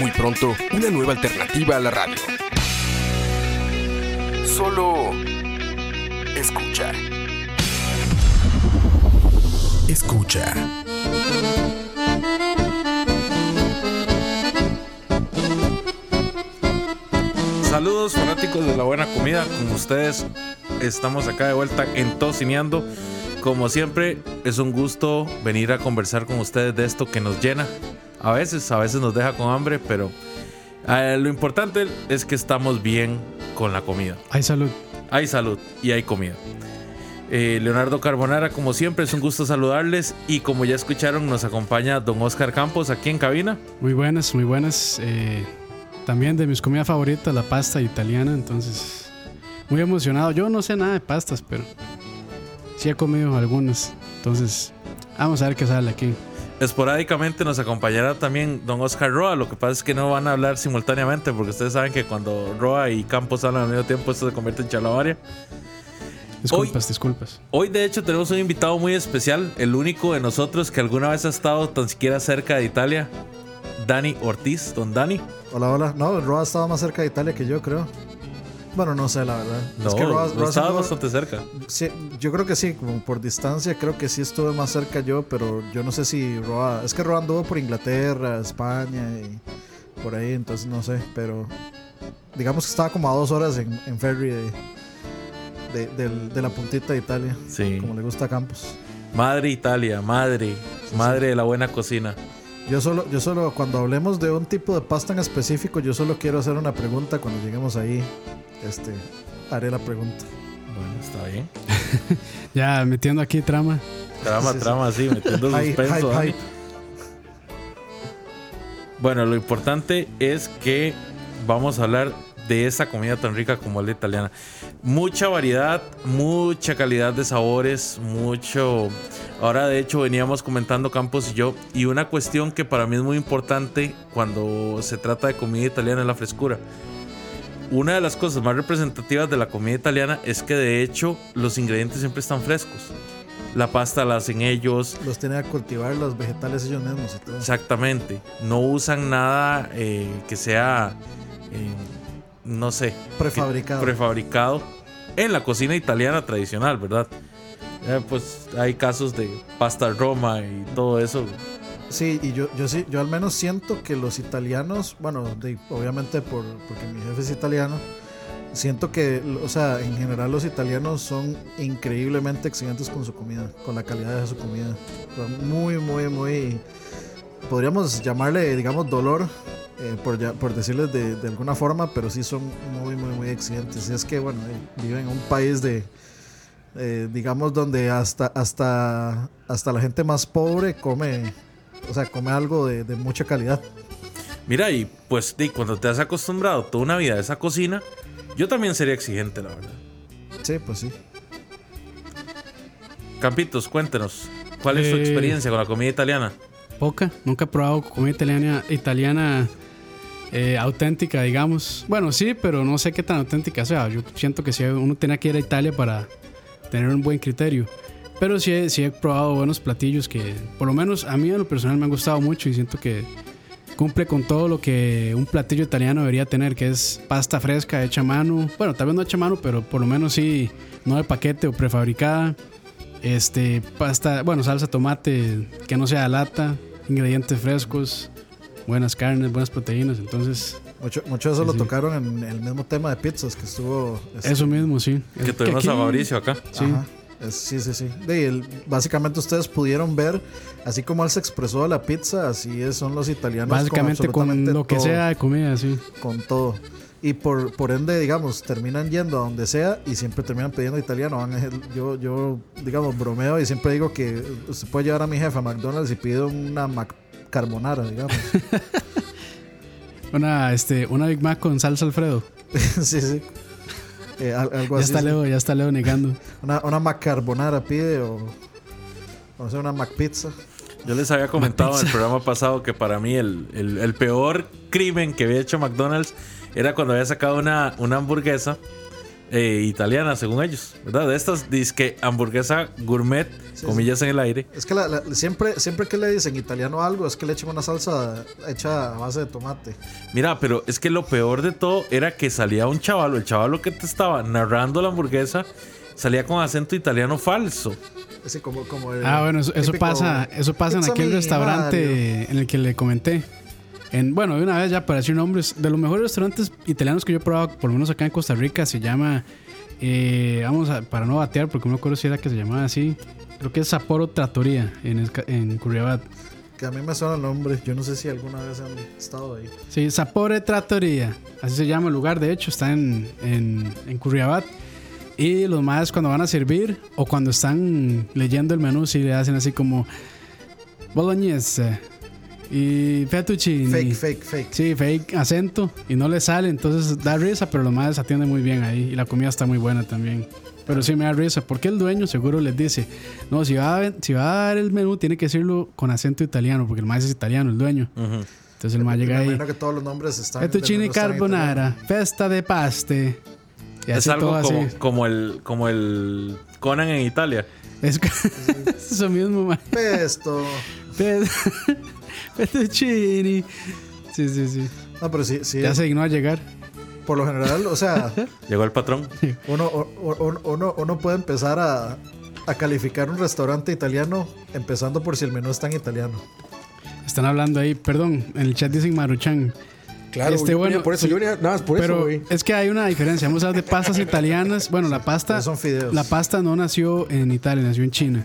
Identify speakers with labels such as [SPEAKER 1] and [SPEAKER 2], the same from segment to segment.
[SPEAKER 1] Muy pronto, una nueva alternativa a la radio. Solo escucha. Escucha.
[SPEAKER 2] Saludos fanáticos de la buena comida, como ustedes estamos acá de vuelta en Tocineando. Como siempre, es un gusto venir a conversar con ustedes de esto que nos llena. A veces, a veces nos deja con hambre, pero eh, lo importante es que estamos bien con la comida.
[SPEAKER 3] Ay, salud.
[SPEAKER 2] Hay salud y hay comida. Eh, Leonardo Carbonara, como siempre, es un gusto saludarles y como ya escucharon, nos acompaña don Oscar Campos aquí en cabina.
[SPEAKER 3] Muy buenas, muy buenas. Eh, también de mis comidas favoritas, la pasta italiana. Entonces, muy emocionado. Yo no sé nada de pastas, pero sí he comido algunas. Entonces, vamos a ver qué sale aquí.
[SPEAKER 2] Esporádicamente nos acompañará también don Oscar Roa. Lo que pasa es que no van a hablar simultáneamente porque ustedes saben que cuando Roa y Campos hablan al mismo tiempo esto se convierte en chalabaria.
[SPEAKER 3] Disculpas, disculpas.
[SPEAKER 2] Hoy de hecho tenemos un invitado muy especial, el único de nosotros que alguna vez ha estado tan siquiera cerca de Italia, Dani Ortiz, don Dani.
[SPEAKER 4] Hola, hola. No, Roa estaba más cerca de Italia que yo, creo. Bueno, no sé, la verdad.
[SPEAKER 2] No,
[SPEAKER 4] es que Roa,
[SPEAKER 2] no
[SPEAKER 4] Roa
[SPEAKER 2] estaba
[SPEAKER 4] estuvo-
[SPEAKER 2] bastante cerca.
[SPEAKER 4] sí, yo creo que sí, como por distancia, creo que sí estuve más cerca yo, pero yo no sé si Roa. Es que Roa anduvo por Inglaterra, España y por ahí, entonces no sé, pero digamos que estaba como a dos horas en, en ferry de, de- del- de la puntita de Italia,
[SPEAKER 2] Sí.
[SPEAKER 4] como le gusta a Campos.
[SPEAKER 2] Madre Italia, madre, madre de la buena cocina.
[SPEAKER 4] Yo solo, yo solo, cuando hablemos de un tipo de pasta en específico, yo solo quiero hacer una pregunta. Cuando lleguemos ahí, este, haré la pregunta.
[SPEAKER 2] Bueno, está bien.
[SPEAKER 3] Ya metiendo aquí trama.
[SPEAKER 2] Trama,
[SPEAKER 4] Sí, sí.
[SPEAKER 2] trama, sí, metiendo
[SPEAKER 4] Hype,
[SPEAKER 2] suspenso.
[SPEAKER 4] hype,
[SPEAKER 2] Dani.
[SPEAKER 4] hype.
[SPEAKER 2] Bueno, lo importante es que vamos a hablar de esa comida tan rica como la italiana. Mucha variedad, mucha calidad de sabores, mucho... Ahora de hecho veníamos comentando Campos y yo, y una cuestión que para mí es muy importante cuando se trata de comida italiana es la frescura. Una de las cosas más representativas de la comida italiana es que de hecho los ingredientes siempre están frescos. La pasta la hacen ellos,
[SPEAKER 4] Los tienen a cultivar los vegetales ellos mismos y todo.
[SPEAKER 2] Exactamente. No usan nada eh, que sea, eh, no sé,
[SPEAKER 4] Prefabricado.
[SPEAKER 2] prefabricado en la cocina italiana tradicional, ¿verdad? Eh, pues hay casos de pasta Roma y todo eso.
[SPEAKER 4] Sí, y yo, yo sí, yo al menos siento que los italianos, bueno, de- obviamente por, porque mi jefe es italiano, siento que, o sea, en general los italianos son increíblemente exigentes con su comida, con la calidad de su comida. Son muy, muy, muy, podríamos llamarle, digamos, dolor. eh, por, ya- por decirles de, de alguna forma, pero sí son muy, muy, muy exigentes. Y es que, bueno, eh, viven en un país de, eh, digamos, donde hasta, hasta, hasta la gente más pobre come, o sea, come algo de, de mucha calidad.
[SPEAKER 2] Mira, y pues y cuando te has acostumbrado toda una vida a esa cocina, yo también sería exigente, la verdad.
[SPEAKER 4] Sí, pues sí.
[SPEAKER 2] Campitos, cuéntenos, ¿cuál es su
[SPEAKER 3] Eh.
[SPEAKER 2] experiencia con la comida italiana?
[SPEAKER 3] Poca. Nunca he probado comida italiana, italiana eh, auténtica, digamos. Bueno, sí, pero no sé qué tan auténtica sea. Yo siento que sí, uno tenía que ir a Italia para tener un buen criterio. Pero sí, he- sí he probado buenos platillos que, por lo menos a mí en lo personal, me han gustado mucho y siento que cumple con todo lo que un platillo italiano debería tener, que es pasta fresca hecha a mano. Bueno, tal vez no hecha a mano, pero por lo menos sí, no de paquete o prefabricada. Este, pasta, bueno, salsa tomate que no sea de lata, ingredientes frescos, buenas carnes, buenas proteínas. Entonces,
[SPEAKER 4] Mucho, mucho de eso
[SPEAKER 3] Sí,
[SPEAKER 4] lo
[SPEAKER 3] sí.
[SPEAKER 4] tocaron en el mismo tema de pizzas que estuvo. este,
[SPEAKER 3] eso mismo, sí. Es
[SPEAKER 2] Que tuvimos
[SPEAKER 3] aquí-
[SPEAKER 2] a Mauricio acá.
[SPEAKER 3] Sí.
[SPEAKER 4] Ajá. Es- sí, sí, sí. De, el- básicamente ustedes pudieron ver, así como él se expresó de la pizza, así es, son los italianos. con
[SPEAKER 3] Básicamente con
[SPEAKER 4] absolutamente
[SPEAKER 3] lo que
[SPEAKER 4] todo,
[SPEAKER 3] sea de comida, sí.
[SPEAKER 4] Con todo. Y por, por ende, digamos, terminan yendo a donde sea y siempre terminan pidiendo italiano. Van a- Yo, yo, digamos, bromeo y siempre digo que se puede llevar a mi jefe a McDonald's y pido una Mac carbonara, digamos.
[SPEAKER 3] Una, este, una Big Mac con salsa Alfredo.
[SPEAKER 4] sí, sí. Eh, al- algo
[SPEAKER 3] Ya
[SPEAKER 4] así.
[SPEAKER 3] está
[SPEAKER 4] sí.
[SPEAKER 3] Leo, ya está Leo negando.
[SPEAKER 4] Una, una macarbonara pide o. O sea, una macpizza.
[SPEAKER 2] Yo les había comentado en el programa pasado que para mí el, el- el peor crimen que había hecho McDonald's era cuando había sacado una, una hamburguesa eh, italiana, según ellos, ¿verdad? De estas disque hamburguesa gourmet,
[SPEAKER 4] Sí,
[SPEAKER 2] comillas en el aire.
[SPEAKER 4] Es que la- la- siempre, siempre que le dicen italiano algo, es que le echen una salsa hecha a base de tomate.
[SPEAKER 2] Mira, pero es que lo peor de todo era que salía un chavalo, el chavalo que te estaba narrando la hamburguesa, salía con acento italiano falso.
[SPEAKER 4] Así como, como el
[SPEAKER 3] Ah, bueno, eso, eso
[SPEAKER 4] típico
[SPEAKER 3] pasa, eso pasa en
[SPEAKER 4] pizza
[SPEAKER 3] aquel
[SPEAKER 4] mi Mario.
[SPEAKER 3] restaurante en el que le comenté. En, bueno, de una vez ya para decir nombres, de los mejores restaurantes italianos que yo he probado, por lo menos acá en Costa Rica, se llama, eh, vamos a, para no batear, porque no me acuerdo si era que se llamaba así, creo que es Sapporo Trattoria en, Esca- en Curriabat.
[SPEAKER 4] Que a mí me suena el nombre. Yo no sé si alguna vez han estado ahí.
[SPEAKER 3] Sí, Sapore Trattoria. Así se llama el lugar, de hecho, está en, en, en Curriabat. Y los madres cuando van a servir o cuando están leyendo el menú, sí le hacen así como boloñese y fettuccine.
[SPEAKER 4] Fake, fake, fake.
[SPEAKER 3] Sí, fake acento y no le sale, entonces da risa, pero los madres atienden muy bien ahí y la comida está muy buena también. Pero sí me da risa, porque el dueño seguro les dice, no, si va a, ven- si va a dar el menú tiene que decirlo con acento italiano, porque el maestro es italiano, el dueño.
[SPEAKER 2] Ujú.
[SPEAKER 3] Entonces el maestro llega
[SPEAKER 4] me
[SPEAKER 3] ahí.
[SPEAKER 4] imagino que todos los nombres están.
[SPEAKER 3] Fettuccine
[SPEAKER 4] del restaurante
[SPEAKER 3] carbonara, festa de paste. Y
[SPEAKER 2] Es
[SPEAKER 3] así todo
[SPEAKER 2] algo
[SPEAKER 3] así.
[SPEAKER 2] como, como, el, como el Conan en Italia.
[SPEAKER 3] Es eso mismo, ma.
[SPEAKER 4] italiano. Pesto.
[SPEAKER 3] Fe- Fettuccine. Sí, sí, sí.
[SPEAKER 4] No, pero sí, sí.
[SPEAKER 3] Ya se dignó a llegar.
[SPEAKER 4] Por lo general, o sea,
[SPEAKER 2] Llegó el patrón.
[SPEAKER 4] uno, o- o- uno, uno, puede empezar a, a calificar un restaurante italiano empezando por si el menú está en italiano.
[SPEAKER 3] Están hablando ahí, perdón, en el chat dicen Maruchan.
[SPEAKER 5] Claro,
[SPEAKER 3] Este,
[SPEAKER 5] yo venía
[SPEAKER 3] bueno,
[SPEAKER 5] por eso, yo venía nada más por eso,
[SPEAKER 3] Pero
[SPEAKER 5] güey.
[SPEAKER 3] es que hay una diferencia. Vamos a hablar de pastas italianas. Bueno, la pasta.
[SPEAKER 4] Son fideos.
[SPEAKER 3] La pasta no nació en Italia, nació en China.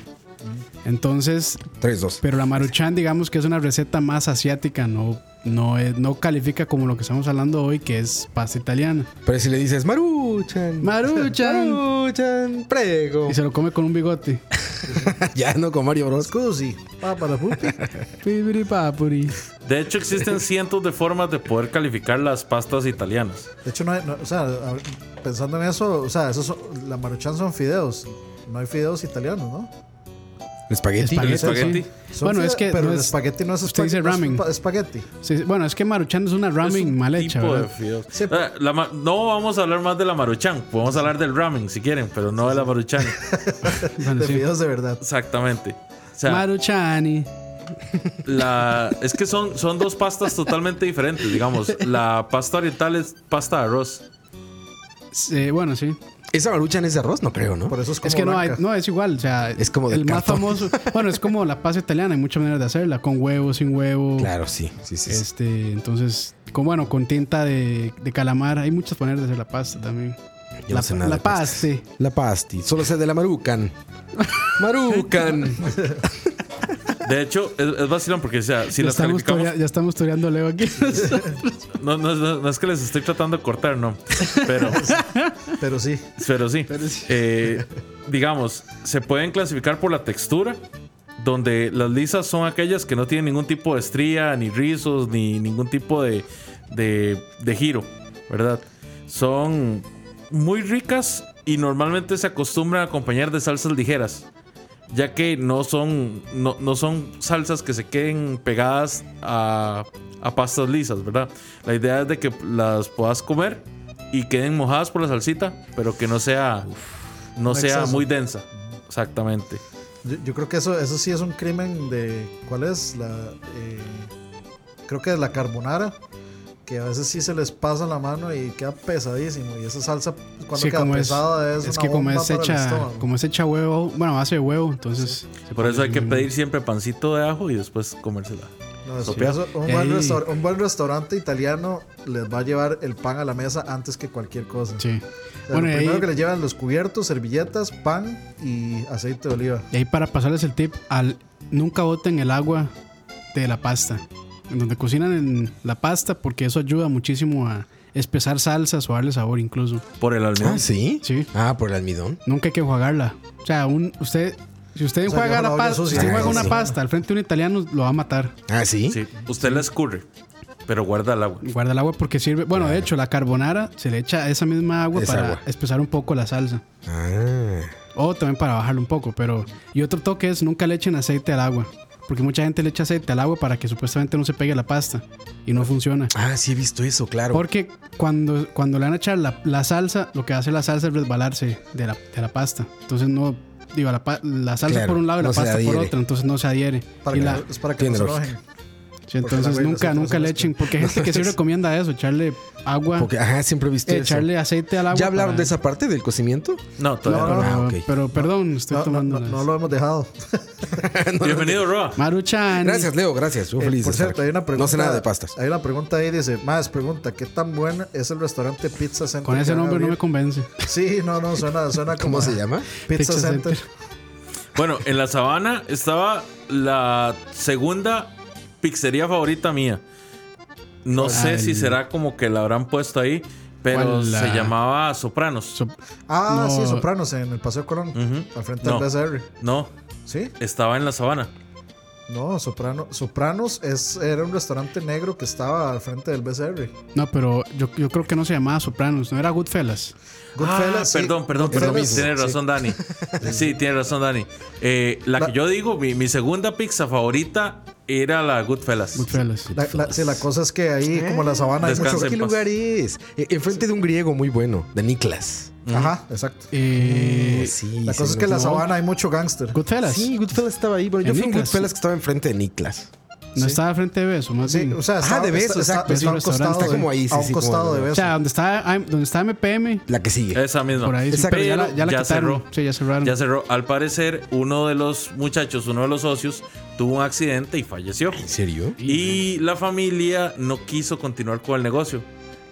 [SPEAKER 3] Entonces,
[SPEAKER 5] 3, 2.
[SPEAKER 3] Pero la maruchan, digamos que es una receta más asiática, no, no, es- no califica como lo que estamos hablando hoy, que es pasta italiana.
[SPEAKER 5] Pero si le dices Maruchan.
[SPEAKER 3] Maruchan.
[SPEAKER 5] Maruchan, prego.
[SPEAKER 3] Y se lo come con un bigote.
[SPEAKER 5] ya no con Mario Bros.
[SPEAKER 4] Scusi, papa la pupi.
[SPEAKER 3] Pibiri papuri.
[SPEAKER 2] De hecho, existen cientos de formas de poder calificar las pastas italianas.
[SPEAKER 4] De hecho, no, hay, no- o sea, a- pensando en eso, o sea, esos son- la maruchan son fideos. No hay fideos italianos, ¿no?
[SPEAKER 5] Espagueti.
[SPEAKER 2] ¿El
[SPEAKER 3] Espagueti.
[SPEAKER 2] espagueti?
[SPEAKER 4] Son
[SPEAKER 3] Bueno,
[SPEAKER 4] fide-
[SPEAKER 3] es que
[SPEAKER 4] Pero
[SPEAKER 3] no
[SPEAKER 4] el
[SPEAKER 3] es-
[SPEAKER 4] espagueti no es
[SPEAKER 3] usted dice
[SPEAKER 4] espagueti. no es
[SPEAKER 3] ramen.
[SPEAKER 4] pa- espagueti.
[SPEAKER 3] sí, sí. bueno, es que maruchan es una ramen
[SPEAKER 2] Es un
[SPEAKER 3] mal hecha,
[SPEAKER 2] tipo de
[SPEAKER 3] ¿verdad?
[SPEAKER 2] fideos.
[SPEAKER 4] Sí.
[SPEAKER 2] Ah, la ma- no vamos a hablar más de la maruchan. Podemos hablar del ramen si quieren, pero no de la maruchan.
[SPEAKER 3] Bueno,
[SPEAKER 4] de
[SPEAKER 3] sí.
[SPEAKER 4] fideos de verdad.
[SPEAKER 2] Exactamente. O sea,
[SPEAKER 3] Maruchani.
[SPEAKER 2] la, es que son, son dos pastas totalmente diferentes, digamos. La pasta oriental es pasta de arroz.
[SPEAKER 3] Sí, bueno, sí.
[SPEAKER 5] Esa Maruchan es de arroz, no creo, ¿no?
[SPEAKER 4] Por eso es como
[SPEAKER 3] Es que no, hay,
[SPEAKER 4] blanca.
[SPEAKER 3] no es igual. O sea,
[SPEAKER 5] Es como de
[SPEAKER 3] el más
[SPEAKER 5] cartón.
[SPEAKER 3] famoso. Bueno, es como la pasta italiana. Hay muchas maneras de hacerla. Con huevo, sin huevo.
[SPEAKER 5] Claro, sí, sí, sí. sí.
[SPEAKER 3] Este, entonces, con, bueno, con tinta de, de calamar. Hay muchas maneras de hacer la pasta también.
[SPEAKER 5] Yo no
[SPEAKER 3] la
[SPEAKER 5] sé nada
[SPEAKER 3] la
[SPEAKER 5] de pastas.
[SPEAKER 3] pasta.
[SPEAKER 5] La pasti. Solo sé de la Marucan. Marucan.
[SPEAKER 2] De hecho, es, es vacilón porque, o sea, si
[SPEAKER 3] ya,
[SPEAKER 2] las
[SPEAKER 3] estamos
[SPEAKER 2] calificamos.
[SPEAKER 3] torea- ya estamos toreando a Leo aquí.
[SPEAKER 2] No, no, no- no es que les estoy tratando de cortar, no. Pero.
[SPEAKER 4] Pero sí.
[SPEAKER 2] Pero sí. Eh, digamos, se pueden clasificar por la textura, donde las lisas son aquellas que no tienen ningún tipo de estría, ni rizos, ni ningún tipo de, de, de giro, ¿verdad? Son muy ricas y normalmente se acostumbran a acompañar de salsas ligeras. Ya que no son, no, no son salsas que se queden pegadas a, a pastas lisas, ¿verdad? La idea es de que las puedas comer y queden mojadas por la salsita, pero que no sea, no
[SPEAKER 4] un
[SPEAKER 2] sea
[SPEAKER 4] exceso.
[SPEAKER 2] muy densa. Exactamente.
[SPEAKER 4] Yo, yo creo que eso, eso sí es un crimen de. ¿Cuál es? La. eh, creo que es la carbonara. Que a veces sí se les pasa la mano y queda pesadísimo. Y esa salsa, pues, cuando
[SPEAKER 3] Sí,
[SPEAKER 4] queda
[SPEAKER 3] como es,
[SPEAKER 4] pesada, es,
[SPEAKER 3] es
[SPEAKER 4] una
[SPEAKER 3] que como
[SPEAKER 4] bomba
[SPEAKER 3] es
[SPEAKER 4] para el
[SPEAKER 3] hecha,
[SPEAKER 4] estómago.
[SPEAKER 3] como es hecha huevo, bueno, a base de huevo, entonces. Mm, se
[SPEAKER 2] Por
[SPEAKER 3] pone
[SPEAKER 2] eso hay que
[SPEAKER 3] muy-
[SPEAKER 2] pedir siempre pancito de ajo y después comérsela.
[SPEAKER 4] No, eso-
[SPEAKER 2] sopeado.
[SPEAKER 4] eso- un, buen
[SPEAKER 3] Ey.
[SPEAKER 4] restaur- un buen restaurante italiano les va a llevar el pan a la mesa antes que cualquier cosa.
[SPEAKER 3] Sí.
[SPEAKER 4] O sea,
[SPEAKER 3] Bueno, y
[SPEAKER 4] lo primero
[SPEAKER 3] ahí,
[SPEAKER 4] que les llevan los cubiertos, servilletas, pan y aceite de oliva.
[SPEAKER 3] y ahí para pasarles el tip, al nunca boten el agua de la pasta. En donde cocinan en la pasta, porque eso ayuda muchísimo a espesar salsas o darle sabor incluso.
[SPEAKER 2] Por el almidón.
[SPEAKER 5] ah, sí.
[SPEAKER 3] Sí.
[SPEAKER 5] Ah, por el almidón.
[SPEAKER 3] Nunca hay que enjuagarla. O sea, un, usted, si usted
[SPEAKER 4] O sea,
[SPEAKER 3] enjuaga
[SPEAKER 4] deja la
[SPEAKER 3] la
[SPEAKER 4] olla
[SPEAKER 3] pasta, si
[SPEAKER 4] sucia.
[SPEAKER 3] usted enjuaga
[SPEAKER 5] Ah,
[SPEAKER 3] una
[SPEAKER 5] sí.
[SPEAKER 3] pasta al frente de un italiano, lo va a matar.
[SPEAKER 5] Ah, sí.
[SPEAKER 2] Sí, usted la escurre. pero guarda el agua.
[SPEAKER 3] Guarda el agua porque sirve. Bueno, de hecho, la carbonara se le echa esa misma agua
[SPEAKER 5] Esa
[SPEAKER 3] para
[SPEAKER 5] agua.
[SPEAKER 3] espesar un poco la salsa.
[SPEAKER 5] Ah,
[SPEAKER 3] O también para bajarlo un poco, pero... Y otro toque es nunca le echen aceite al agua. Porque mucha gente le echa aceite al agua para que supuestamente no se pegue la pasta. Y no funciona.
[SPEAKER 5] Ah, sí he visto eso, claro.
[SPEAKER 3] Porque cuando, cuando le van a echar la, la salsa, lo que hace la salsa es resbalarse de la, de la pasta. Entonces no... Digo, la, pa- la salsa
[SPEAKER 5] Claro,
[SPEAKER 3] por un lado y
[SPEAKER 5] no
[SPEAKER 3] la
[SPEAKER 5] se
[SPEAKER 3] pasta por
[SPEAKER 5] adhiere.
[SPEAKER 3] otro. Entonces no se adhiere.
[SPEAKER 4] Para
[SPEAKER 3] Y
[SPEAKER 4] que,
[SPEAKER 3] la-
[SPEAKER 4] es para que no
[SPEAKER 5] tiene
[SPEAKER 4] se
[SPEAKER 5] lógica.
[SPEAKER 4] enojen.
[SPEAKER 3] Sí,
[SPEAKER 4] Porque
[SPEAKER 3] entonces
[SPEAKER 4] la regla
[SPEAKER 3] nunca,
[SPEAKER 4] es otra,
[SPEAKER 3] nunca le
[SPEAKER 4] ¿sabes
[SPEAKER 3] echen, porque hay gente que sí recomienda eso, echarle agua,
[SPEAKER 5] Porque, ajá, siempre he visto
[SPEAKER 3] echarle aceite al
[SPEAKER 5] eso.
[SPEAKER 3] agua.
[SPEAKER 5] ¿Ya hablaron
[SPEAKER 3] para-
[SPEAKER 5] de esa parte del cocimiento?
[SPEAKER 2] No, todavía
[SPEAKER 4] No,
[SPEAKER 2] no.
[SPEAKER 4] no,
[SPEAKER 5] Ah,
[SPEAKER 3] Pero,
[SPEAKER 5] ok.
[SPEAKER 3] pero perdón, estoy
[SPEAKER 4] No, no,
[SPEAKER 3] tomando.
[SPEAKER 4] no, no lo hemos dejado.
[SPEAKER 2] Bienvenido, Roa.
[SPEAKER 3] Maruchan.
[SPEAKER 5] Gracias, Leo, gracias. Yo
[SPEAKER 4] Eh,
[SPEAKER 5] feliz. de
[SPEAKER 4] por
[SPEAKER 5] estar
[SPEAKER 4] cierto,
[SPEAKER 5] aquí.
[SPEAKER 4] hay una pregunta.
[SPEAKER 5] No sé nada de pastas.
[SPEAKER 4] Hay una pregunta ahí, dice, más pregunta, ¿qué tan bueno es el restaurante Pizza Center?
[SPEAKER 3] Con ese
[SPEAKER 4] que van a
[SPEAKER 3] nombre no me
[SPEAKER 4] abrir?
[SPEAKER 3] convence.
[SPEAKER 4] Sí, no, no, suena, suena como
[SPEAKER 5] ¿Cómo se llama?
[SPEAKER 3] Pizza
[SPEAKER 4] Pizza, Center.
[SPEAKER 3] Center.
[SPEAKER 2] Bueno, en la sabana estaba la segunda pizzería favorita mía. No sé
[SPEAKER 3] el-
[SPEAKER 2] si será como que la habrán puesto ahí, pero
[SPEAKER 3] ¿Cuál la-
[SPEAKER 2] se llamaba Sopranos.
[SPEAKER 3] So-
[SPEAKER 4] Ah,
[SPEAKER 3] No.
[SPEAKER 4] sí, Sopranos en el Paseo Colón,
[SPEAKER 2] Ujú.
[SPEAKER 4] al frente
[SPEAKER 2] No.
[SPEAKER 4] del BSR.
[SPEAKER 2] No,
[SPEAKER 4] Sí,
[SPEAKER 2] estaba en la sabana.
[SPEAKER 4] no, Soprano, Sopranos es, era un restaurante negro que estaba al frente del BSR.
[SPEAKER 3] no, pero yo, yo creo que no se llamaba Sopranos, no era Goodfellas.
[SPEAKER 2] ah,
[SPEAKER 4] Goodfellas, sí,
[SPEAKER 2] perdón, perdón, perdón.
[SPEAKER 4] Goodfellas,
[SPEAKER 2] Tienes
[SPEAKER 4] sí.
[SPEAKER 2] razón, Dani. Sí, tienes razón, Dani. Eh, la que
[SPEAKER 4] La-
[SPEAKER 2] yo digo, mi, mi segunda pizza favorita era la Goodfellas.
[SPEAKER 3] Goodfellas.
[SPEAKER 4] La, la- sí, la cosa es que ahí, como la sabana, hay
[SPEAKER 2] Descansa
[SPEAKER 4] mucho...
[SPEAKER 2] en
[SPEAKER 5] ¿Qué
[SPEAKER 2] paz.
[SPEAKER 5] lugar es? Eh, Enfrente de un griego muy bueno, de Niklas.
[SPEAKER 4] Ajá, exacto.
[SPEAKER 3] Eh,
[SPEAKER 5] sí,
[SPEAKER 4] La
[SPEAKER 5] sí,
[SPEAKER 4] cosa es
[SPEAKER 5] no-
[SPEAKER 4] que en la
[SPEAKER 5] no.
[SPEAKER 4] sabana hay mucho gángster.
[SPEAKER 3] Goodfellas.
[SPEAKER 5] Sí, Goodfellas estaba ahí. Bueno, yo
[SPEAKER 3] En
[SPEAKER 5] fui a un
[SPEAKER 3] Niklas.
[SPEAKER 5] Goodfellas que estaba enfrente de Niklas.
[SPEAKER 3] no estaba frente de beso, más
[SPEAKER 4] Sí,
[SPEAKER 3] bien.
[SPEAKER 4] o
[SPEAKER 3] O
[SPEAKER 4] sea,
[SPEAKER 5] Ah,
[SPEAKER 4] estaba,
[SPEAKER 5] de beso,
[SPEAKER 4] está- está-
[SPEAKER 5] exacto,
[SPEAKER 4] está
[SPEAKER 3] sí,
[SPEAKER 4] a un
[SPEAKER 3] restaurante.
[SPEAKER 4] costado
[SPEAKER 5] Está
[SPEAKER 4] de-
[SPEAKER 5] como ahí, sí,
[SPEAKER 4] a un
[SPEAKER 5] sí, como
[SPEAKER 4] costado de
[SPEAKER 5] de-
[SPEAKER 4] beso.
[SPEAKER 3] sea, donde está, ah, donde está MPM,
[SPEAKER 5] La que sigue.
[SPEAKER 2] Esa misma.
[SPEAKER 3] por ahí sí,
[SPEAKER 5] Exacto.
[SPEAKER 3] pero ya la, ya la
[SPEAKER 2] Ya
[SPEAKER 3] quitaron.
[SPEAKER 2] cerró.
[SPEAKER 3] Sí, ya cerraron.
[SPEAKER 2] Ya cerró. Al parecer, uno de los muchachos, uno de los socios, tuvo un accidente y falleció.
[SPEAKER 5] ¿En serio?
[SPEAKER 2] Y la familia no quiso continuar con el negocio.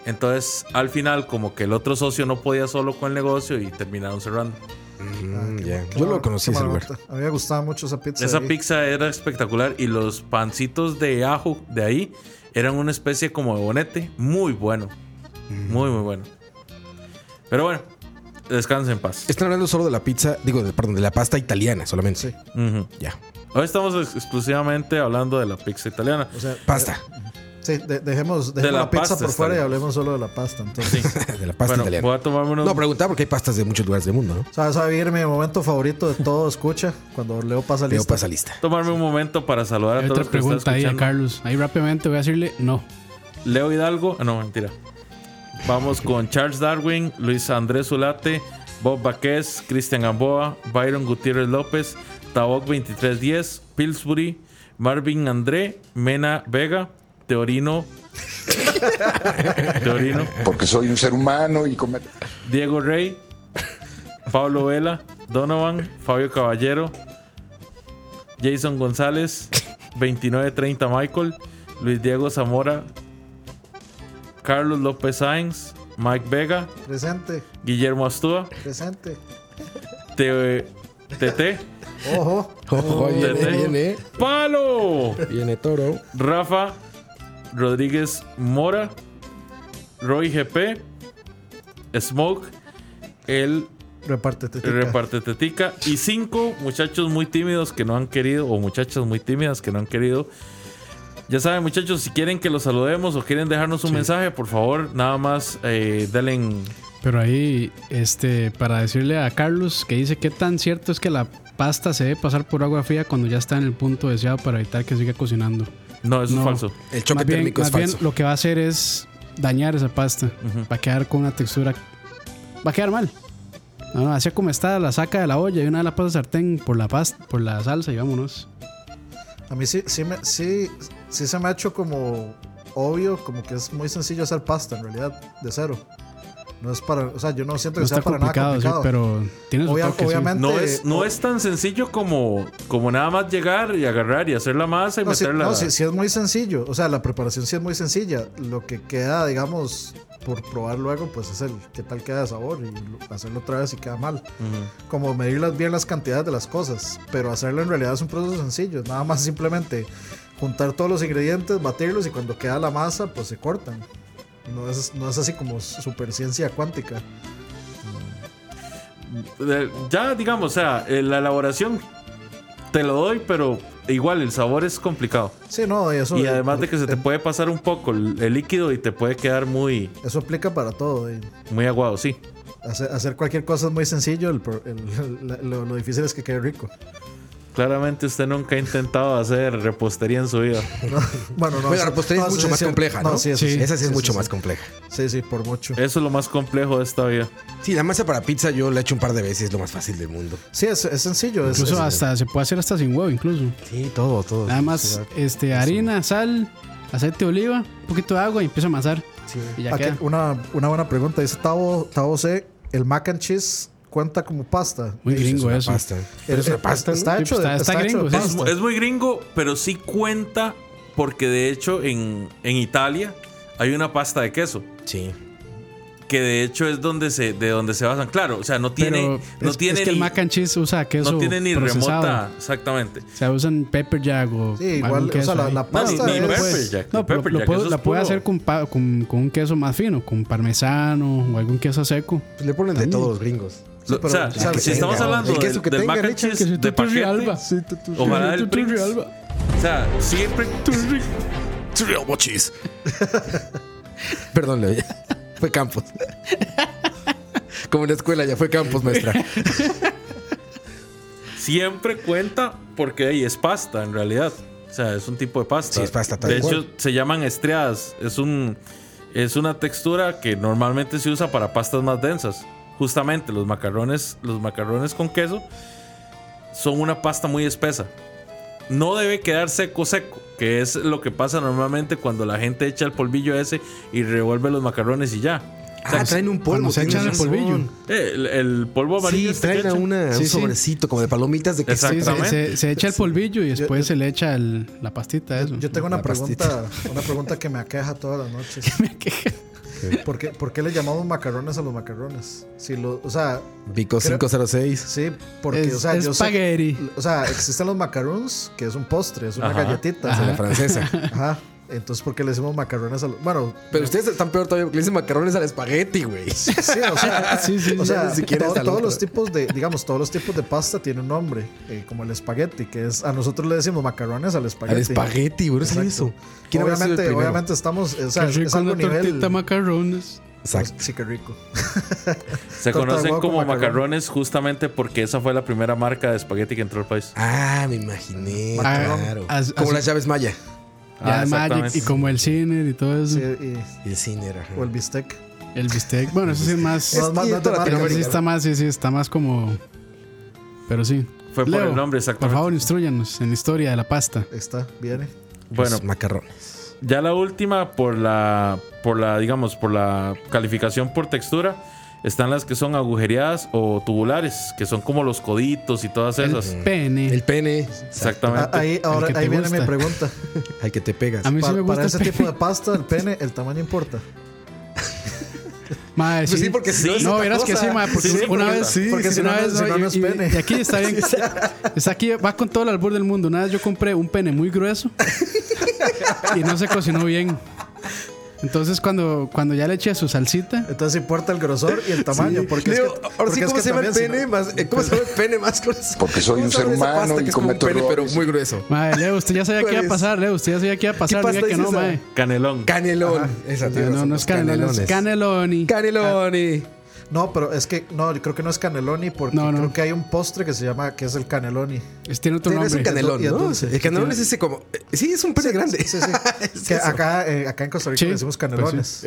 [SPEAKER 2] Entonces, al final, como que el otro socio no podía solo con el negocio y terminaron cerrando.
[SPEAKER 5] Mm, ya.
[SPEAKER 4] Ah, Qué
[SPEAKER 5] Yo
[SPEAKER 4] mal-
[SPEAKER 5] lo conocí
[SPEAKER 4] qué
[SPEAKER 5] ese
[SPEAKER 4] mal
[SPEAKER 5] lugar.
[SPEAKER 4] gusto. A mí me gustaba mucho esa pizza.
[SPEAKER 2] Esa
[SPEAKER 4] ahí.
[SPEAKER 2] pizza era espectacular y los pancitos de ajo de ahí eran una especie como de bonete. Muy bueno. Muy, muy bueno. Pero bueno, descansen en paz.
[SPEAKER 5] Están hablando solo de la pizza, digo, de- perdón, de la pasta italiana solamente.
[SPEAKER 4] Sí.
[SPEAKER 2] Ujú.
[SPEAKER 5] Ya.
[SPEAKER 2] Hoy estamos ex- exclusivamente hablando de la pizza italiana.
[SPEAKER 4] O sea,
[SPEAKER 5] Pasta.
[SPEAKER 4] sí, de- dejemos, dejemos
[SPEAKER 2] De la
[SPEAKER 4] la, pizza
[SPEAKER 2] pasta
[SPEAKER 4] por
[SPEAKER 2] está
[SPEAKER 4] fuera y
[SPEAKER 2] bien.
[SPEAKER 4] hablemos solo de la pasta. Entonces,
[SPEAKER 2] Sí.
[SPEAKER 5] De la pasta
[SPEAKER 2] bueno,
[SPEAKER 5] italiana.
[SPEAKER 2] voy a tomarme unos...
[SPEAKER 5] No, preguntaba porque hay pastas de muchos lugares del mundo, ¿no?
[SPEAKER 4] ¿sabes? A vivir mi momento favorito de todo, escucha, cuando Leo pasa
[SPEAKER 5] Leo
[SPEAKER 4] lista.
[SPEAKER 5] pasa lista.
[SPEAKER 2] tomarme un momento para saludar a
[SPEAKER 3] Hay
[SPEAKER 2] todos
[SPEAKER 3] otra
[SPEAKER 2] los que están
[SPEAKER 3] pregunta ahí a
[SPEAKER 2] escuchando.
[SPEAKER 3] Carlos. Ahí rápidamente voy a decirle no.
[SPEAKER 2] Leo Hidalgo, ah, no, mentira. Vamos con Charles Darwin, Luis Andrés Zulate, Bob Baquez, Cristian Gamboa, Byron Gutiérrez López, Taboc 2310, Pillsbury, Marvin André, Mena Vega, Teorino. Teorino,
[SPEAKER 6] porque soy un ser humano y cometo
[SPEAKER 2] Diego Rey, Pablo Vela, Donovan, Fabio Caballero, Jason González, 2930 Michael, Luis Diego Zamora, Carlos López Sáenz, Mike Vega,
[SPEAKER 4] Presente,
[SPEAKER 2] Guillermo Astúa,
[SPEAKER 4] presente.
[SPEAKER 2] Te- TT,
[SPEAKER 4] Ojo.
[SPEAKER 5] Ojo, viene,
[SPEAKER 2] Tete.
[SPEAKER 5] viene,
[SPEAKER 2] Palo,
[SPEAKER 5] viene toro.
[SPEAKER 2] Rafa Rodríguez Mora, Roy GP, Smoke, el
[SPEAKER 4] Repártete. tica.
[SPEAKER 2] Reparte tetica. Y cinco muchachos muy tímidos que no han querido, o muchachas muy tímidas que no han querido. Ya saben, muchachos, si quieren que los saludemos o quieren dejarnos un mensaje, por favor, nada más eh, denle. en-
[SPEAKER 3] Pero ahí, este, para decirle a Carlos que dice qué tan cierto es que la pasta se debe pasar por agua fría cuando ya está en el punto deseado para evitar que siga cocinando.
[SPEAKER 2] No, eso
[SPEAKER 3] No.
[SPEAKER 2] es falso.
[SPEAKER 5] El choque
[SPEAKER 3] Más bien-
[SPEAKER 5] térmico es
[SPEAKER 3] más bien
[SPEAKER 5] falso.
[SPEAKER 3] lo que va a hacer es dañar esa pasta. Va a quedar con una textura. Va a quedar mal. No, no, así como está, la saca de la olla y una de la pasa al sartén por la pasta, por la salsa y vámonos.
[SPEAKER 4] A mí sí, sí, me, sí, sí se me ha hecho como obvio, como que es muy sencillo hacer pasta en realidad, de cero. No es para, o sea, yo no siento
[SPEAKER 3] No
[SPEAKER 4] que sea
[SPEAKER 3] está
[SPEAKER 4] para
[SPEAKER 3] complicado, sí,
[SPEAKER 4] nada complicado.
[SPEAKER 3] pero tiene su
[SPEAKER 4] Obvia-
[SPEAKER 3] toque, sí.
[SPEAKER 4] obviamente-
[SPEAKER 2] No es, no es tan sencillo como, como nada más llegar y agarrar y hacer la masa y
[SPEAKER 4] No, sí,
[SPEAKER 2] meterla.
[SPEAKER 4] no, sí- sí es muy sencillo. O sea, la preparación sí es muy sencilla. Lo que queda, digamos, por probar luego, pues es el qué tal queda de sabor y lo- hacerlo otra vez y queda mal.
[SPEAKER 2] Ujú.
[SPEAKER 4] Como medir las- bien las cantidades de las cosas. Pero hacerlo en realidad es un proceso sencillo. Nada más simplemente juntar todos los ingredientes, batirlos y cuando queda la masa, pues se cortan. No es, no es así como super ciencia cuántica.
[SPEAKER 2] De- Ya, digamos, o sea, eh, la elaboración te lo doy, pero igual el sabor es complicado.
[SPEAKER 4] Sí, no, y eso.
[SPEAKER 2] Y además de que se te puede pasar un poco el, el líquido y te puede quedar muy,
[SPEAKER 4] Eso aplica para todo. y
[SPEAKER 2] muy aguado, sí.
[SPEAKER 4] Hacer, hacer cualquier cosa es muy sencillo. el pro- el- la- lo, lo difícil es que quede rico.
[SPEAKER 2] Claramente usted nunca ha intentado hacer repostería en su vida.
[SPEAKER 4] No, bueno, no.
[SPEAKER 5] Bueno,
[SPEAKER 4] sí,
[SPEAKER 5] la repostería
[SPEAKER 4] no,
[SPEAKER 5] es pues mucho
[SPEAKER 4] sí,
[SPEAKER 5] más
[SPEAKER 4] sí,
[SPEAKER 5] compleja, ¿no?
[SPEAKER 4] no, sí, eso sí,
[SPEAKER 5] Esa sí es
[SPEAKER 4] sí,
[SPEAKER 5] mucho
[SPEAKER 4] sí, Eh,
[SPEAKER 5] más
[SPEAKER 4] sí.
[SPEAKER 5] compleja.
[SPEAKER 4] Sí, sí, por mucho.
[SPEAKER 2] Eso es lo más complejo de esta vida.
[SPEAKER 5] Sí, la masa para pizza yo la he hecho un par de veces, es lo más fácil del mundo.
[SPEAKER 4] Sí, es, es sencillo. es-
[SPEAKER 3] Incluso
[SPEAKER 4] es-
[SPEAKER 3] hasta se puede hacer hasta sin huevo, incluso.
[SPEAKER 5] Sí, todo, todo.
[SPEAKER 3] Nada más este, harina, sal, aceite de oliva, un poquito de agua y empiezo a amasar. Y ya
[SPEAKER 4] Aquí,
[SPEAKER 3] queda.
[SPEAKER 4] una, una buena pregunta. Dice Tavo, Tavo C, el mac and cheese cuenta como pasta.
[SPEAKER 3] Muy
[SPEAKER 4] Dice,
[SPEAKER 3] gringo
[SPEAKER 5] una
[SPEAKER 3] eso.
[SPEAKER 5] pasta.
[SPEAKER 4] el-
[SPEAKER 5] Pero es una
[SPEAKER 4] el-
[SPEAKER 5] pasta, ¿no?
[SPEAKER 4] Está
[SPEAKER 3] Sí,
[SPEAKER 4] hecho
[SPEAKER 3] pues,
[SPEAKER 4] de,
[SPEAKER 3] está-
[SPEAKER 4] está,
[SPEAKER 3] está
[SPEAKER 4] hecho de
[SPEAKER 3] gringo,
[SPEAKER 2] Es,
[SPEAKER 4] pasta.
[SPEAKER 2] es muy gringo, pero sí cuenta porque de hecho en, en Italia hay una pasta de queso.
[SPEAKER 5] Sí.
[SPEAKER 2] Que de hecho es donde se, de donde se basan. Claro, o sea, no tiene,
[SPEAKER 3] Pero
[SPEAKER 2] no
[SPEAKER 3] es,
[SPEAKER 2] tiene
[SPEAKER 3] es que el
[SPEAKER 2] ni,
[SPEAKER 3] mac and cheese usa queso
[SPEAKER 2] no tiene ni
[SPEAKER 3] procesado.
[SPEAKER 2] remota. Exactamente.
[SPEAKER 3] O sea, usan pepper jack o
[SPEAKER 4] Sí, igual,
[SPEAKER 3] algún
[SPEAKER 4] o sea,
[SPEAKER 3] queso
[SPEAKER 4] la-
[SPEAKER 3] ahí.
[SPEAKER 4] la
[SPEAKER 3] No,
[SPEAKER 4] pasta
[SPEAKER 3] ni- ni
[SPEAKER 4] es- pues
[SPEAKER 3] puedes-
[SPEAKER 2] Jack,
[SPEAKER 3] No,
[SPEAKER 2] ni
[SPEAKER 3] pero
[SPEAKER 2] pepper
[SPEAKER 3] lo
[SPEAKER 2] jack,
[SPEAKER 3] puedo-
[SPEAKER 2] eso es
[SPEAKER 3] la puede
[SPEAKER 2] puro.
[SPEAKER 3] hacer con, pa- con, con un queso más fino, con parmesano o algún queso seco.
[SPEAKER 5] Pues le ponen de
[SPEAKER 3] También.
[SPEAKER 5] todos los gringos.
[SPEAKER 2] Lo-
[SPEAKER 4] pero
[SPEAKER 2] o sea,
[SPEAKER 4] el
[SPEAKER 5] que
[SPEAKER 2] si
[SPEAKER 5] tenga,
[SPEAKER 2] estamos hablando
[SPEAKER 5] el queso
[SPEAKER 2] del,
[SPEAKER 5] que
[SPEAKER 2] del
[SPEAKER 5] tenga,
[SPEAKER 2] mac and
[SPEAKER 5] Richard,
[SPEAKER 2] cheese de paquete, ojalá del Pringles. O sea, siempre
[SPEAKER 1] Real Bochis.
[SPEAKER 5] Perdón, Leo, ya. Fue Campos. Como en la escuela ya fue Campos, maestra.
[SPEAKER 2] siempre cuenta porque ahí es pasta en realidad. O sea, es un tipo de pasta.
[SPEAKER 5] Sí, es pasta, tal
[SPEAKER 2] De
[SPEAKER 5] cual.
[SPEAKER 2] hecho, se llaman estriadas. Es un es una textura que normalmente se usa para pastas más densas. Justamente los macarrones, los macarrones con queso son una pasta muy espesa. No debe quedar seco seco, que es lo que pasa normalmente cuando la gente echa el polvillo ese y revuelve los macarrones y ya. O sea,
[SPEAKER 5] Ah, traen un polvo.
[SPEAKER 3] Cuando se
[SPEAKER 5] tienes
[SPEAKER 3] echan el
[SPEAKER 5] razón.
[SPEAKER 3] polvillo.
[SPEAKER 2] eh, el, el polvo
[SPEAKER 5] Sí,
[SPEAKER 2] amarillo. este que
[SPEAKER 5] traen a
[SPEAKER 2] echan.
[SPEAKER 5] una,
[SPEAKER 3] Sí,
[SPEAKER 5] un
[SPEAKER 3] sí.
[SPEAKER 5] sobrecito como de palomitas de queso.
[SPEAKER 3] Sí, se,
[SPEAKER 2] Exactamente.
[SPEAKER 3] se- se echa el polvillo y después se le echa el- la pastita. Eso.
[SPEAKER 4] Yo tengo una
[SPEAKER 5] La pastita.
[SPEAKER 4] pregunta, una pregunta que me aqueja todas las noches. ¿Por qué, por qué le llamamos macarrones a los macarrones? Si lo, o sea,
[SPEAKER 5] Vico
[SPEAKER 4] Creo-
[SPEAKER 5] 506.
[SPEAKER 4] sí, porque
[SPEAKER 3] Es-
[SPEAKER 4] o sea, yo sé-
[SPEAKER 3] espagueti.
[SPEAKER 4] o sea, existen los macarons, que es un postre, es una
[SPEAKER 2] Ajá.
[SPEAKER 4] galletita.
[SPEAKER 5] A
[SPEAKER 4] Ajá.
[SPEAKER 5] la francesa.
[SPEAKER 4] Entonces, ¿por qué le decimos macarrones a los Bueno,
[SPEAKER 5] Pero ustedes están peor todavía porque le dicen macarrones al espagueti, güey.
[SPEAKER 4] Sí, o sea,
[SPEAKER 3] Sí, sí,
[SPEAKER 4] o
[SPEAKER 3] sí.
[SPEAKER 4] sea,
[SPEAKER 5] Ni siquiera
[SPEAKER 4] todo-
[SPEAKER 5] está
[SPEAKER 4] todos
[SPEAKER 5] loco.
[SPEAKER 4] los tipos de, digamos, todos los tipos de pasta tienen un nombre, eh, como el espagueti, que es, a nosotros le decimos macarrones al
[SPEAKER 5] Al
[SPEAKER 4] espagueti.
[SPEAKER 5] espagueti, güey. No sabía
[SPEAKER 4] Exacto.
[SPEAKER 5] eso. ¿Quién habrá sido el
[SPEAKER 4] obviamente,
[SPEAKER 5] primero?
[SPEAKER 4] obviamente estamos, o sea,
[SPEAKER 3] Qué
[SPEAKER 4] es,
[SPEAKER 3] rico
[SPEAKER 4] es algo
[SPEAKER 3] una
[SPEAKER 4] nivel. pues,
[SPEAKER 3] tortita macarrones.
[SPEAKER 5] Exacto.
[SPEAKER 4] Sí, qué rico.
[SPEAKER 2] Se
[SPEAKER 4] Torta de
[SPEAKER 2] conocen
[SPEAKER 4] huevo con
[SPEAKER 2] como
[SPEAKER 4] macarrón.
[SPEAKER 2] macarrones justamente porque esa fue la primera marca de espagueti que entró al país.
[SPEAKER 5] Ah, me imaginé.
[SPEAKER 4] Macarrón.
[SPEAKER 5] Claro.
[SPEAKER 3] As-
[SPEAKER 5] como
[SPEAKER 3] así-
[SPEAKER 5] las llaves maya.
[SPEAKER 2] Ah,
[SPEAKER 3] Ya de Magic
[SPEAKER 2] exactamente.
[SPEAKER 3] y como el cine y todo eso.
[SPEAKER 4] Sí, y-
[SPEAKER 5] El cine era. ajá.
[SPEAKER 4] o el bistec.
[SPEAKER 3] El bistec. Bueno, eso sí es más.
[SPEAKER 5] Es
[SPEAKER 4] No, no, no,
[SPEAKER 5] directo
[SPEAKER 4] no, no,
[SPEAKER 3] pero sí
[SPEAKER 5] Latinoamérica.
[SPEAKER 3] está más, sí, sí, está más como. Pero sí.
[SPEAKER 2] Fue por el nombre,
[SPEAKER 3] Por
[SPEAKER 2] exactamente.
[SPEAKER 3] favor, instruyanos en la historia de la pasta.
[SPEAKER 4] Ahí Está, viene.
[SPEAKER 2] Bueno,
[SPEAKER 5] Los macarrones.
[SPEAKER 3] Pues,
[SPEAKER 2] ya la última por la por la digamos por la calificación por textura están las que son agujereadas o tubulares, que son como los coditos y todas esas.
[SPEAKER 3] El pene.
[SPEAKER 5] El pene.
[SPEAKER 4] Ah,
[SPEAKER 2] Exactamente.
[SPEAKER 4] ahí ahora,
[SPEAKER 3] El que
[SPEAKER 4] ahí
[SPEAKER 3] te
[SPEAKER 4] viene mi
[SPEAKER 3] gusta.
[SPEAKER 4] pregunta.
[SPEAKER 5] Al que te pegas.
[SPEAKER 3] a mí sí
[SPEAKER 4] Pa-
[SPEAKER 3] me gusta
[SPEAKER 4] para
[SPEAKER 3] el
[SPEAKER 4] ese
[SPEAKER 3] pene.
[SPEAKER 4] tipo de pasta, el pene, el tamaño importa.
[SPEAKER 3] Mae,
[SPEAKER 5] Pues sí, porque si no es
[SPEAKER 3] no,
[SPEAKER 5] otra
[SPEAKER 3] verás que
[SPEAKER 5] cosa.
[SPEAKER 3] sí, mae, porque
[SPEAKER 2] Sí, sí,
[SPEAKER 3] una
[SPEAKER 2] porque-
[SPEAKER 3] vez,
[SPEAKER 5] sí,
[SPEAKER 4] porque si
[SPEAKER 3] una
[SPEAKER 4] no,
[SPEAKER 3] vez,
[SPEAKER 4] no- si no, no es
[SPEAKER 3] y,
[SPEAKER 4] pene.
[SPEAKER 3] y aquí está bien, está aquí, va con todo el albur del mundo. Una vez yo compré un pene muy grueso y no se cocinó bien. Entonces cuando, cuando ya le eché su salsita,
[SPEAKER 4] Entonces importa el grosor y el tamaño. Porque
[SPEAKER 5] Leo,
[SPEAKER 4] es que,
[SPEAKER 5] ahora sí,
[SPEAKER 4] porque es
[SPEAKER 5] ¿cómo
[SPEAKER 4] que
[SPEAKER 5] se llama el
[SPEAKER 4] también, si
[SPEAKER 5] pene
[SPEAKER 4] no-
[SPEAKER 5] más, eh, ¿cómo se llama el pene más grueso?
[SPEAKER 6] Porque soy
[SPEAKER 5] ¿Cómo
[SPEAKER 6] un
[SPEAKER 5] se llama
[SPEAKER 6] ser
[SPEAKER 5] esa
[SPEAKER 6] humano
[SPEAKER 5] pasta
[SPEAKER 6] y
[SPEAKER 5] que es como un
[SPEAKER 6] cometo
[SPEAKER 5] pene, pero
[SPEAKER 6] errores?
[SPEAKER 5] muy grueso.
[SPEAKER 3] mae, Leo, usted ya sabía qué iba a
[SPEAKER 5] ¿Cuál
[SPEAKER 3] pasar, Leo, usted ya sabía qué iba a pasar,
[SPEAKER 5] pasta
[SPEAKER 3] diga que
[SPEAKER 5] es
[SPEAKER 3] no,
[SPEAKER 5] esa?
[SPEAKER 3] mae.
[SPEAKER 2] Canelón.
[SPEAKER 5] Canelón. Esa, tiene
[SPEAKER 3] No, no,
[SPEAKER 5] razón,
[SPEAKER 3] no
[SPEAKER 5] los
[SPEAKER 3] es canelón, es
[SPEAKER 5] canelones.
[SPEAKER 3] caneloni.
[SPEAKER 5] Caneloni.
[SPEAKER 4] No, pero es que no, yo creo que no es caneloni porque
[SPEAKER 3] No, no.
[SPEAKER 4] creo que hay un postre que se llama que es el caneloni.
[SPEAKER 3] Es- tiene Este otro
[SPEAKER 5] Pero es
[SPEAKER 3] nombre.
[SPEAKER 5] un canelón,
[SPEAKER 4] Y es
[SPEAKER 5] ¿no?
[SPEAKER 4] dulce.
[SPEAKER 5] El canelón es ese como. eh, Sí, es un pene grande.
[SPEAKER 4] Sí, sí.
[SPEAKER 5] Es
[SPEAKER 4] que
[SPEAKER 5] eso.
[SPEAKER 4] acá, eh, acá en Costa Rica
[SPEAKER 3] Sí,
[SPEAKER 4] le decimos
[SPEAKER 3] pues sí.
[SPEAKER 4] canelones.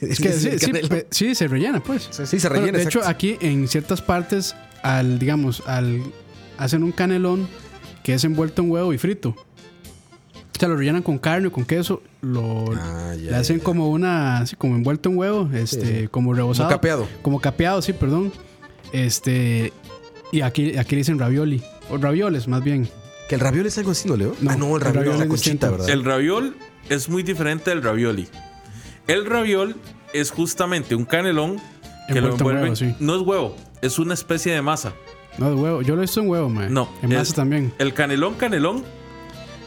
[SPEAKER 3] Es que sí,
[SPEAKER 5] el
[SPEAKER 3] sí,
[SPEAKER 5] canelón.
[SPEAKER 3] pe- sí, se rellena, pues.
[SPEAKER 5] Sí, se
[SPEAKER 3] Bueno,
[SPEAKER 5] rellena.
[SPEAKER 3] de hecho,
[SPEAKER 5] exacto.
[SPEAKER 3] aquí en ciertas partes, al, digamos, al hacen un canelón que es envuelto en huevo y frito. O sea, lo rellenan con carne o con queso, lo
[SPEAKER 5] Ah, ya,
[SPEAKER 3] le hacen
[SPEAKER 5] ya, ya.
[SPEAKER 3] como una, así como envuelto en huevo, este, como rebozado.
[SPEAKER 5] Como capeado.
[SPEAKER 3] Como capeado, sí, perdón. Este, y aquí, aquí le dicen ravioli, o ravioles más bien.
[SPEAKER 5] Que el raviol es algo así, ¿no, Leo?
[SPEAKER 3] No,
[SPEAKER 5] ah, no, el
[SPEAKER 3] el
[SPEAKER 5] raviol es
[SPEAKER 3] raviol
[SPEAKER 5] la
[SPEAKER 3] es
[SPEAKER 5] conchita,
[SPEAKER 3] distinto.
[SPEAKER 5] ¿verdad?
[SPEAKER 2] El raviol es muy diferente del ravioli. El raviol es justamente un canelón que lo
[SPEAKER 3] Envuelto en
[SPEAKER 2] envuelven.
[SPEAKER 3] huevo, sí.
[SPEAKER 2] No es huevo, es una especie de masa.
[SPEAKER 3] No, de huevo. Yo lo he visto en huevo, man.
[SPEAKER 2] No,
[SPEAKER 3] En
[SPEAKER 2] el-
[SPEAKER 3] masa también.
[SPEAKER 2] El canelón, canelón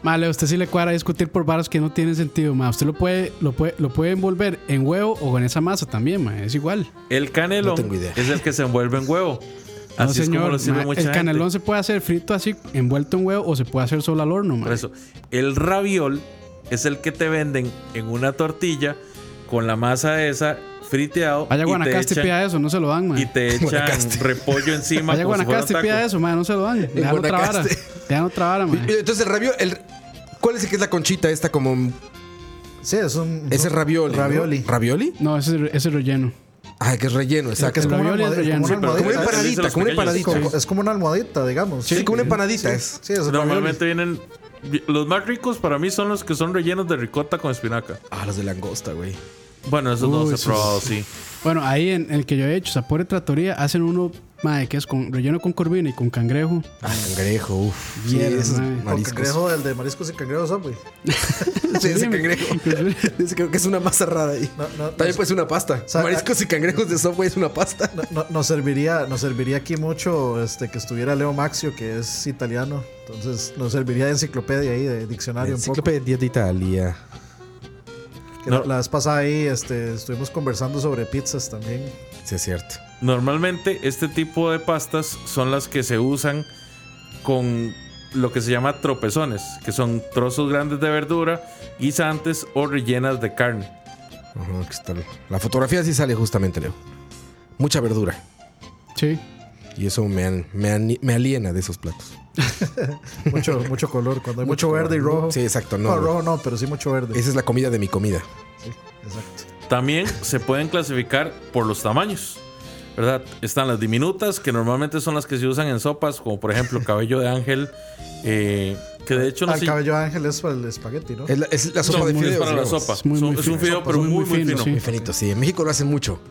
[SPEAKER 3] Vale, usted sí le cuadra discutir por varas que no tienen sentido, ma. Usted lo puede, lo puede, lo puede envolver en huevo o en esa masa también, ma. Es igual.
[SPEAKER 2] El canelón
[SPEAKER 5] No tengo idea.
[SPEAKER 2] es el que se envuelve en huevo.
[SPEAKER 3] No,
[SPEAKER 2] Así es como
[SPEAKER 3] señor,
[SPEAKER 2] lo sirve
[SPEAKER 3] ma,
[SPEAKER 2] mucha
[SPEAKER 3] el
[SPEAKER 2] gente.
[SPEAKER 3] canelón se puede hacer frito así, envuelto en huevo, o se puede hacer solo al horno, ma.
[SPEAKER 2] Por eso, el raviol es el que te venden en una tortilla con la masa esa friteado
[SPEAKER 3] Vaya
[SPEAKER 2] y, te
[SPEAKER 3] Guanacaste y
[SPEAKER 2] echan,
[SPEAKER 3] pida eso, no se lo dan, ma.
[SPEAKER 2] y te echan repollo encima
[SPEAKER 3] Vaya
[SPEAKER 2] como si fuera un
[SPEAKER 3] Guanacaste y pida
[SPEAKER 2] taco.
[SPEAKER 3] eso, ma, no se lo dan. Le dan otra vara.
[SPEAKER 5] Guanacaste.
[SPEAKER 3] Le dan otra vara, ma.
[SPEAKER 5] Y- y Entonces el raviol, el- ¿cuál es el que es la conchita esta como
[SPEAKER 4] Sí, es un.
[SPEAKER 5] ese
[SPEAKER 4] un-
[SPEAKER 5] ravioli? ¿no?
[SPEAKER 4] Ravioli.
[SPEAKER 5] ¿Ravioli?
[SPEAKER 3] No, ese es el relleno.
[SPEAKER 5] Ah, que es relleno, exacto.
[SPEAKER 4] Es como una
[SPEAKER 3] ravioli es
[SPEAKER 4] almohadita.
[SPEAKER 3] relleno.
[SPEAKER 4] como
[SPEAKER 3] Sí,
[SPEAKER 4] una
[SPEAKER 2] pero
[SPEAKER 5] Como
[SPEAKER 4] almohadita.
[SPEAKER 5] una
[SPEAKER 2] ¿Sabes?
[SPEAKER 5] empanadita,
[SPEAKER 2] Esos
[SPEAKER 5] como una
[SPEAKER 2] pequeños.
[SPEAKER 4] Es
[SPEAKER 5] empanadita.
[SPEAKER 4] como- Es como una almohadita, digamos.
[SPEAKER 5] Sí, como una empanadita
[SPEAKER 4] Sí,
[SPEAKER 5] es.
[SPEAKER 4] sí, es un
[SPEAKER 2] Normalmente vienen. Los más ricos para mí son los que son rellenos de ricota con espinaca.
[SPEAKER 5] Ah, los de langosta, güey.
[SPEAKER 2] Bueno, esos
[SPEAKER 3] Uy,
[SPEAKER 2] no se
[SPEAKER 3] esos-
[SPEAKER 2] he probado, sí.
[SPEAKER 3] Bueno, ahí en, en el que yo he hecho, Sapore Tratoría, hacen uno, ma, que es con relleno con corvina y con cangrejo.
[SPEAKER 5] Ah, cangrejo, uff. Sí,
[SPEAKER 3] Mierda,
[SPEAKER 5] esos
[SPEAKER 3] madre.
[SPEAKER 4] Con
[SPEAKER 5] mariscos.
[SPEAKER 4] cangrejo, el de mariscos y cangrejos, güey.
[SPEAKER 5] Sí, ese cangrejo. Ese creo que es una masa rara ahí.
[SPEAKER 4] Pues No, no,
[SPEAKER 5] También
[SPEAKER 4] no-
[SPEAKER 5] puede ser una pasta.
[SPEAKER 4] sea, ah,
[SPEAKER 5] Mariscos y cangrejos de Subway es una pasta.
[SPEAKER 4] No- no- nos serviría, nos serviría aquí mucho este que estuviera Leo Maxio, que es italiano. Entonces nos serviría de enciclopedia ahí, de diccionario un poco.
[SPEAKER 5] Enciclopedia de Italia.
[SPEAKER 4] Que la-
[SPEAKER 2] No.
[SPEAKER 4] La vez pasada ahí este, estuvimos conversando sobre pizzas también.
[SPEAKER 5] Sí, es cierto.
[SPEAKER 2] Normalmente este tipo de pastas son las que se usan con lo que se llama tropezones, que son trozos grandes de verdura, guisantes o rellenas de carne.
[SPEAKER 5] Ajá, aquí está. La fotografía sí sale justamente, Leo. Mucha verdura.
[SPEAKER 3] Sí.
[SPEAKER 5] Y eso me, an- me, an- me aliena de esos platos.
[SPEAKER 4] Mucho, mucho color. Cuando hay mucho,
[SPEAKER 5] Mucho
[SPEAKER 4] verde y
[SPEAKER 5] color.
[SPEAKER 4] rojo.
[SPEAKER 5] Sí, exacto, no.
[SPEAKER 4] No, rojo no, pero sí mucho verde.
[SPEAKER 5] Esa es la comida de mi comida.
[SPEAKER 4] Sí, exacto.
[SPEAKER 2] También se pueden clasificar por los tamaños, ¿verdad? Están las diminutas, que normalmente son las que se usan en sopas, como por ejemplo cabello de ángel, eh, que de hecho no
[SPEAKER 4] Al
[SPEAKER 2] sé-
[SPEAKER 4] Ah, cabello de ángel es para el espagueti, ¿no?
[SPEAKER 5] Es la, es la
[SPEAKER 2] son
[SPEAKER 5] sopa de
[SPEAKER 2] muy- es
[SPEAKER 5] fideos.
[SPEAKER 2] para la
[SPEAKER 5] digamos.
[SPEAKER 2] sopa.
[SPEAKER 3] Es muy,
[SPEAKER 2] Son-
[SPEAKER 3] muy
[SPEAKER 2] es un
[SPEAKER 3] fino.
[SPEAKER 2] fideo, pero muy, muy, fino.
[SPEAKER 5] Muy finito, sí. En México lo hacen mucho.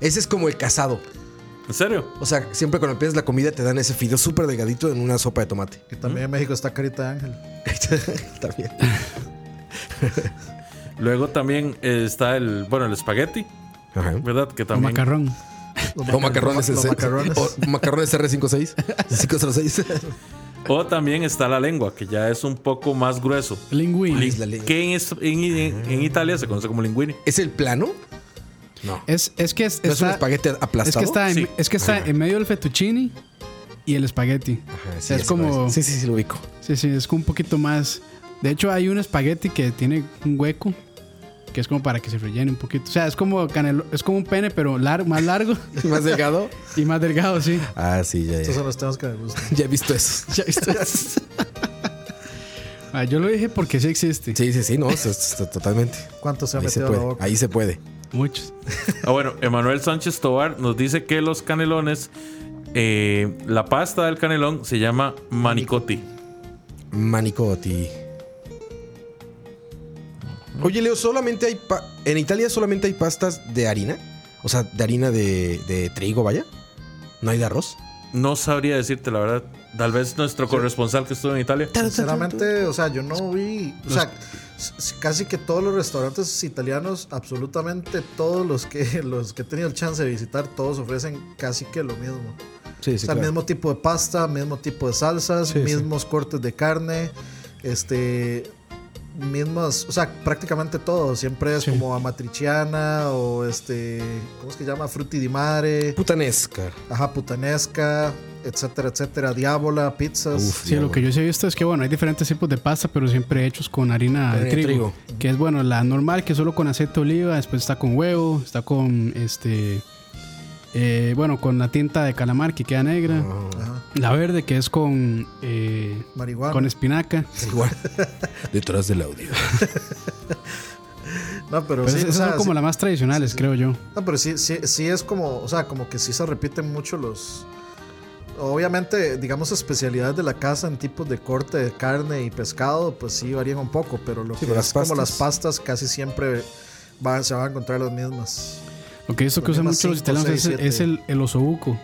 [SPEAKER 5] Ese es como el casado.
[SPEAKER 2] ¿En serio?
[SPEAKER 5] O sea, siempre cuando pides la comida te dan ese fideo súper delgadito en una sopa de tomate.
[SPEAKER 4] Que también en México está carita de ángel.
[SPEAKER 5] También.
[SPEAKER 2] Luego también eh, está el, bueno, el espagueti,
[SPEAKER 5] Ajá.
[SPEAKER 2] ¿verdad? Que
[SPEAKER 3] Con
[SPEAKER 2] también...
[SPEAKER 3] macarrón.
[SPEAKER 4] Los
[SPEAKER 5] O macarrones,
[SPEAKER 4] Los
[SPEAKER 5] ese-
[SPEAKER 4] macarrones.
[SPEAKER 5] O macarrones R56. 506.
[SPEAKER 2] O también está la lengua, que ya es un poco más grueso.
[SPEAKER 3] Lingüín.
[SPEAKER 5] Lin- es la lengua.
[SPEAKER 2] Que en, es- en- en- en Italia se conoce como linguini.
[SPEAKER 5] ¿Es el plano? No.
[SPEAKER 3] Es, es que es,
[SPEAKER 5] ¿No es un
[SPEAKER 3] está-
[SPEAKER 5] espagueti aplastado?
[SPEAKER 3] es que está, en,
[SPEAKER 2] Sí.
[SPEAKER 3] es que está en medio del fettuccini y el espagueti.
[SPEAKER 5] Ajá,
[SPEAKER 3] es
[SPEAKER 5] ese
[SPEAKER 3] como-
[SPEAKER 5] parece. Sí, este. sí, sí, lo ubico.
[SPEAKER 3] Sí, sí, es como un poquito más. De hecho, hay un espagueti que tiene un hueco que es como para que se rellene un poquito. O sea, es como canelo, es como un pene, pero lar- más largo
[SPEAKER 5] ¿Más delgado?
[SPEAKER 3] y más delgado, sí.
[SPEAKER 5] Ah, sí, ya,
[SPEAKER 4] Estos
[SPEAKER 5] ya.
[SPEAKER 4] son los temas que me gustan.
[SPEAKER 5] Ya he visto eso.
[SPEAKER 3] Ya viste. Ah, yo lo dije porque sí existe.
[SPEAKER 5] Sí, sí, sí, no, es- es- es- totalmente.
[SPEAKER 4] ¿Cuánto se ha
[SPEAKER 5] Ahí se
[SPEAKER 4] metido a la
[SPEAKER 5] puede.
[SPEAKER 4] boca?
[SPEAKER 5] Ahí se puede.
[SPEAKER 3] Muchos.
[SPEAKER 2] Ah, bueno, Emanuel Sánchez Tobar nos dice que los canelones, eh, la pasta del canelón se llama manicotti.
[SPEAKER 5] Manicotti. Oye, Leo, solamente hay. pa- en Italia solamente hay pastas de harina. O sea, de harina de, de trigo, vaya. No hay de arroz.
[SPEAKER 2] No sabría decirte la verdad. Tal vez nuestro corresponsal que estuvo en Italia.
[SPEAKER 4] Sinceramente, o sea, yo no vi. O sea, s- s- casi que todos los restaurantes italianos, absolutamente todos los que, los que he tenido el chance de visitar, todos ofrecen casi que lo mismo.
[SPEAKER 5] Sí,
[SPEAKER 4] o sea, mismo tipo de pasta, mismo tipo de salsas,
[SPEAKER 5] Sí, sí.
[SPEAKER 4] mismos cortes de carne, este. Mismas, o sea, prácticamente todo. Siempre es como amatriciana o este. ¿Cómo es que llama? Frutti di mare,
[SPEAKER 5] Putanesca.
[SPEAKER 4] ajá, putanesca, etcétera, etcétera, diábola, pizzas.
[SPEAKER 5] Uf.
[SPEAKER 3] Sí, lo que yo sí he visto es que, bueno, hay diferentes tipos de pasta, pero siempre hechos con harina
[SPEAKER 5] Harina
[SPEAKER 3] de
[SPEAKER 5] de
[SPEAKER 3] trigo,
[SPEAKER 5] trigo.
[SPEAKER 3] Que es, bueno, la normal, que es solo con aceite de oliva, después está con huevo, está con, este, eh, bueno, con la tinta de calamar que queda negra,
[SPEAKER 4] Ajá,
[SPEAKER 3] la verde que es con, eh,
[SPEAKER 4] marihuana.
[SPEAKER 3] con espinaca.
[SPEAKER 5] Igual. Detrás del audio.
[SPEAKER 4] No, pero
[SPEAKER 3] Pues
[SPEAKER 4] sí,
[SPEAKER 3] esas
[SPEAKER 4] o sea,
[SPEAKER 3] son como
[SPEAKER 4] sí-
[SPEAKER 3] las más tradicionales, creo yo.
[SPEAKER 4] no, pero sí, sí, sí es como, o sea, como que sí se repiten mucho los... Obviamente, digamos, especialidades de la casa en tipos de corte de carne y pescado, pues sí varían un poco, pero lo que
[SPEAKER 5] pero
[SPEAKER 4] es
[SPEAKER 5] las
[SPEAKER 4] como las
[SPEAKER 5] pastas.
[SPEAKER 4] pastas casi siempre van- se van a encontrar las mismas.
[SPEAKER 3] Lo que he visto que
[SPEAKER 4] Con
[SPEAKER 3] usan
[SPEAKER 4] yemas
[SPEAKER 3] mucho los
[SPEAKER 4] cinco,
[SPEAKER 3] italianos es,
[SPEAKER 4] seis, siete.
[SPEAKER 3] es el, el osobuco.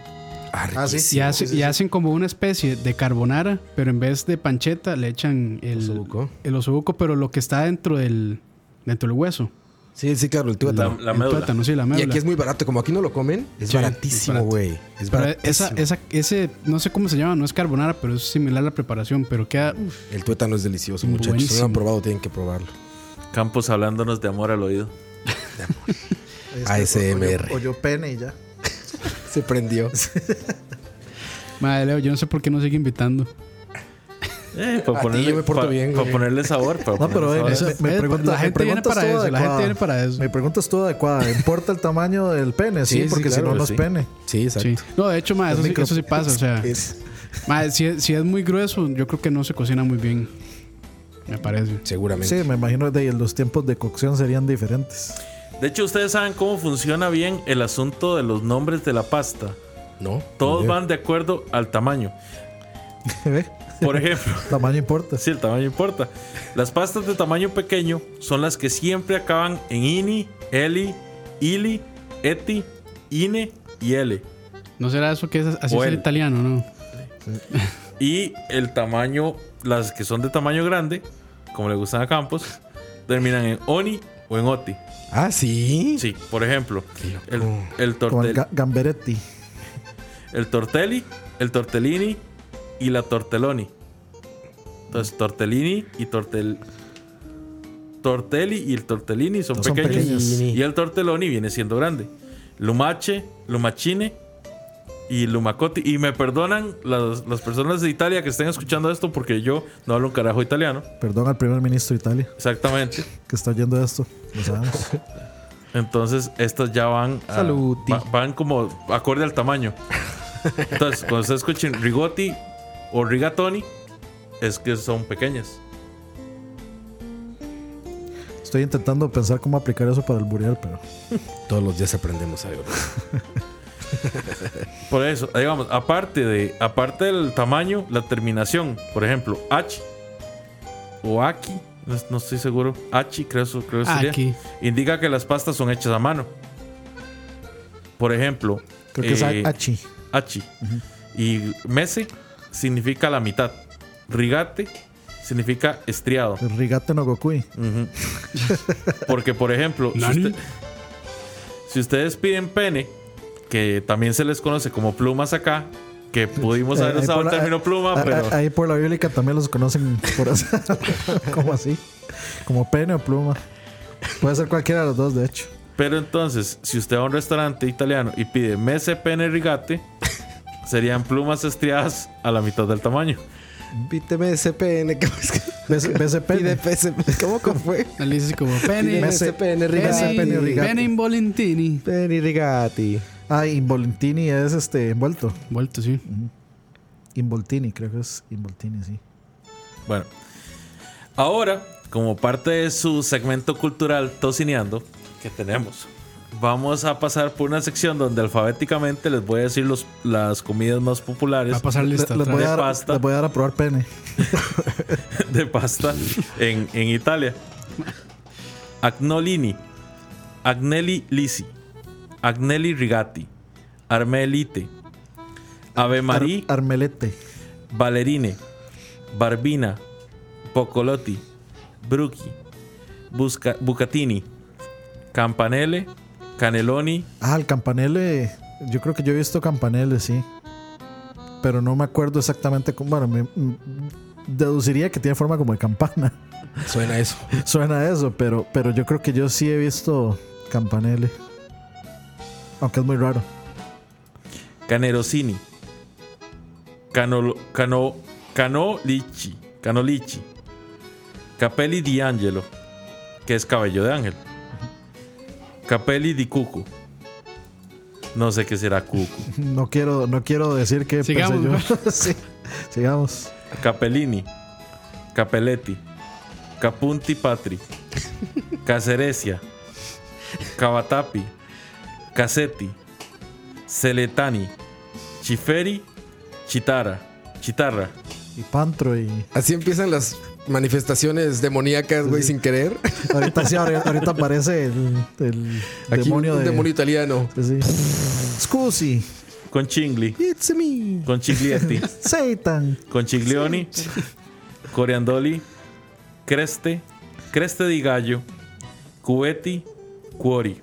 [SPEAKER 4] Ah, sí,
[SPEAKER 3] y,
[SPEAKER 4] sí,
[SPEAKER 3] hace-
[SPEAKER 4] sí,
[SPEAKER 3] y
[SPEAKER 4] sí.
[SPEAKER 3] hacen como una especie de carbonara, pero en vez de pancheta le echan el
[SPEAKER 5] Osobuco.
[SPEAKER 3] el osobuco, pero lo que está dentro del, dentro del hueso.
[SPEAKER 5] Sí, sí, claro, el
[SPEAKER 2] La,
[SPEAKER 5] tuétano.
[SPEAKER 2] la
[SPEAKER 3] El
[SPEAKER 2] médula.
[SPEAKER 3] plátano, sí, la
[SPEAKER 5] Y
[SPEAKER 3] médula.
[SPEAKER 5] aquí es muy barato. Como aquí no lo comen, es
[SPEAKER 3] Sí, es
[SPEAKER 5] baratísimo,
[SPEAKER 3] barato.
[SPEAKER 5] güey. Es
[SPEAKER 3] Pero
[SPEAKER 5] baratísimo.
[SPEAKER 3] esa, esa, ese, no sé cómo se llama, no es carbonara, pero es similar a la preparación, pero queda... uf,
[SPEAKER 5] El tuétano es delicioso, muchachos. Si no lo han
[SPEAKER 3] Buenísimo.
[SPEAKER 5] probado, tienen que probarlo.
[SPEAKER 2] Campos hablándonos de amor al oído.
[SPEAKER 4] Ahí está, Este, o- o yo-
[SPEAKER 5] ASMR.
[SPEAKER 4] O yo pene y ya.
[SPEAKER 5] Se prendió.
[SPEAKER 3] Madre, Leo, yo no sé por qué no sigue invitando.
[SPEAKER 2] Eh, para
[SPEAKER 5] A ti
[SPEAKER 2] ponerle,
[SPEAKER 5] yo me porto
[SPEAKER 2] pa-
[SPEAKER 5] bien,
[SPEAKER 2] pa'
[SPEAKER 5] güey.
[SPEAKER 2] ponerle sabor. para
[SPEAKER 4] No, pero
[SPEAKER 2] ponerle
[SPEAKER 4] eh,
[SPEAKER 2] sabor.
[SPEAKER 3] eso-
[SPEAKER 4] me, me
[SPEAKER 3] eh,
[SPEAKER 4] pregunta-
[SPEAKER 3] la
[SPEAKER 4] me
[SPEAKER 3] gente viene
[SPEAKER 4] preguntas
[SPEAKER 3] para
[SPEAKER 4] todo
[SPEAKER 3] eso, la gente
[SPEAKER 4] adecuada.
[SPEAKER 3] viene para eso.
[SPEAKER 4] Mi pregunta es todo adecuada. ¿Importa el tamaño del pene? Sí,
[SPEAKER 5] Sí, sí,
[SPEAKER 4] porque si
[SPEAKER 5] claro,
[SPEAKER 4] no, no es
[SPEAKER 2] sí.
[SPEAKER 4] pene.
[SPEAKER 5] Sí, exacto.
[SPEAKER 3] Sí. No, de hecho, madre,
[SPEAKER 4] Los
[SPEAKER 3] eso, sí,
[SPEAKER 4] micro-
[SPEAKER 3] eso sí pasa. O sea,
[SPEAKER 5] Es-
[SPEAKER 3] madre, si, si es muy grueso, yo creo que no se cocina muy bien. Me parece.
[SPEAKER 5] seguramente.
[SPEAKER 4] Sí, me imagino de los tiempos de cocción serían diferentes.
[SPEAKER 2] De hecho, ustedes saben cómo funciona bien el asunto de los nombres de la pasta.
[SPEAKER 5] No.
[SPEAKER 2] Todos
[SPEAKER 5] ni idea.
[SPEAKER 2] van de acuerdo al tamaño.
[SPEAKER 4] ¿Ve?
[SPEAKER 2] Por ejemplo,
[SPEAKER 4] Tamaño importa.
[SPEAKER 2] sí, el tamaño importa. Las pastas de tamaño pequeño son las que siempre acaban en ini, eli, ili, eti, ine y l.
[SPEAKER 3] ¿No será eso que es así
[SPEAKER 2] O
[SPEAKER 3] es el
[SPEAKER 2] él.
[SPEAKER 3] italiano, no?
[SPEAKER 2] Y el tamaño, las que son de tamaño grande, como le gustan a Campos, terminan en oni o en oti.
[SPEAKER 5] Ah, sí.
[SPEAKER 2] Sí, por ejemplo, el, el
[SPEAKER 4] Como el
[SPEAKER 2] tortel,
[SPEAKER 4] ga- gamberetti.
[SPEAKER 2] el tortelli, el tortellini y la tortelloni. Entonces, tortellini y tortel tortelli y el tortellini son,
[SPEAKER 4] No son
[SPEAKER 2] pequeños,
[SPEAKER 4] pequeños.
[SPEAKER 2] y el tortelloni viene siendo grande. Lumache, lumachine y lumacotti y me perdonan las, las personas de Italia que estén escuchando esto porque yo no hablo un carajo italiano.
[SPEAKER 4] Perdón al primer ministro de Italia
[SPEAKER 2] Exactamente.
[SPEAKER 4] que está oyendo esto. Lo sabemos.
[SPEAKER 2] Entonces, estas ya van. a-
[SPEAKER 5] Saluti.
[SPEAKER 2] va- van como acorde al tamaño. Entonces, cuando ustedes escuchen rigotti o rigatoni, es que son pequeñas.
[SPEAKER 4] Estoy intentando pensar cómo aplicar eso para el burial, pero
[SPEAKER 5] Todos los días aprendemos algo.
[SPEAKER 2] Por eso, digamos, aparte, de, aparte del tamaño, la terminación, por ejemplo, H o Aki, no, no estoy seguro. H, creo, eso- creo que sería.
[SPEAKER 3] Aki.
[SPEAKER 2] Indica que las pastas son hechas a mano. Por ejemplo,
[SPEAKER 4] creo que
[SPEAKER 2] eh,
[SPEAKER 4] es Hachi.
[SPEAKER 2] Hachi. Y mese significa la mitad. Rigate significa estriado.
[SPEAKER 4] El Rigate no Gokui.
[SPEAKER 2] Ujú. Porque, por ejemplo, si,
[SPEAKER 3] ¿Nani?
[SPEAKER 2] usted- si ustedes piden pene, que también se les conoce como plumas acá, que pudimos
[SPEAKER 4] Eh,
[SPEAKER 2] haber
[SPEAKER 4] ahí
[SPEAKER 2] usado
[SPEAKER 4] por
[SPEAKER 2] el
[SPEAKER 4] la-
[SPEAKER 2] término pluma,
[SPEAKER 4] a- a-
[SPEAKER 2] pero
[SPEAKER 4] Ahí por la bíblica también los conocen por así. como así. Como pene o pluma. Puede ser cualquiera de los dos, de hecho.
[SPEAKER 2] Pero entonces, si usted va a un restaurante italiano y pide mese, pene, rigate, serían plumas estriadas a la mitad del tamaño.
[SPEAKER 5] Víteme SPN. ¿Cómo es que?
[SPEAKER 4] BC-
[SPEAKER 5] Pide
[SPEAKER 4] BCP.
[SPEAKER 5] PSP. ¿Cómo que fue?
[SPEAKER 3] Él dice como pene,
[SPEAKER 5] Pide
[SPEAKER 4] Mese-
[SPEAKER 5] SPN Rigati.
[SPEAKER 4] Pene,
[SPEAKER 3] pene,
[SPEAKER 4] rigate.
[SPEAKER 3] pene in volentini.
[SPEAKER 5] Pene Rigati.
[SPEAKER 4] Ah, Involentini es este envuelto.
[SPEAKER 3] Vuelto, sí.
[SPEAKER 4] Involtini, creo que es Involtini, sí.
[SPEAKER 2] Bueno, ahora, como parte de su segmento cultural Tocineando, que tenemos, vamos a pasar por una sección donde alfabéticamente les voy a decir los, las comidas más
[SPEAKER 3] Va a
[SPEAKER 2] populares
[SPEAKER 3] pasar lista.
[SPEAKER 4] Les
[SPEAKER 3] otra
[SPEAKER 4] voy,
[SPEAKER 3] vez.
[SPEAKER 4] a dar,
[SPEAKER 2] pasta.
[SPEAKER 4] les voy a dar a probar pene.
[SPEAKER 2] de pasta en, en Italia. Agnolini, Agnelli Lisi, Agnelli Rigati, Armelite, Ave
[SPEAKER 4] Ar-
[SPEAKER 2] Marie
[SPEAKER 4] Armelete.
[SPEAKER 2] Valerine, Barbina, Poccolotti, Brucchi, Busca- Bucatini, Campanelle, Caneloni,
[SPEAKER 4] Ah, el campanele. Yo creo que yo he visto campanele, sí. Pero no me acuerdo exactamente cómo. Bueno, me- mm, deduciría que tiene forma como de campana.
[SPEAKER 5] Suena eso.
[SPEAKER 4] Suena a eso, pero, pero yo creo que yo sí he visto campanele. Aunque es muy raro.
[SPEAKER 2] Canerosini, Canol- Cano, Canolici, Canolici, Capelli di Angelo, que es cabello de ángel, Capelli di Cucu, no sé qué será Cucu,
[SPEAKER 4] No quiero, no quiero decir que pensé
[SPEAKER 3] Sigamos,
[SPEAKER 4] yo. Sí, sigamos.
[SPEAKER 2] Capellini, Capelletti, Capunti Patri, Cacerecia, Cavatapi, Cassetti, Celetani, Chiferi, Chitara, Chitarra.
[SPEAKER 4] Y Pantro y.
[SPEAKER 5] Así empiezan las manifestaciones demoníacas, güey, sin querer.
[SPEAKER 4] Ahorita sí, ahorita ahorita aparece el, el
[SPEAKER 5] Aquí
[SPEAKER 4] demonio
[SPEAKER 5] un
[SPEAKER 4] de.
[SPEAKER 5] demonio italiano.
[SPEAKER 4] Sí, sí. Scusi,
[SPEAKER 2] Con Chingli,
[SPEAKER 5] It's me.
[SPEAKER 2] con Chiglietti,
[SPEAKER 4] Satan.
[SPEAKER 2] con Chiglioni, Coriandoli, Creste, Creste di Gallo, Cubetti, Cuori,